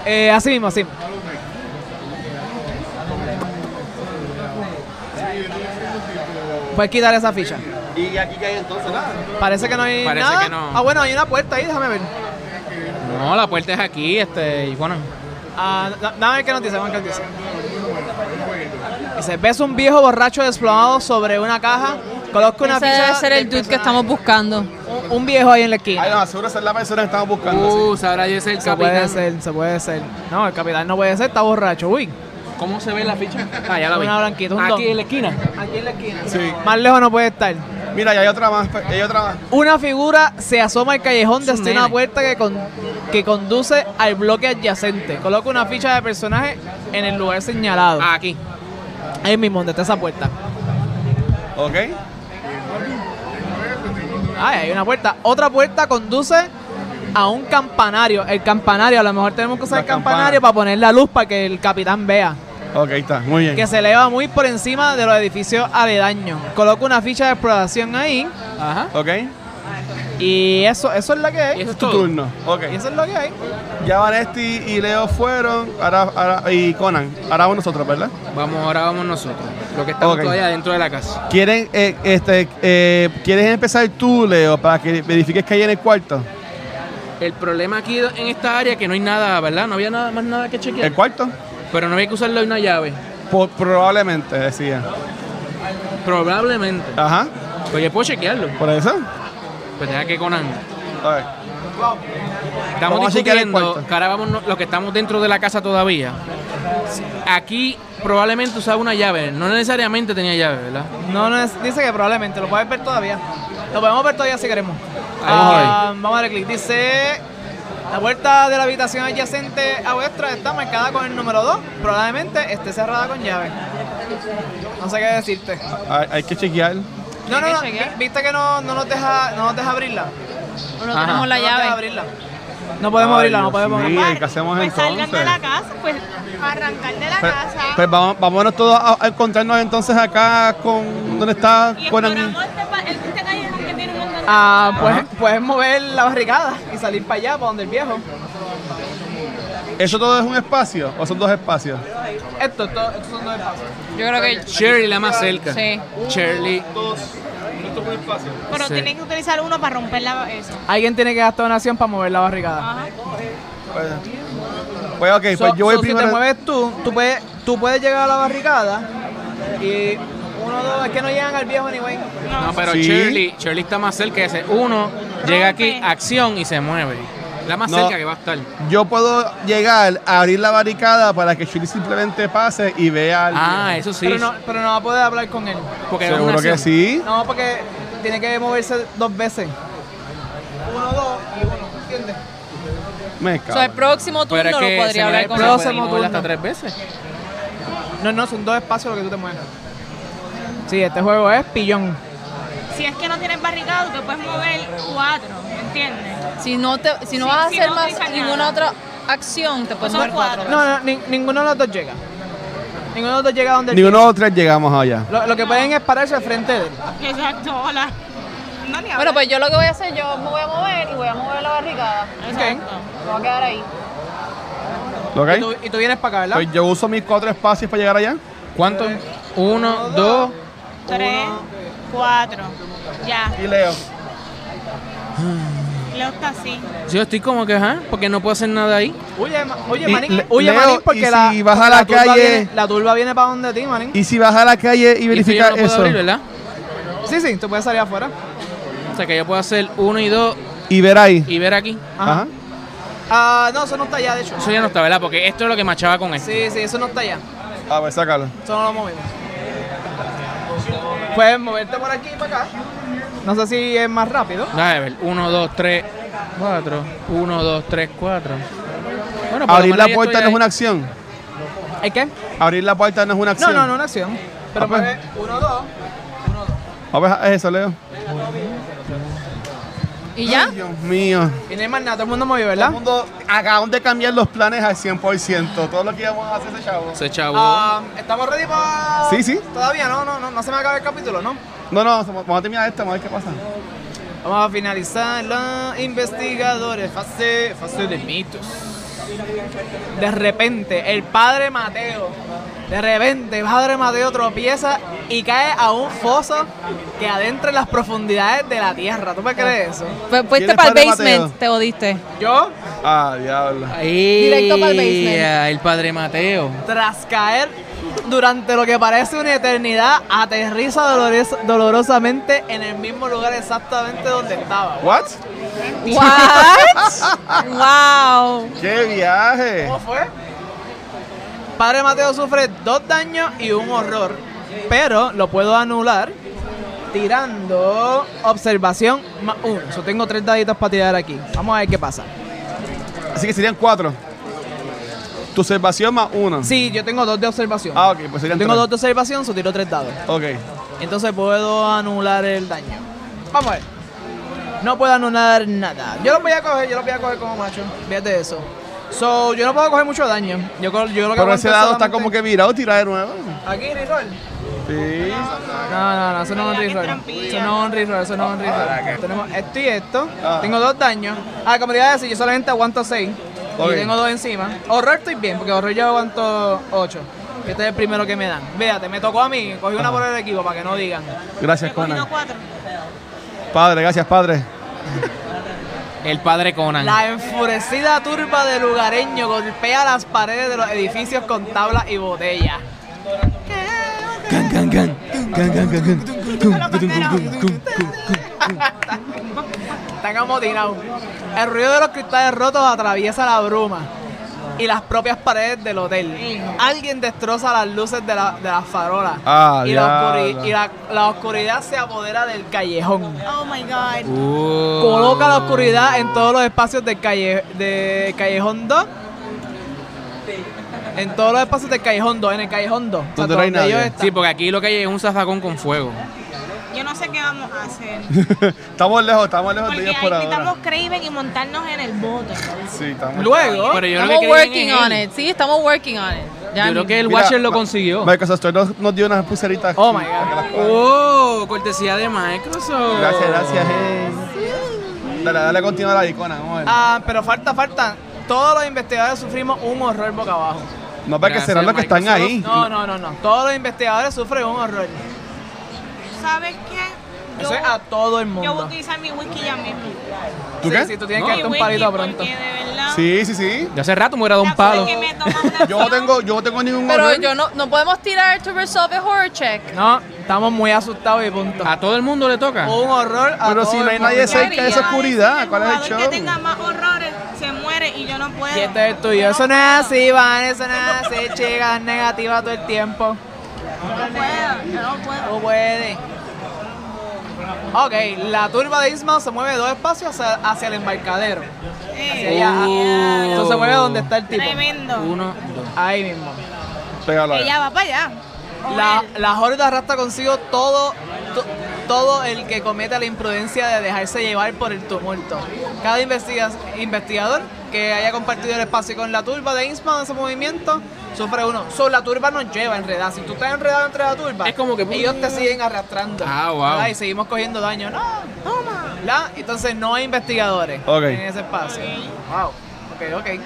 E: Eh, así mismo, así. mismo. Puedes quitar esa ficha.
B: ¿Y aquí qué hay entonces? Nada.
E: Parece que no hay
A: Parece
E: nada.
A: que no.
E: Ah, bueno, hay una puerta ahí, déjame ver.
A: No, la puerta es aquí, este, y bueno.
E: Ah, da- dame ver qué nos dice, vamos a ver qué nos dice. Dice, ves un viejo borracho desplomado sobre una caja, coloca una
C: Ese
E: ficha
C: debe ser
E: del
C: el dude que
E: personaje".
C: estamos buscando.
E: Un, un viejo ahí en la esquina.
B: Ay, no, seguro esa es la persona que estamos
E: Oh.
B: buscando. sí.
A: Uh, sabrá yo ser el
E: Se puede
A: capitán.
E: ser, se puede ser. No, el capitán no puede ser, está borracho, uy.
A: ¿Cómo se ve la ficha? Ah, ya la vi.
E: Una blanquita, un
A: Aquí
E: don.
A: en la esquina.
E: Aquí en la esquina.
B: Sí.
E: Más lejos no puede estar.
B: Mira, y hay otra más, y hay otra más.
E: Una figura se asoma al callejón
A: un
E: desde una
A: nene.
E: puerta que, con- que conduce al bloque adyacente. Coloca una ficha de personaje en el lugar señalado.
A: Ah, aquí.
E: Ahí mismo, donde está esa puerta.
B: ¿Ok?
E: Ay, hay una puerta. Otra puerta conduce a un campanario. El campanario, a lo mejor tenemos que usar
B: La
E: el
B: campana.
E: campanario para poner la luz para que el capitán vea.
B: Ok, está, muy bien.
E: Que se eleva muy por encima de los edificios aledaños. Coloca una ficha de exploración ahí.
A: Ajá.
B: ¿Ok?
E: Y eso, eso es lo que hay.
A: Y
E: Y
A: eso es
B: Tu
A: todo.
B: turno. Ok.
E: eso es lo que hay.
B: Ya Vanesti y Leo fueron, ahora, ahora- y Conan. Ahora vamos nosotros, ¿verdad?
A: Vamos, ahora vamos nosotros. Lo que estamos
B: Ok.
A: todavía dentro de la casa.
B: ¿Quieren, eh, este, eh, ¿Quieres empezar tú, Leo, para que verifiques que hay en el cuarto?
A: El problema aquí en esta área es que no hay nada, ¿verdad? No había nada más nada que chequear.
B: ¿El cuarto?
A: Pero no había que usarle una llave.
B: Po- probablemente, decía.
A: Probablemente.
B: Ajá,
A: Pues yo puedo chequearlo.
B: por eso.
A: Pues deja que Conan.
B: A ver.
A: Estamos
B: Vamos a chequear el
A: discutiendo,
B: cuarto.
A: que ahora vamos no- los que estamos dentro de la casa todavía. Aquí probablemente usaba una llave. No necesariamente tenía llave, ¿verdad?
E: No, no es- dice que probablemente. Lo puedes ver todavía. Lo podemos ver todavía si queremos. Ah, vamos a darle clic. Dice. La puerta de la habitación adyacente a vuestra está marcada con el número 2. Probablemente esté cerrada con llave. No sé qué decirte.
B: Hay, hay que chequear.
E: No, no,
F: que
E: no.
F: chequear.
E: vi- Viste que no, no nos deja, no nos deja abrirla.
F: No
A: Ajá.
F: tenemos la
E: no nos deja
F: llave.
E: abrirla. No podemos
B: Ay,
E: abrirla, no
B: Dios
E: podemos abrirla.
B: mío, ¿y ¿Qué hacemos
G: pues salgan de
B: entonces?
G: la casa, pues arrancar de la
B: Pues,
G: casa.
B: pues vamos, vámonos todos a, a encontrarnos entonces acá con. ¿Dónde está
G: y
B: Conan?
G: exploramos este, pa- este callejón que tiene un montón de
E: Ah, pues,
B: Ajá.
E: puedes mover la barricada y salir para allá, para donde el viejo.
B: ¿Eso todo es un espacio o son dos espacios?
E: Esto, esto- estos son dos espacios.
F: Yo creo que.
A: Shirley la más cerca.
F: Sí.
A: Shirley.
G: Pero
A: Sí.
G: tienen que utilizar uno para romper la, eso.
E: Alguien tiene que gastar donación para mover la barricada.
G: Ajá.
B: Pues, pues ok, pues
E: So-
B: yo voy
E: so, Si
B: primero.
E: te mueves tú, tú puedes, tú puedes llegar a la barricada y uno, dos, es que no llegan al viejo anyway.
A: No, pero
B: Sí.
A: Shirley, Shirley está más cerca. Ese uno llega aquí, acción y se mueve. La más
B: No.
A: cerca que va a estar.
B: Yo puedo llegar a abrir la barricada para que Shirley simplemente pase y vea al.
A: Ah, eso sí.
E: Pero, no, pero no va a poder hablar con él.
A: porque no es una
B: Seguro que
A: acción.
B: sí.
E: No, porque tiene que moverse dos veces. Uno, dos y uno, ¿entiendes?
B: Me
F: O sea, el
B: cago.
F: próximo turno
A: Pero es que
F: lo podría hablar con
A: se
E: él.
A: mueve,
E: Próximo
A: mover hasta
E: turno.
A: tres veces.
E: No, no, son dos espacios los que tú te mueves. Sí, este juego es pillón.
G: Si es que no tienes barricado, te puedes mover cuatro, ¿me entiendes?
F: Si no, te, si no
G: Sí,
F: vas a
G: si
F: hacer
G: no
F: más
G: utilizas
F: ninguna
G: nada.
F: otra acción, te puedes
G: Son
F: mover cuatro.
G: cuatro.
E: No, no, ni- ninguno de los dos llega. Ninguno de los dos llega donde él
B: Ni uno o tres llegamos allá.
E: llega. Lo, lo que pueden es pararse al frente de él.
G: Exacto, hola. No ni
F: Bueno,
G: hablar.
F: pues yo lo que voy a hacer, yo me voy a mover y voy a mover la barricada.
E: Ok.
F: Me voy a quedar ahí.
E: Y,
B: ¿Ok?
E: tú, y tú vienes para acá, ¿verdad?
B: Pues yo uso mis cuatro espacios para llegar allá.
A: ¿Cuánto? Uno, dos.
G: Tres, cuatro. Ya.
B: Y Leo.
G: Leo está así.
A: Yo estoy como que, ajá, porque no puedo hacer nada ahí.
E: Huye, ma- huye,
B: Y
E: manín.
B: le-
E: Huye,
B: Leo,
E: manín, porque
B: y
E: la,
B: si vas a
E: porque
B: la
E: turba
B: calle-
E: viene- la turba viene para donde ti, manín.
B: Y si vas a la calle
A: Y
B: y
A: esto yo
B: verificas
A: no puedo
B: eso.
A: abrir, ¿verdad?
E: Sí, sí, tú puedes salir afuera.
A: O sea que yo puedo hacer uno y dos
B: y ver ahí.
A: y ver aquí.
E: Ajá.
B: Ajá.
E: Ah, no, eso no está allá, de hecho.
A: Eso ya no está, ¿verdad? Porque esto es lo que machaba con esto.
E: Sí, sí, eso no está allá.
B: A ver, Ah, pues, sácalo.
E: Eso no lo movemos. Puedes moverte por aquí y para acá. No sé si es más rápido.
A: Dale, ver. Uno, dos, tres, cuatro. Uno, dos, tres, cuatro. Bueno, por lo
B: Abrir
A: menos
B: la
A: ya
B: puerta
A: estoy
B: no es
A: ahí.
B: una acción.
E: ¿Es qué?
B: Abrir la puerta no es una
E: No,
B: acción.
E: no, no, una acción. Pero
B: Ah, pues.
E: pues, uno, dos.
B: A ver, haz eso, Leo.
C: ¿Y ya?
B: Ay, Dios mío.
E: Y no hay más nada, todo el mundo movió,
B: Todo el
E: ¿verdad?
B: mundo acabamos de cambiar los planes al 100%. Todo lo que íbamos a hacer ese chavo.
A: Se chavó.
E: Ah, ¿Estamos ready para...?
B: Sí, sí.
E: Todavía no, no, no, no se me acaba el capítulo, ¿no?
B: No, no, vamos a terminar esto, vamos a ver qué pasa.
E: Vamos a finalizar los investigadores, fase, fase de mitos. De repente, el padre Mateo, de repente, el padre Mateo tropieza y cae a un foso que adentra en las profundidades de la tierra. ¿Tú me crees eso?
C: Fue-
B: ¿Quién
C: Fuiste
B: es
C: para el
B: padre
C: basement,
B: Mateo?
C: te jodiste.
E: Yo,
B: Ah, diablo.
A: Directo
C: pa'l basement.
A: ah, El padre Mateo.
E: tras caer durante lo que parece una eternidad, aterriza doloros- dolorosamente en el mismo lugar exactamente donde estaba.
B: ¿What?
C: What? wow.
B: ¡Qué viaje!
E: ¿Cómo fue? Padre Mateo sufre dos daños y un horror, pero lo puedo anular tirando observación más uno. Yo tengo tres daditos para tirar aquí. Vamos a ver qué pasa.
B: Así que serían cuatro. Tu observación más uno.
E: Sí, yo tengo dos de observación.
B: Ah, ok, pues
E: Yo
B: serían
E: tengo dos
B: tres.
E: de observación, so tiro tres dados.
B: Ok.
E: Entonces puedo anular el daño. Vamos a ver. No puedo anular nada. Yo lo voy a coger, yo lo voy a coger como macho. Fíjate eso. So, yo no puedo coger mucho daño. Yo, co- yo lo que
B: Pero ese
E: aguanto
B: dado está
E: solamente-
B: como que virado, tira de nuevo.
E: Aquí, reroll.
B: Sí.
E: No, no, no, eso no es un
D: Mira, qué
E: reroll.
D: trampilla.
E: Eso no es un reroll, eso no es un reroll. Tenemos esto y esto.
B: Ah.
E: Tengo dos daños. Ah, como te iba a decir, yo solamente aguanto seis.
B: Ok.
E: Y tengo dos encima. Horror estoy bien, porque horror yo aguanto ocho. Este es el primero que me dan. Véate, me tocó a mí. Cogí una por el equipo para que no digan.
B: Gracias,
D: He cogido
B: Conan.
D: cuatro.
B: Padre, gracias, padre.
A: El padre Conan.
E: La enfurecida turba de lugareño golpea las paredes de los edificios con tablas y botellas.
A: Can, can, can. Can, can, can, can.
E: Están amotinados. El ruido de los cristales rotos atraviesa la bruma y las propias paredes del hotel. Alguien destroza las luces de, la, de las farolas.
B: Ah,
E: y la, oscuri-
B: diablo.
E: y la- la oscuridad se apodera del callejón.
D: Oh my god.
A: Uh.
E: Coloca la oscuridad en todos los espacios del calle, de Callejón 2. En todos los espacios del Callejón 2, en el Callejón 2.
B: Donde no hay nadie.
A: Sí, porque aquí lo que hay es un zafacón con fuego.
D: Yo no sé qué vamos a hacer.
B: estamos lejos, estamos lejos de
D: Porque
B: ellos
D: ahí
B: por ahora.
D: necesitamos Craven y montarnos en el bote.
B: Sí, estamos.
E: Luego,
A: Pero yo creo
C: Estamos
A: que
C: working
A: Craven
C: on
A: es él.
C: it. Sí, estamos working on it. Ya
A: Yo creo que el
B: Mira,
A: Watcher lo
B: Ma-
A: consiguió.
B: Microsoft Store nos, nos dio unas pulseritas.
E: Oh
B: aquí
E: my God.
B: para que las cojan.
A: Oh, cortesía de Microsoft.
B: Gracias, gracias. eh. Dale, dale, continúa la icona. Vamos a ver.
E: ah, pero falta, falta. Todos los investigadores sufrimos un horror boca abajo.
B: No, para que
A: gracias,
B: serán los que están
A: Microsoft.
B: ahí.
E: No, no, no, no. Todos los investigadores sufren un horror.
D: ¿Sabes qué?
E: Eso es a todo el
D: yo voy a
E: mundo.
D: utilizar mi whisky ya mismo.
B: ¿Tú
E: sí,
B: qué?
E: sí, tú tienes
A: No.
E: que
D: Mi
E: darte un
D: whisky,
E: palito pronto.
D: Porque de verdad.
B: Sí, sí, sí.
A: Ya hace rato me hubiera dado
D: la
A: un
D: cosa es
A: palo.
D: que me toma una
B: Yo no
D: acción.
B: tengo, yo no tengo ningún
C: Pero
B: horror.
C: yo no, no podemos tirar to resolve a horror check.
E: No, estamos muy asustados y punto.
A: A todo el mundo le toca.
D: Oh.
E: Un horror a
B: Pero
E: todo
B: si
E: el
B: no hay nadie
E: mundo.
B: cerca de esa
D: Iba a decir
B: oscuridad, ¿cuál es el
D: jugador que tenga
B: show?
D: más horrores se muere y yo no puedo.
E: Y este es el tuyo. Eso no es así, Van. Eso no es así, chicas. Negativa todo el tiempo.
D: No puedo, yo no puedo.
E: No puede. Ok, la turba de Isma se mueve dos espacios hacia, hacia el embarcadero. Hacia
D: Eh,
E: allá.
A: Oh.
E: Entonces se mueve donde está el tipo.
D: Tremendo.
A: Uno, dos.
E: Ahí mismo.
B: Pégalo ahí.
D: Ella va para allá.
E: La, la horda arrastra consigo todo, to- todo el que cometa la imprudencia de dejarse llevar por el tumulto. Cada investiga- investigador que haya compartido el espacio con la turba de Insman en ese movimiento sufre uno. So, la turba nos lleva enredada. Si tú estás enredado entre la turba,
A: Es como que-
E: ellos te siguen arrastrando.
A: Ah, wow.
E: ¿verdad? Y seguimos cogiendo daño. No, toma. ¿verdad? Entonces no hay investigadores
B: Ok.
E: en ese espacio. Wow. Ok, ok.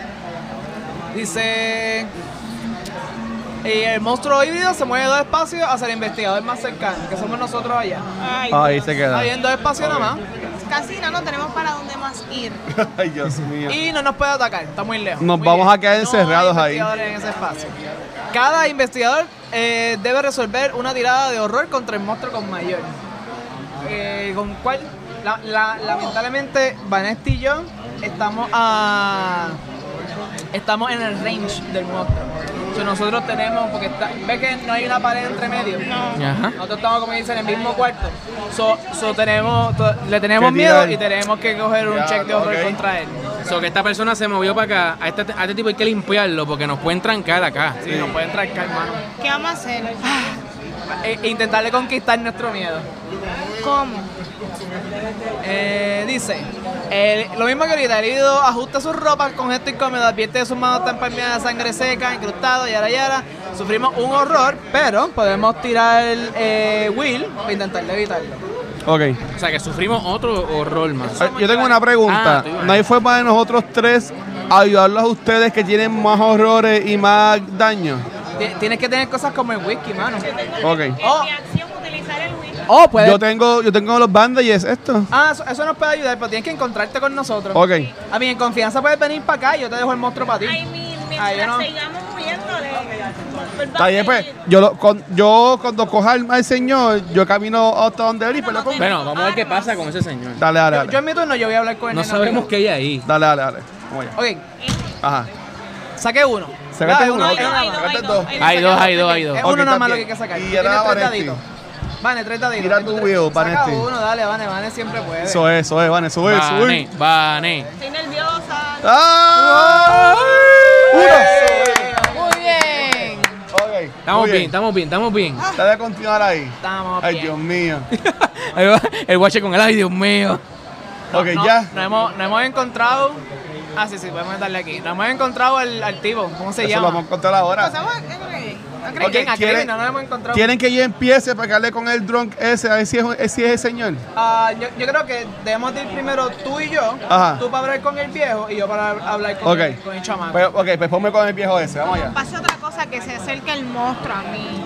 E: Dice. Y el monstruo híbrido se mueve dos espacios hacia el investigador más cercano, que somos nosotros allá.
D: Ay,
B: Ahí se queda.
E: Está bien, dos espacios nada más.
D: Casina, no tenemos para dónde más ir.
B: Ay, Dios mío.
E: Y no nos puede atacar, está muy lejos.
B: Nos
E: Muy
B: vamos
E: bien.
B: a quedar
E: No
B: encerrados
E: hay
B: ahí.
E: investigadores en ese espacio. Cada investigador eh, debe resolver una tirada de horror contra el monstruo con mayor. Eh, con cual, la- la- lamentablemente, Vanesti y yo estamos a. Estamos en el range del monstruo. O sea, nosotros tenemos, porque está, ves que no hay una pared entre medio.
A: Ajá.
E: Nosotros estamos, como dicen, en el mismo cuarto. So, so tenemos, to- le tenemos
B: Que
E: miedo
B: tirar.
E: y tenemos que coger un
B: Ya,
E: check de horror
B: ok.
E: contra él.
A: So que esta persona se movió para acá. A este, a este tipo hay que limpiarlo porque nos pueden trancar acá.
E: Sí, nos pueden trancar, mano.
D: ¿Qué vamos a hacer? Ah,
E: e, e intentarle conquistar nuestro miedo.
G: ¿Cómo?
E: Eh, dice, el- lo mismo que ahorita, el herido ajusta sus ropas con gesto incómodo, advierte que sus manos están palmeadas de sangre seca, incrustado, yara yara. Sufrimos un horror, pero podemos tirar eh, Will para intentar evitarlo.
B: Ok.
A: O sea, que sufrimos otro horror más.
B: Eh, Yo tengo una
A: Ah,
B: pregunta.
A: tú ibas.
B: ¿No hay forma de nosotros tres ayudarlos a ustedes que tienen más horrores y más daño?
E: Ti- Tienes que tener cosas como el whisky, mano.
B: Ok.
E: Oh.
G: En mi acción, utilizar el whisky.
E: O puedes...
B: Yo tengo, yo tengo los bandages, esto.
E: Ah, eso, eso nos puede ayudar, pero tienes que encontrarte con nosotros.
B: Ok.
E: A mí, en confianza puedes venir para acá y yo te dejo el monstruo para ti.
G: Ay, mi,
E: Ay, yo
G: mientras
E: no.
G: sigamos huyendo de...
B: Está bien, pues. Yo, lo- con- yo cuando coja al, al señor, yo camino hasta donde él y pues lo con-
A: Bueno, vamos a ver qué pasa con ese señor.
B: Dale, dale,
E: Yo, yo en
B: dale.
E: mi turno yo voy a hablar con él.
A: No sabemos qué hay ahí.
B: Dale, dale, dale. Vamos allá.
E: Ok,
B: Ajá.
E: saqué uno.
B: Sácate
E: Ah, es
B: uno, ok.
E: es
G: Ay, no,
B: Sácate
G: ay,
B: dos.
G: no, ay, no.
A: Hay dos, hay dos, hay dos.
E: Es
B: Ok,
E: uno nada
B: está
E: más lo que hay
B: bien.
E: que sacar.
B: Y
E: Tiene
B: ahora
E: tres
B: Vanetti.
E: daditos. Vane, tres daditos.
B: Tira
E: Tiene
B: tu
E: tres-
B: wheel,
E: Saca
B: Vanetti.
E: uno, dale, Vane, Vane siempre puede.
B: Eso es, eso es, Vane, sube,
A: Vané,
B: sube.
A: vané.
G: Estoy nerviosa.
B: ¡Ah! ¡Uno!
C: Muy bien.
B: Ok.
A: Estamos
B: muy
A: bien, estamos bien, estamos bien.
B: Dale a continuar ahí.
E: Estamos
B: Ay,
E: bien.
B: Dios mío.
A: Ahí va El guache con el ay, Dios mío.
B: Ok,
E: No,
B: ya.
E: No hemos, no hemos encontrado... Ah, sí, sí, podemos darle aquí. No hemos encontrado al, al tipo. ¿Cómo se
B: Eso lo
E: llama?
B: vamos a contar ahora.
D: Pasamos a Craig. A Craig.
E: ¿A quién? ¿A
B: ¿quieren-
E: Kevin? No lo hemos encontrado.
B: Tienen que yo empiece para darle con el drunk ese, a ver si es, un- si es el señor.
E: Ah, yo, yo creo que debemos de ir primero tú y yo.
B: Ajá.
E: Tú para hablar con el viejo y yo para hablar con,
B: Ok.
E: el, con el chamaco.
B: Pues, ok, pues ponme con el viejo ese, vamos allá.
D: Pasa otra cosa que se acerca el monstruo a mí.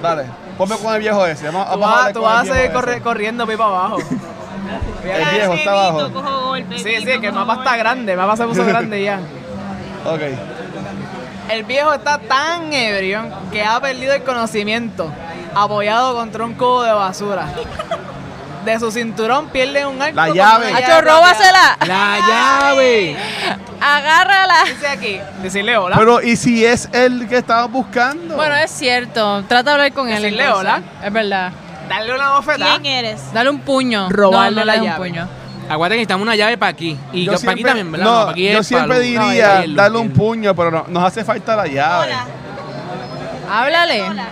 B: Dale, ponme con el viejo ese. Vamos,
E: tú
B: vamos
E: vas,
B: hablar
E: tú
B: con el
E: vas a seguir
B: viejo
E: corre-
B: ese.
E: corriendo pipa abajo.
B: El viejo está abajo.
E: sí, sí, que el mapa está grande. El mapa se puso grande ya.
B: Ok.
E: El viejo está tan ebrio que ha perdido el conocimiento, apoyado contra un cubo de basura. De su cinturón pierde un arco.
B: La
E: con
B: llave.
E: una
F: Hacho, róbasela.
A: La llave.
F: Agárrala.
E: Dice aquí, decirle hola.
B: Pero, ¿y si es el que estaban buscando?
F: Bueno, es cierto. Trata de hablar con él.
E: Decirle
F: entonces.
E: hola.
F: Es verdad.
E: darle una bofetada.
G: ¿Quién eres?
F: Dale un puño.
E: Robarle
F: No, no
E: la
F: le des un
E: llave.
F: puño.
A: Aguanta que necesitamos una llave para aquí. Y
B: Yo
A: para aquí
B: siempre-
A: también, ¿verdad?
B: No,
A: para aquí es
B: yo
A: el
B: siempre
A: palo. No,
B: diría
A: es el-
B: darle un
A: el-
B: puño, pero no, nos hace falta la llave.
G: Hola.
F: Háblale.
G: Hola.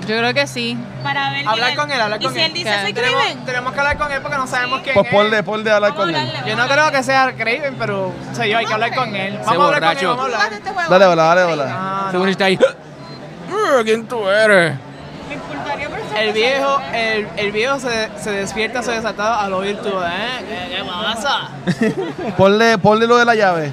F: Yo creo que sí.
G: Para ver
E: Hablar
G: quién
E: con él, hablar
G: Y
E: con
G: si
E: él.
G: él dice,
F: Claro.
G: soy Crimen.
E: Tenemos, tenemos que hablar con él porque no sabemos quién
B: Pues
E: es.
B: ponle, ponle a hablar
G: Vamos
B: con
G: a
B: él.
G: hablarle, vamos
E: Yo no
G: a
E: creo
G: hablarle.
E: que sea Craven, pero o sea, yo hay que hablar con él. Vamos a hablar con él,
A: borracho.
E: vamos a hablar.
D: Jugaste este juego.
B: Dale, dale, dale, dale.
E: Ah, no.
A: Seguro está ahí. "Eh, ¿Quién tú eres?
G: Me importaría por eso.
E: El viejo, el, el viejo se, se despierta, se desatado al oír tu, ¿eh? ¿Qué, qué pasa?
B: Ponle, ponle lo de la llave.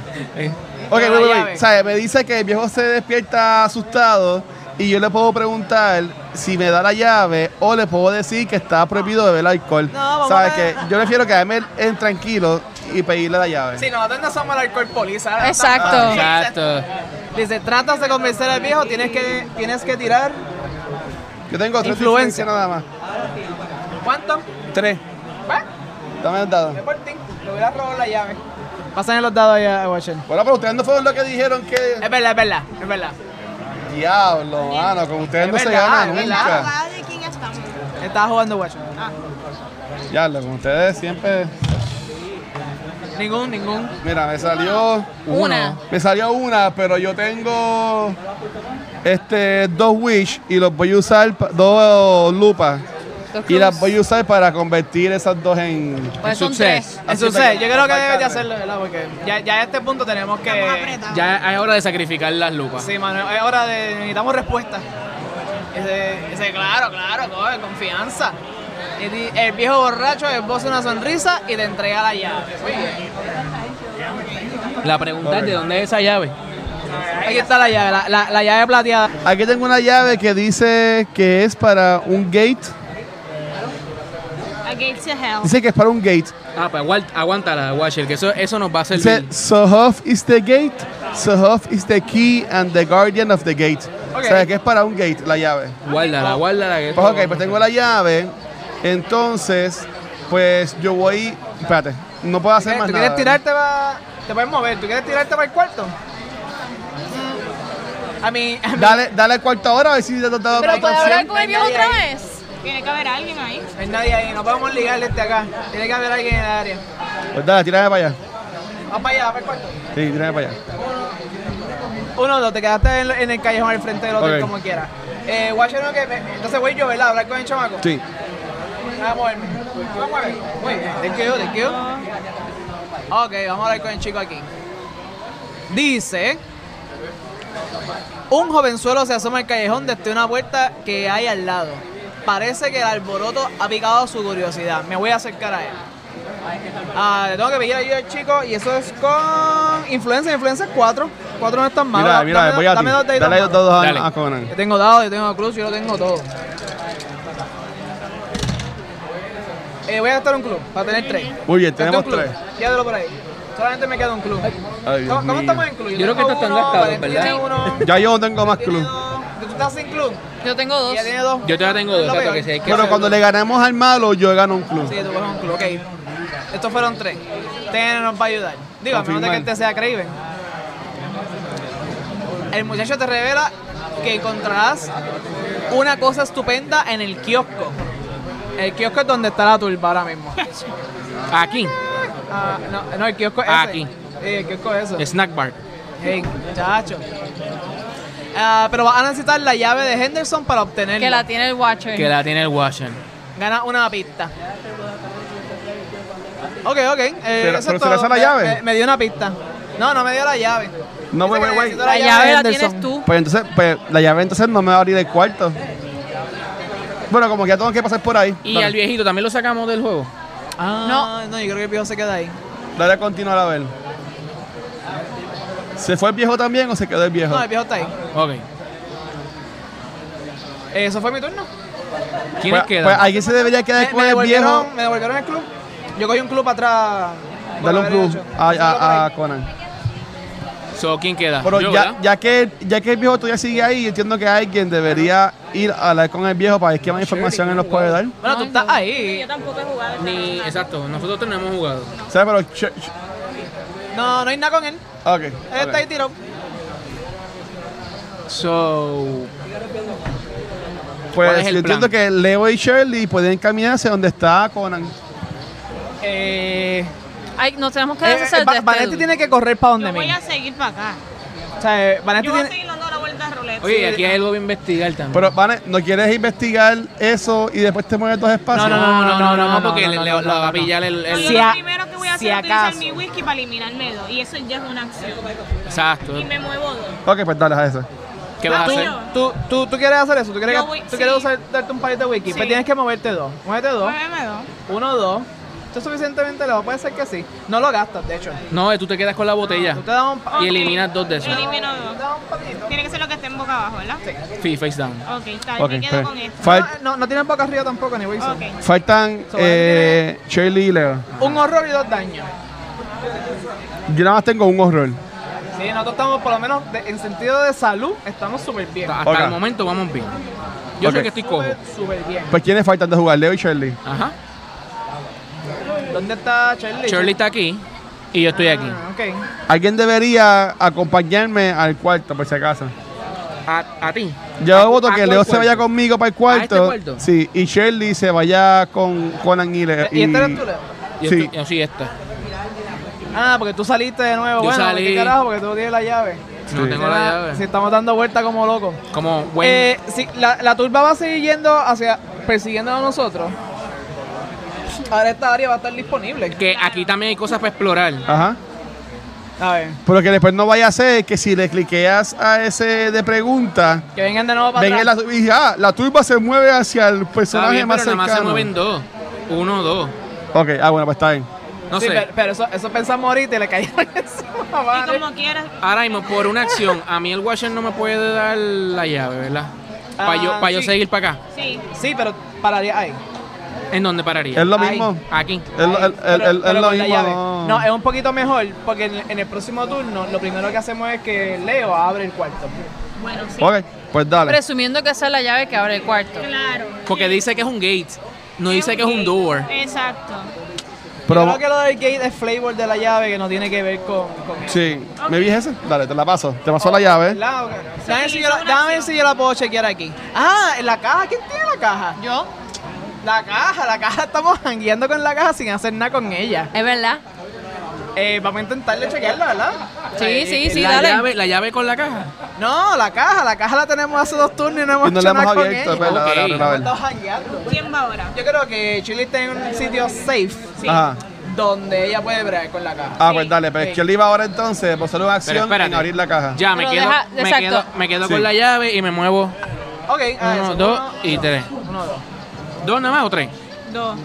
B: Ok,
E: Lo
B: voy,
E: de la
B: voy,
E: llave.
B: voy. ¿Sabe? Me dice que el viejo se despierta asustado y yo le puedo preguntar si me da la llave o le puedo decir que está prohibido beber alcohol.
E: No, vamos
B: ¿Sabe?
E: a-
B: Que yo prefiero quedarme en tranquilo y pedirle la llave.
E: Si nosotros no somos el alcohol police, ¿sabes?
F: Exacto.
E: Ah,
A: Exacto.
E: Dice, tratas de convencer al viejo, tienes que, tienes que tirar.
B: Yo tengo tres
E: Influencia.
B: diferencias nada más.
E: ¿Cuánto?
B: Tres.
E: ¿Va?
B: Dame el dado.
E: Me por ti. Le voy a robar la llave. Pasan los dados allá, Watcher.
B: Bueno, pero ustedes no fueron los que dijeron que.
E: Es verdad, es verdad, es verdad.
B: Diablo, mano, con ustedes
E: eh, Es
B: no se
E: verdad,
B: gana
E: es
D: La
E: verdad.
B: nunca.
D: jugada de quién estamos.
E: Estaba jugando Watcher.
B: Diablo, con ustedes siempre.
E: Ningún, ningún.
B: Mira, me salió.
F: Una.
B: Me salió una, pero yo tengo este dos wish y los voy a usar pa- dos lupas
F: Dos
B: y las
F: cruz.
B: voy a usar para convertir esas dos en
F: Pues son
A: Success.
F: tres.
B: Así
E: Entonces,
B: que-
E: yo creo que debes de hacerlo, ¿verdad? Porque ya, ya a este punto tenemos que...
D: Apretado.
A: Ya es hora de sacrificar las lupas.
E: Sí, mano, es hora de... Necesitamos respuesta. Ese, ese, claro, claro, coge, confianza. Y di- El, viejo borracho esboza una sonrisa y te entrega la llave. Muy bien.
A: La pregunta es: ¿de dónde es esa llave?
E: Aquí está la llave, la, la- la llave plateada.
B: Aquí tengo una llave que dice que es para un gate.
G: Against the hell.
B: Dice que es para un gate.
A: Ah, pues aguant- aguántala, Watcher, que eso, eso nos va a servir.
B: Dice, Sohof is the gate, Sohof is the key and the guardian of the gate.
E: Ok.
B: O sea, que es para un gate la llave.
A: Guárdala, guárdala. que
B: Pues ok,
A: esto-
B: pues tengo la llave. Entonces, pues yo voy... Espérate, no puedo hacer
E: ¿Tú
B: más
E: quieres
B: nada.
E: tirarte para... Te puedes mover. ¿Tú quieres tirarte para el cuarto? Mm. A mí... a mí-
B: Dale, dale cuarto ahora a ver si te has dado
F: Pero
B: otra
F: puede hablar
B: opción.
F: con el viejo otra vez.
G: Tiene que haber alguien ahí.
E: No hay nadie ahí, no podemos ligar desde acá. Tiene que haber alguien en el área.
B: Pues dale, tírame para allá.
E: Vamos para allá, para el cuarto.
B: Sí, tírame para allá.
E: Uno, dos, te quedaste en, en el callejón al frente del hotel
B: Ok.
E: como quieras. Eh, guacho, no, que. me- Entonces voy yo, ¿verdad? Hablar con el chamaco.
H: Sí.
E: Voy a moverme. Voy a moverme. Voy. Thank you, thank you. Ok, vamos a hablar con el chico aquí. Dice. Un jovenzuelo se asoma al callejón desde una puerta que hay al lado. Parece que el alboroto ha picado su curiosidad. Me voy a acercar a él. Ah, le tengo que pedir ayuda al chico y eso es con influencia. Influencia 4. 4 no es tan malo.
B: Mira, mira,
E: Dame-
B: voy a ti.
E: dame dos deditos
B: Dale
E: más.
B: dos dados a-
A: Dale.
B: a Conan.
E: Yo tengo dado, yo tengo cruz, yo lo tengo todo. Eh, voy a gastar un club para tener tres.
B: Muy bien,
E: Gasté
B: este,
E: un
B: tenemos
E: club.
B: tres.
E: Quédalo por ahí. Solamente me queda un club.
B: Ay, Dios
E: ¿Cómo, cómo
B: mío.
E: estamos en club?
A: Yo creo que
E: tengo
A: estos están
E: uno,
A: gastados,
E: Valentín
A: ¿verdad?
E: tiene uno,
B: Ya yo no tengo más
E: tiene
B: club.
E: dos. ¿Tú estás sin club?
F: Yo tengo dos.
E: Ella tiene dos.
A: Yo todavía tengo
E: Es
A: dos,
E: lo
A: exacto,
E: peor.
A: que si hay que
B: Pero cuando le ganamos al malo, yo gano un club.
E: Sí, tú coges un club, ok. Estos fueron tres. Ten nos va a ayudar. Digo, a menos de
B: Confirmar.
E: que este sea Craven. El muchacho te revela que encontrarás una cosa estupenda en el kiosco. El kiosco es donde está la turba ahora mismo.
A: Aquí,
E: Ah, no, no, el kiosco es ese.
A: Ah, aquí.
E: Sí, el kiosco es eso.
A: Snack Bar.
E: Hey, chacho. Ah, pero vas a necesitar la llave de Henderson para obtenerla.
F: Que la tiene el Watcher.
A: Que la tiene el Washer.
E: Gana una pista. Ok, ok. eh,
B: ¿Pero-
E: eso
B: pero
E: es
B: será
E: todo.
B: esa la
E: Me-
B: llave?
E: Me, me dio una pista. No, no me dio la llave.
B: No,
E: Dice
B: güey,
E: que
B: güey,
E: necesito
B: güey.
F: la llave la
E: Henderson.
F: tienes tú.
B: Pues entonces, pues la llave entonces no me va a abrir el cuarto. Bueno, como que ya tengo que pasar por ahí.
A: Y
B: dale,
A: al viejito también lo sacamos del juego.
E: Ah, no. no, yo creo que el viejo se queda ahí.
B: dale a continuar a ver. ¿Se fue el viejo también o se quedó el viejo? Pues,
E: No, el viejo está ahí.
A: Ok.
E: Eso fue mi turno.
A: ¿Quiénes
B: pues,
A: quedan?
B: pues alguien se debería quedar
E: Me,
B: con
E: me
B: el viejo.
E: devolvieron, me devolvieron el club. Yo cogí un club atrás.
B: Dale un
E: Por haber
B: club
E: hecho.
B: a,
E: Solo por
B: a- a
E: ahí.
B: Conan.
A: So, ¿Quién queda?
B: Pero
A: Yo,
B: ya,
A: ¿verdad?
B: ya, que, ya que el viejo todavía sigue ahí, entiendo que alguien debería ir a hablar con el viejo para ver qué más información él nos puede dar.
E: Bueno, tú estás ahí.
G: Yo tampoco he jugado.
A: Ni, exacto, nosotros tenemos jugado.
B: ¿Sabes? Pero. ch- ch-
E: No, no hay nada con él.
B: ok,
E: Él está ahí
B: ok.
E: tirado.
A: So, ¿Cuál es
B: Pues
A: el
B: yo entiendo
A: plan?
B: que Leo y Shirley pueden caminarse donde está Conan.
E: Eh,
F: Ay, nos tenemos que
E: eh,
F: deshacer
E: Va-
F: de este
E: Vanetti
F: dude.
E: tiene que correr para donde
G: Yo voy
E: mí.
G: a seguir para acá.
E: O sea, eh, Vanetti
G: Yo voy a
E: tiene.
G: seguir dando la vuelta a ruleta.
A: oye, aquí hay algo que investigar también.
B: Pero, Vane, ¿no quieres investigar eso y después te mueves dos espacios?
E: No, no, no, no, no,
A: porque
E: no,
A: le,
E: no,
A: le-
E: no,
A: la va a
E: no.
A: pillar el,
G: No,
A: el-
G: yo
E: Si
G: lo
E: a-
G: primero que voy a
E: si
G: hacer es utilizar
E: acaso.
G: mi whisky para eliminarme dos. Y eso ya es una acción.
A: Exacto.
G: Y me muevo dos.
B: Ok, pues dale a eso.
A: ¿Qué
E: Ah,
A: vas a
G: tú
A: hacer?
G: no.
E: ¿Tú, tú, tú quieres hacer eso, tú quieres,
G: Yo
E: gast-
G: voy-
E: tú
G: sí.
E: quieres usar, darte un palito de wiki,
G: Sí.
E: pero tienes que moverte dos. Muévete dos,
G: Muéveme dos.
E: uno, dos. Esto es suficientemente lejos, puede ser que sí. No lo gastas, de hecho.
A: No, eh, tú te quedas con la botella.
E: Tú te das un, pa-
A: Y
G: Ok.
A: eliminas dos de esos.
G: Yo elimino
E: te
G: dos.
E: das un palito.
G: Tiene que ser lo que esté en boca abajo, ¿verdad? Sí.
A: Sí, face down.
G: Ok, está bien.
B: Ok,
G: Me
B: está
G: quedo
B: bien.
G: con esto.
B: Fal-
E: No, no, no tienes boca arriba tampoco, ni Wilson.
G: Ok.
B: faltan
E: So,
B: eh, Shirley y Leo.
E: Un horror y dos daños.
B: Yo nada más tengo un horror.
E: Sí, nosotros estamos, por lo menos de- en sentido de salud, estamos súper bien.
A: Hasta
B: Ok.
A: el momento vamos bien. Yo
B: Ok.
A: sé que estoy cojo.
E: Súper, súper bien.
B: Pues ¿quiénes faltan de jugar? Leo y Shirley.
A: Ajá.
E: ¿Dónde está Charlie?
A: Shirley está aquí y yo estoy aquí.
E: Ah, ok.
B: Alguien debería acompañarme al cuarto, por si acaso.
A: A, a ti.
B: Yo
A: A-
B: voto
A: a
B: que
A: cuál
B: Leo se
A: cuarto?
B: vaya conmigo para el cuarto.
A: ¿A este cuarto?
B: Sí, y Shirley se vaya con Conan y Leo.
E: ¿Y este eres tú, Leo?
A: Yo
B: Sí.
A: estoy- yo sí, este. esta.
E: Ah, porque tú saliste de nuevo.
A: Yo
E: bueno,
A: salí.
E: ¿qué carajo? Porque tú no tienes la llave.
A: No
B: Sí.
A: tengo la llave. Pues-
E: Si estamos dando vueltas como locos.
A: Como buen.
E: Eh, sí, la, la turba va a seguir yendo hacia persiguiendo a nosotros. Ahora esta área va a estar disponible.
A: que aquí también hay cosas para explorar.
B: Ajá.
E: A ver,
B: Pero que después no vaya a ser que si le cliqueas a ese de pregunta,
E: que vengan de nuevo para
B: ven en la,
E: atrás.
B: y ah, la turba se mueve hacia el
A: Está
B: personaje
A: bien,
B: más
A: pero nada más se
B: cercano.
A: mueven dos. Uno, dos.
B: ok, ah, bueno, pues está bien.
A: No
E: Sí,
A: sé.
E: pero, pero eso, eso pensamos ahorita y le cayeron encima.
G: Y
E: vale.
G: como quieras,
A: Ahora mismo, por una acción, a mí el Watcher no me puede dar la llave, ¿verdad? Para yo,
E: Ah,
A: pa' yo
E: sí.
A: seguir para acá.
G: sí.
E: Sí, pero pararía ahí.
A: ¿En dónde pararía?
B: Es lo
E: Ahí.
B: mismo.
A: Aquí.
B: Es lo-
E: Ahí.
B: es- es-
E: Pero-
B: es- es
E: pero
B: lo
E: con la
B: mismo.
E: llave.
B: no.
E: No, es un poquito mejor porque en, en el próximo turno lo primero que hacemos es que Leo abre el cuarto.
G: Bueno, sí.
B: Ok, pues dale.
F: Presumiendo que esa es la llave que abre el
B: Oh.
F: cuarto.
G: Claro.
A: Porque dice que es un gate. No dice que es un
G: gate.
A: door.
G: Exacto.
B: Pero,
E: Yo creo que lo del gate es flavor de la llave que no tiene que ver con... con
B: sí, ¿me vi ese? Dale, te la paso. Te paso la llave.
E: ¿Verdad? Ok. Déjame ver si yo
G: hizo
E: la-
G: una
E: déjame ver
G: acción.
E: si yo la puedo chequear aquí. Ah, en la caja. ¿Quién tiene la caja?
F: Yo,
E: La caja, la caja. Estamos jangueando con la caja sin hacer nada con ella.
F: es verdad.
E: eh, vamos a intentarle chequearla, ¿verdad? Eh,
C: Sí, sí, sí,
A: la,
C: dale.
A: llave, la llave con la caja.
E: No, la caja, la caja la tenemos hace dos turnos y no hemos
B: Y no
E: hecho
B: la hemos
E: nada con
B: abierto, pues,
E: ella.
B: pero
A: Ok.
B: ahora, ahora, ahora.
E: Estamos jangueando.
G: ¿Quién va ahora?
E: Yo creo que Chile está en un sitio safe
B: Ajá.
E: donde ella puede bregar con la caja.
B: Ah, pues dale, pero es que Oliva ahora entonces va a hacer una
A: Pero
B: acción
A: espérate.
B: en abrir la caja.
A: Ya, me
C: Pero
A: quedo,
C: deja-
A: me
C: exacto.
A: quedo, me quedo
B: Sí.
A: con la llave y me muevo
E: Ok, ah,
A: Uno,
E: eso,
A: dos y tres.
E: Uno, dos.
A: dos nada más o tres.
G: Dos.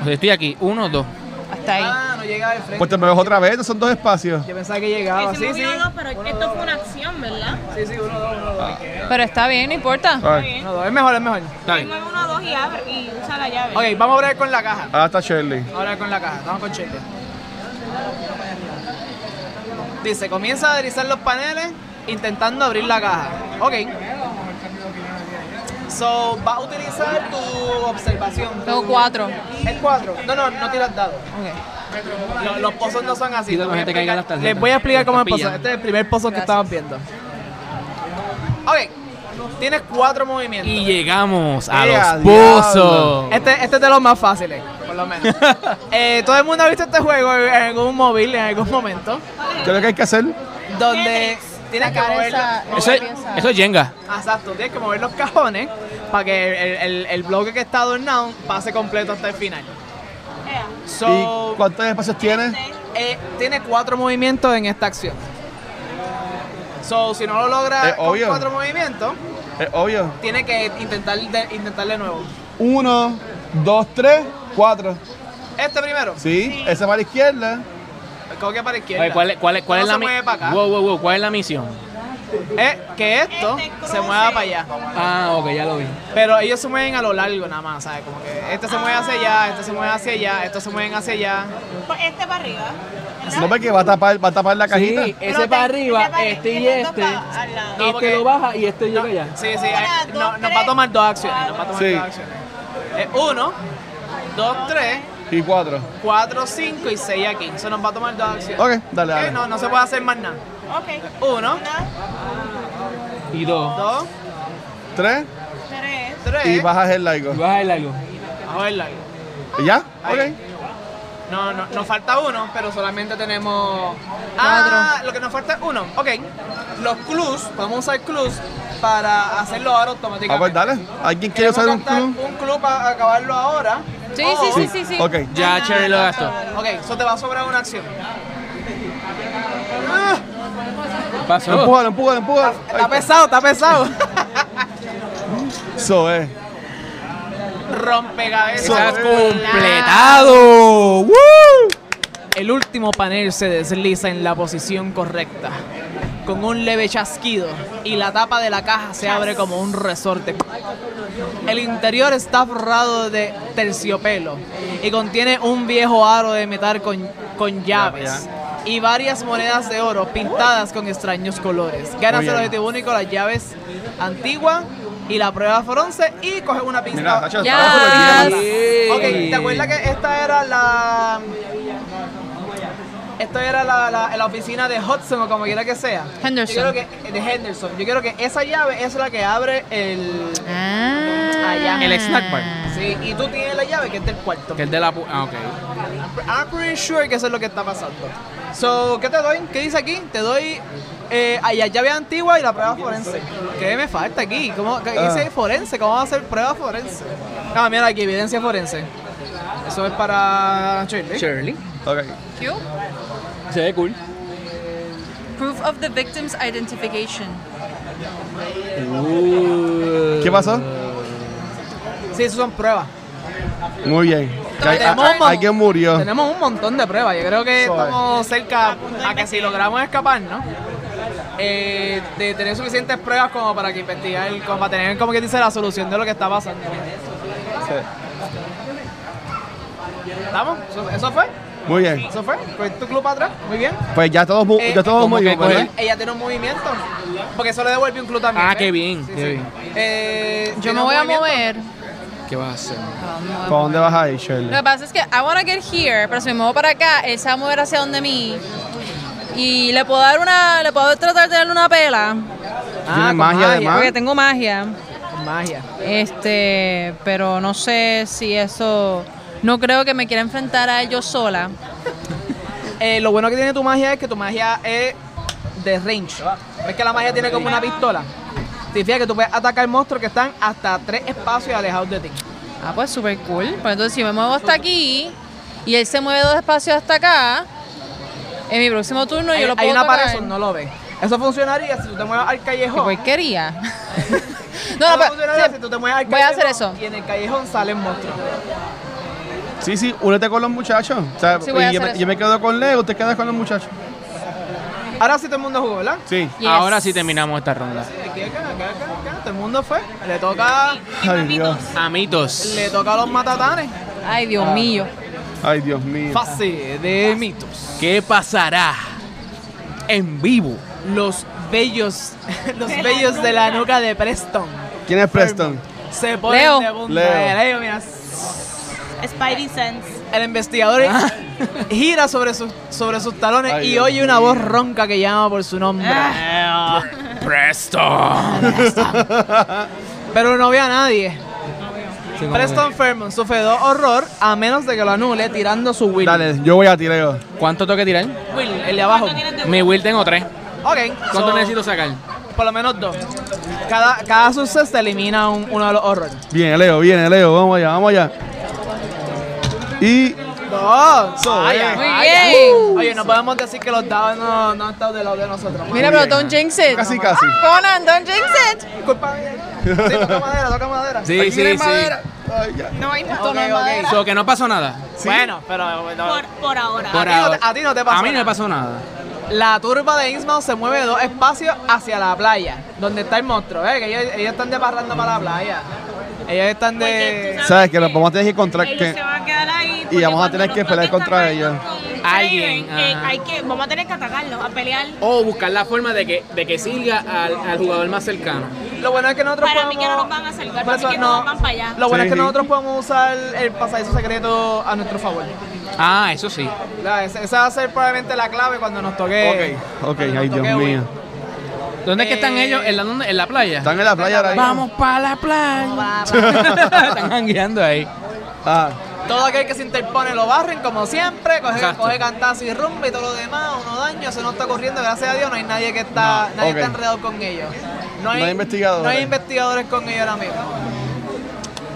A: O sea, estoy aquí, uno, dos.
C: Hasta ahí.
E: Ah, no llega de frente.
B: Pues te mueves otra vez, no son dos espacios.
E: Yo pensaba que llegaba.
G: Que se
E: Ah, Sí, sí.
G: movió dos, pero esto fue una acción, ¿verdad?
E: Sí, sí, uno, dos, uno, dos.
C: Pero está bien, no importa.
B: A ver,
G: Bien.
E: Uno, dos. Es mejor, es mejor.
A: Dale.
G: Mueve uno, dos y abre y usa la llave.
E: Ok, vamos a bregar con la caja.
B: ahora Ah, está Shirley.
E: Ahora con la caja, estamos con Chile. Dice, comienza a deslizar los paneles intentando abrir la caja. Ok. So, vas a utilizar tu observación.
C: Tengo cuatro.
E: Es cuatro. No, no, no tiras dado. Los, los pozos no son así.
A: Quita la
E: Te voy a
A: gente que caiga
E: explicar-
A: las tarjetas.
E: Les voy a explicar cómo es el
A: Las
E: pozo.
A: pillan.
E: Este es el primer pozo que estamos viendo. Ok. Tienes cuatro movimientos.
A: Y llegamos a
B: ¡Eh, a
A: los
B: diablo!
A: pozos.
E: Este, este es de los más fáciles, por lo menos. Eh, todo el mundo ha visto este juego en algún móvil, en algún momento,
B: ¿Qué es lo que hay que hacer?
E: donde tienes que mover, la-
A: Eso, es- eso es Jenga.
E: exacto, tienes que mover los cajones para que el, el- el bloque que está adornado pase completo hasta el final. So,
B: ¿Y cuántos espacios tienes?
E: eh, tiene cuatro movimientos en esta acción. So, si no lo logra
B: Es
E: con
B: obvio.
E: cuatro movimientos,
B: Es obvio.
E: tiene que intentar de, intentar de nuevo.
B: Uno, dos, tres, cuatro.
E: Este primero,
B: ¿Sí? Ese para la izquierda.
E: coge para la izquierda.
A: Oye, ¿Cuál, es- cuál, es- cuál
E: No
A: es la
E: se
A: mi-
E: mueve pa' acá.
A: Wow, wow, wow, ¿Cuál es la misión?
E: Eh, que esto
G: Este
E: se mueva para allá.
A: Ah, ok, ya lo vi.
E: Pero ellos se mueven a lo largo nada más, ¿sabes? Como que este se mueve hacia allá, este se mueve hacia allá, estos se mueven hacia allá.
G: Pues este para arriba.
B: No porque va a tapar, va a tapar la cajita.
G: Pero te- te pare- tiene dos pa- este al lado.
E: No, porque-
A: baja y este llega
E: Sí, sí,
G: Una,
E: eh,
G: dos,
E: no, nos va a
G: tres,
E: tomar dos acciones, nos va a tomar
B: Sí.
E: dos acciones. Eh, uno, dos, tres,
B: Y cuatro.
E: cuatro, cinco y seis aquí. Eso nos va a tomar dos acciones.
B: Ok, dale,
E: Ok,
B: dale.
E: no, no se puede hacer más nada.
G: Ok.
E: Uno,
G: Una,
A: Y dos.
E: dos,
B: Tres
G: tres.
B: y
E: tres.
B: bajas el largo.
A: Y baja el largo.
E: A ver, like.
B: ¿Y ¿Ya?
E: Ahí.
B: Ok.
E: No, no, nos falta uno, pero solamente tenemos. Ah, lo que nos falta es uno. Ok. Los clues, vamos a usar clues para hacerlo ahora automáticamente.
B: Ah, pues dale. ¿Alguien quiere
E: Queremos
B: usar un
E: gastar
B: club?
E: Un club para acabarlo ahora.
C: Sí,
E: o-
C: sí, sí, sí, sí.
B: Ok.
A: Ya Cherry lo gastó.
E: Ok, eso te va a sobrar una acción.
A: Pasó.
B: Empújalo, empújalo, empújalo.
E: Está pesado, está pesado.
B: Eso es.
A: Está
E: Rompecabezas.
A: completado. ¡Woo!
E: El último panel se desliza en la posición correcta, con un leve chasquido, y la tapa de la caja se abre como un resorte. El interior está forrado de terciopelo y contiene un viejo aro de metal con, con llaves y varias monedas de oro pintadas con extraños colores. Ganas
B: Muy
E: el
B: bien.
E: objetivo único, las llaves antiguas y la prueba forense y coge una pista.
B: Mira, Nacho, estaba
C: Ya.
B: súper bien.
E: Ok, ¿te acuerdas que esta era la. Esto era la, la- la oficina de Hudson o como quiera que sea.
C: Henderson.
E: Yo quiero que, de Henderson. Yo quiero que esa llave es la que abre el.
C: Ah.
E: Allá.
A: El snack bar.
E: Sí, y tú tienes la llave que es del cuarto.
A: Que el de la. pu- Ah, ok.
E: I'm pretty sure que eso es lo que está pasando. So, ¿qué te doy? ¿Qué dice aquí? Te doy eh, a la llave antigua y la prueba forense. ¿Qué me falta aquí? ¿Cómo, ¿Qué
A: Ah.
E: dice forense? ¿Cómo va a ser prueba forense? Ah, mira aquí, evidencia forense. Eso es para Shirley.
A: Shirley.
B: Ok.
C: Cute.
A: Se ve cool.
C: Proof of the victim's identification.
B: ¿Qué pasó?
A: Uh,
E: Sí, eso son pruebas.
B: Muy bien. Que hay-
E: Tenemos
B: a-
E: un mon-
B: Alguien murió.
E: Tenemos un montón de pruebas. Yo creo que
B: Suave.
E: estamos cerca a que si logramos escapar, ¿no? Eh, de tener suficientes pruebas como para que investigar, como para tener como que dice la solución de lo que está pasando.
B: Sí.
E: ¿Estamos? ¿Eso, eso fue?
B: Muy bien.
E: ¿Eso fue? ¿Cogiste tu club para atrás? Muy bien.
B: Pues ya todos, mu-
E: Eh,
B: ya todos
A: como
B: muy
A: que
B: bien,
A: coge-
B: ¿verdad?
E: Ella tiene un movimiento. Porque eso le devuelve un club también.
A: Ah,
E: ¿ves?
A: qué bien, qué bien.
E: Eh,
C: Yo
E: ¿tiene
C: me
E: un
C: voy a
E: movimiento?
C: mover.
A: ¿Qué vas a hacer?
B: ¿Para dónde vas a ir, Shirley?
C: Lo que pasa es que I wanna get here, pero si me muevo para acá, él se va a mover hacia donde mí. Y le puedo dar una, le puedo tratar de darle una pela.
E: Ah, con
B: magia, además.
C: Porque tengo magia.
E: Con magia.
C: Este, pero no sé si eso. No creo que me quiera enfrentar a él yo sola.
E: eh, lo bueno que tiene tu magia es que tu magia es de range. ¿verdad? ¿Ves que la magia tiene como una pistola? Significa que tú puedes atacar monstruos que están hasta tres espacios alejados de ti.
C: Ah, pues súper cool. Pues entonces, si me muevo hasta aquí y él se mueve dos espacios hasta acá, en mi próximo turno
E: hay,
C: yo lo
E: hay
C: puedo
E: una pared,
C: tocar.
E: eso no lo ves. Eso funcionaría si tú te mueves al
C: ¡Qué
E: callejón.
C: porquería!
E: Eso
C: no, no,
E: funcionaría
C: pero...
E: si tú te mueves al
C: voy a hacer
E: callejón
C: eso.
E: Y en el callejón salen monstruos.
B: Sí, sí, únete con los muchachos. O sea,
C: Sí, voy a
B: y yo, me,
C: hacer eso.
B: yo me quedo con Leo, usted queda con los muchachos.
E: Ahora sí todo el mundo jugó, ¿verdad?
B: Sí.
C: Yes.
A: Ahora sí terminamos esta ronda.
E: Aquí, acá, acá, acá, acá. Todo el mundo fue. Le toca,
B: Ay, Dios.
A: Amitos.
E: le toca a los matatanes.
C: Ay, Dios mío.
B: Ay, Dios mío.
E: Fase de mitos.
A: ¿Qué pasará en vivo?
E: Los bellos, los bellos de la nuca de Preston.
B: ¿Quién es Preston?
E: Se ponen
C: Leo.
E: de punta.
B: Leo.
E: Leo, mira,
G: Spidey Sense.
E: el investigador gira sobre sus, sobre sus talones
B: Ay,
E: y
B: Dios
E: oye una voz ronca que llama por su nombre.
A: Ah. Preston.
E: Pero no ve a nadie. Preston Fairmont sufre dos horror a menos de que lo anule tirando su will.
B: Dale, yo voy a tireo.
A: ¿Cuánto tengo que tirar?
E: Will, el de abajo.
A: Mi will tengo tres.
E: Ok.
A: ¿Cuánto
E: so,
A: necesito sacar?
E: Por lo menos dos. Cada, cada suceso te elimina un- uno de los horrores.
B: Viene Leo, viene Leo, vamos allá, vamos allá. Y
E: Dos. Vaya,
B: bien. Muy
E: vaya.
C: bien.
E: Oye, no podemos decir que los dados no, no han estado del lado de nosotros.
C: Mira,
B: Muy
C: pero
B: bien.
C: Don Jinx it.
B: Casi, casi.
C: Conan, Don Jinx it.
E: Culpa mía. Sí, toca madera, toca madera.
A: Sí, sí, sí.
B: Ay, ya.
D: No hay nada.
E: Ok, ok.
A: So, que no pasó nada.
E: Bueno, pero no.
G: Por, por ahora.
A: Por
E: ti no
A: ahora.
E: te- a ti no te pasó
A: A mí no me
E: nada.
A: pasó nada.
E: la turba de Innsmouth se mueve dos espacios hacia la playa, donde está el monstruo. ¿eh? Que ellos, ellos están de parranda para la playa. Ellos están
G: Porque tú
E: de...
B: Sabes que los vamos a tener que encontrar.
G: Ellos
B: que-
G: se van a quedar ahí. porque
B: vamos a
G: cuando
B: tener que
G: nosotros
B: pelear contra ellos.
G: estamos con
A: Alguien,
G: Kraven, eh,
A: ajá.
G: hay que, vamos a tener que atacarlos, a pelear.
A: O buscar la forma de que, de que siga al, al jugador más cercano.
E: Lo bueno es que nosotros
G: Para mí
E: podemos...
G: que no nos van a acercar,
E: Por
G: para mí
E: eso
G: que no nos van para allá.
E: Lo bueno
B: Sí,
E: es que
B: sí.
E: nosotros podemos usar el pasadizo secreto a nuestro favor.
A: Ah, eso sí.
E: La- esa, esa va a ser probablemente la clave cuando nos toque...
B: Ok, ok,
E: cuando nos
B: ay
E: toque
B: Dios
E: huir.
B: mío.
A: ¿Dónde es que están
E: Eh,
A: ellos? ¿En la, dónde? ¿En la playa?
B: Están en la playa ahora mismo.
A: Vamos para la playa. están jangueando ahí.
B: Ah,
E: Todo aquel que se interpone lo barren como siempre, coge,
A: Exacto.
E: coge cantazo y rumba y todo lo demás, uno daño, eso no está corriendo, gracias a Dios no hay nadie que está, nadie
B: ok.
E: está enredado con ellos. No
B: hay investigadores.
E: No hay investigadores con ellos ahora mismo.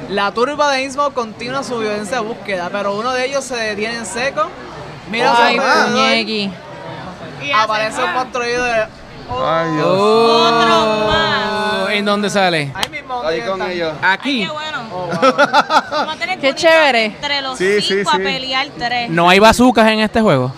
E: La turba de Innsmouth continúa su violencia búsqueda, pero uno de ellos se detiene en seco,
B: Oh,
E: mira a su
C: Ay,
E: alrededor,
C: puñegui.
G: Y
E: aparece un
G: hacen- ah,
E: construido de...
B: ay Dios.
A: Oh,
G: más.
A: ¿En dónde sale?
E: Ahí mismo donde
B: Ahí
E: ellos
B: con
E: están.
B: ellos.
G: Ay,
A: Aquí.
G: qué bueno.
E: Oh, wow.
G: Vamos a tener
C: Qué
G: que unirnos
C: chévere.
G: Entre los
B: Sí, sí,
G: cinco
B: sí.
G: a pelear tres.
A: No hay bazucas en este juego.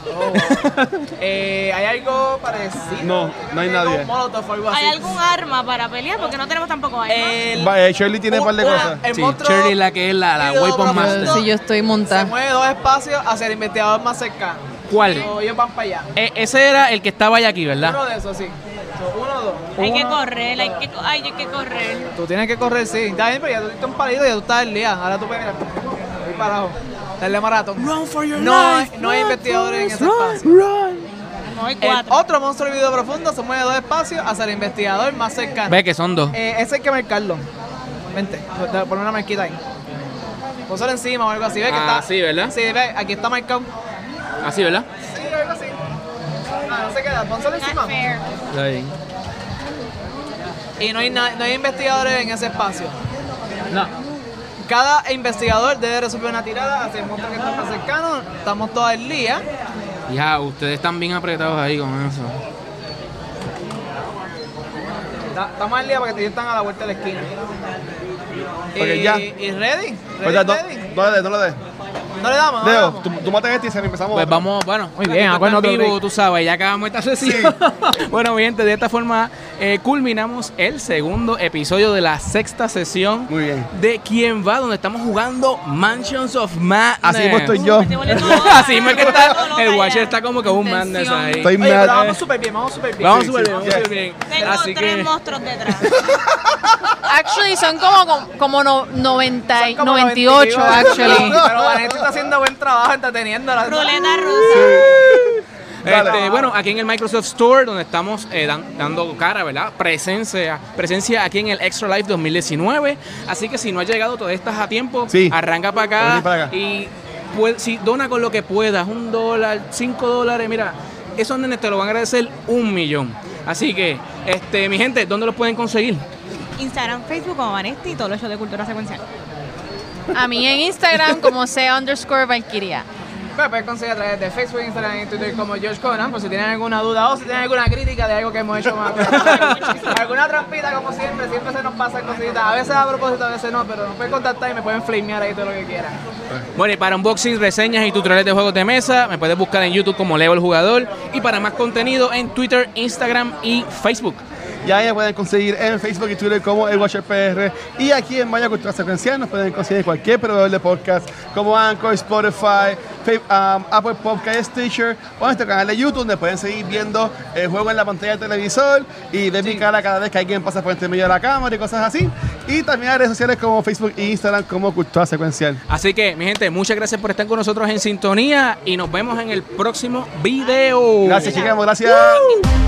E: Eh, ¿Hay algo parecido?
B: No,
E: Yo creo
B: no hay
E: que
B: nadie.
E: un molotov o algo así.
G: ¿Hay algún arma para pelear? Porque no tenemos tampoco arma.
E: El-
B: Va, eh, Shirley tiene un par de
E: Una-
B: cosas.
E: El
A: Sí,
E: monstruo-
A: Shirley la que es la, la
E: Cuidado,
A: Weapon
E: vamos.
A: Master.
E: Sí,
C: Si yo estoy
E: Se
C: montada.
E: mueve dos espacios hacia el investigador más cercano.
A: ¿Cuál?
E: O ellos van para allá.
A: E- ese era el que estaba ya aquí, ¿verdad?
E: Uno de esos, sí. So, Uno o dos.
G: hay que correr, hay que, co- ay, hay que correr.
E: Tú tienes que correr, sí. Está bien, pero ya tú diste un palito y ya tú estás del día. Ahora tú puedes mirar. Voy para abajo. Dale maratón. no, hay, no hay investigadores en ese espacio.
G: No hay
E: El
B: Oh,
G: cuatro.
E: otro monstruo vivido profundo se mueve dos espacios hacia el investigador más cercano.
A: Ve que son dos.
E: Eh, ese hay que marcarlo. Vente, pon una marquita ahí. Pon solo encima o algo así. ¿Ves que
A: Ah,
E: está?
A: sí, ¿verdad?
E: Sí, ve, aquí está marcado.
A: Así, ¿verdad?
E: Sí, algo así. Ah, no se queda. Pon solo encima.
G: Not fair.
E: Y no hay, na- no hay investigadores en ese espacio.
A: No.
E: Cada investigador debe resolver una tirada hacia el monstruo que está más cercano. Estamos todo el día.
A: Ya, ustedes están bien apretados ahí con eso.
E: Ta- Estamos al día porque ellos están a la vuelta de la esquina.
B: Ok,
E: y,
B: ya.
E: ¿Y ready?
B: O
E: ¿Ready?
B: sea, Pues, no,
E: ready?
B: no le des, no le des.
E: No le damos, no le
B: Leo,
E: damos.
B: tú, tú matas este y se empezamos.
A: Pues
B: otro.
A: vamos, bueno, muy
E: bien, acuérdate,
A: vivo,
E: Rick.
A: tú sabes, ya acabamos esta sesión. bueno, mi gente, de esta forma eh, culminamos el segundo episodio de la sexta sesión
B: Muy bien.
A: de Quién va, donde estamos jugando Mansions of Madness.
B: Así mismo estoy yo.
G: Me estoy volviendo loca,
A: Así mismo es que
G: me estoy volviendo
A: está,
G: loca
A: el
G: ya.
A: Watcher está como que un
F: Tensión.
A: madness ahí.
B: Estoy
E: Oye, pero
B: mad.
E: vamos súper bien, vamos súper bien.
A: Vamos
B: Sí,
A: súper
B: sí,
A: bien, vamos
B: sí.
A: súper bien.
G: Tengo
A: Así
G: tres
A: que
G: monstruos detrás.
C: Actually, son como, como no- 90, y-
E: Son como
C: 98,
E: 92.
C: actually.
E: Pero Vanetti está haciendo buen trabajo entreteniendo a la
G: Ruleta rusa.
B: Dale.
A: Este, bueno, aquí en el Microsoft Store, donde estamos eh, dan- dando cara, ¿verdad? Presencia, presencia aquí en el Extra Life 2019. Así que si no ha llegado todas estas a tiempo,
B: Sí.
A: arranca para
B: Vení
A: acá,
B: para acá.
A: y puede- si dona con lo que puedas, un dólar, cinco dólares, mira, esos nenes te lo van a agradecer un millón. Así que, este, mi gente, ¿dónde los pueden conseguir?
G: Instagram, Facebook como Vanesti y todo lo show de cultura secuencial.
C: A mí en Instagram como C underscore Valkyria.
E: Me Pues, puedes conseguir a través de Facebook, Instagram y Twitter como George Conan. Por si tienen alguna duda o si tienen alguna crítica de algo que hemos hecho mal. alguna trampita, como siempre, siempre se nos pasan cositas. A veces a propósito, a veces no, pero nos pueden contactar y me pueden flamear ahí todo lo que quieran.
A: Bueno, y para unboxings, reseñas y tutoriales de juegos de mesa, me puedes buscar en YouTube como Leo el Jugador y para más contenido en Twitter, Instagram y Facebook.
B: Ya ahí me pueden conseguir en Facebook y Twitter como El Watcher PR. Y aquí en Maya Cultura Secuencial nos pueden conseguir en cualquier proveedor de podcast como Anchor, Spotify, Fa- um, Apple Podcast, Stitcher o en nuestro canal de YouTube donde pueden seguir viendo el juego en la pantalla del televisor y ver mi cara cada vez que alguien pasa por entre medio de la cámara y cosas así. Y también en redes sociales como Facebook e Instagram como Cultura Secuencial.
A: Así que, mi gente, muchas gracias por estar con nosotros en sintonía y nos vemos en el próximo video.
B: Gracias, chicas. Gracias.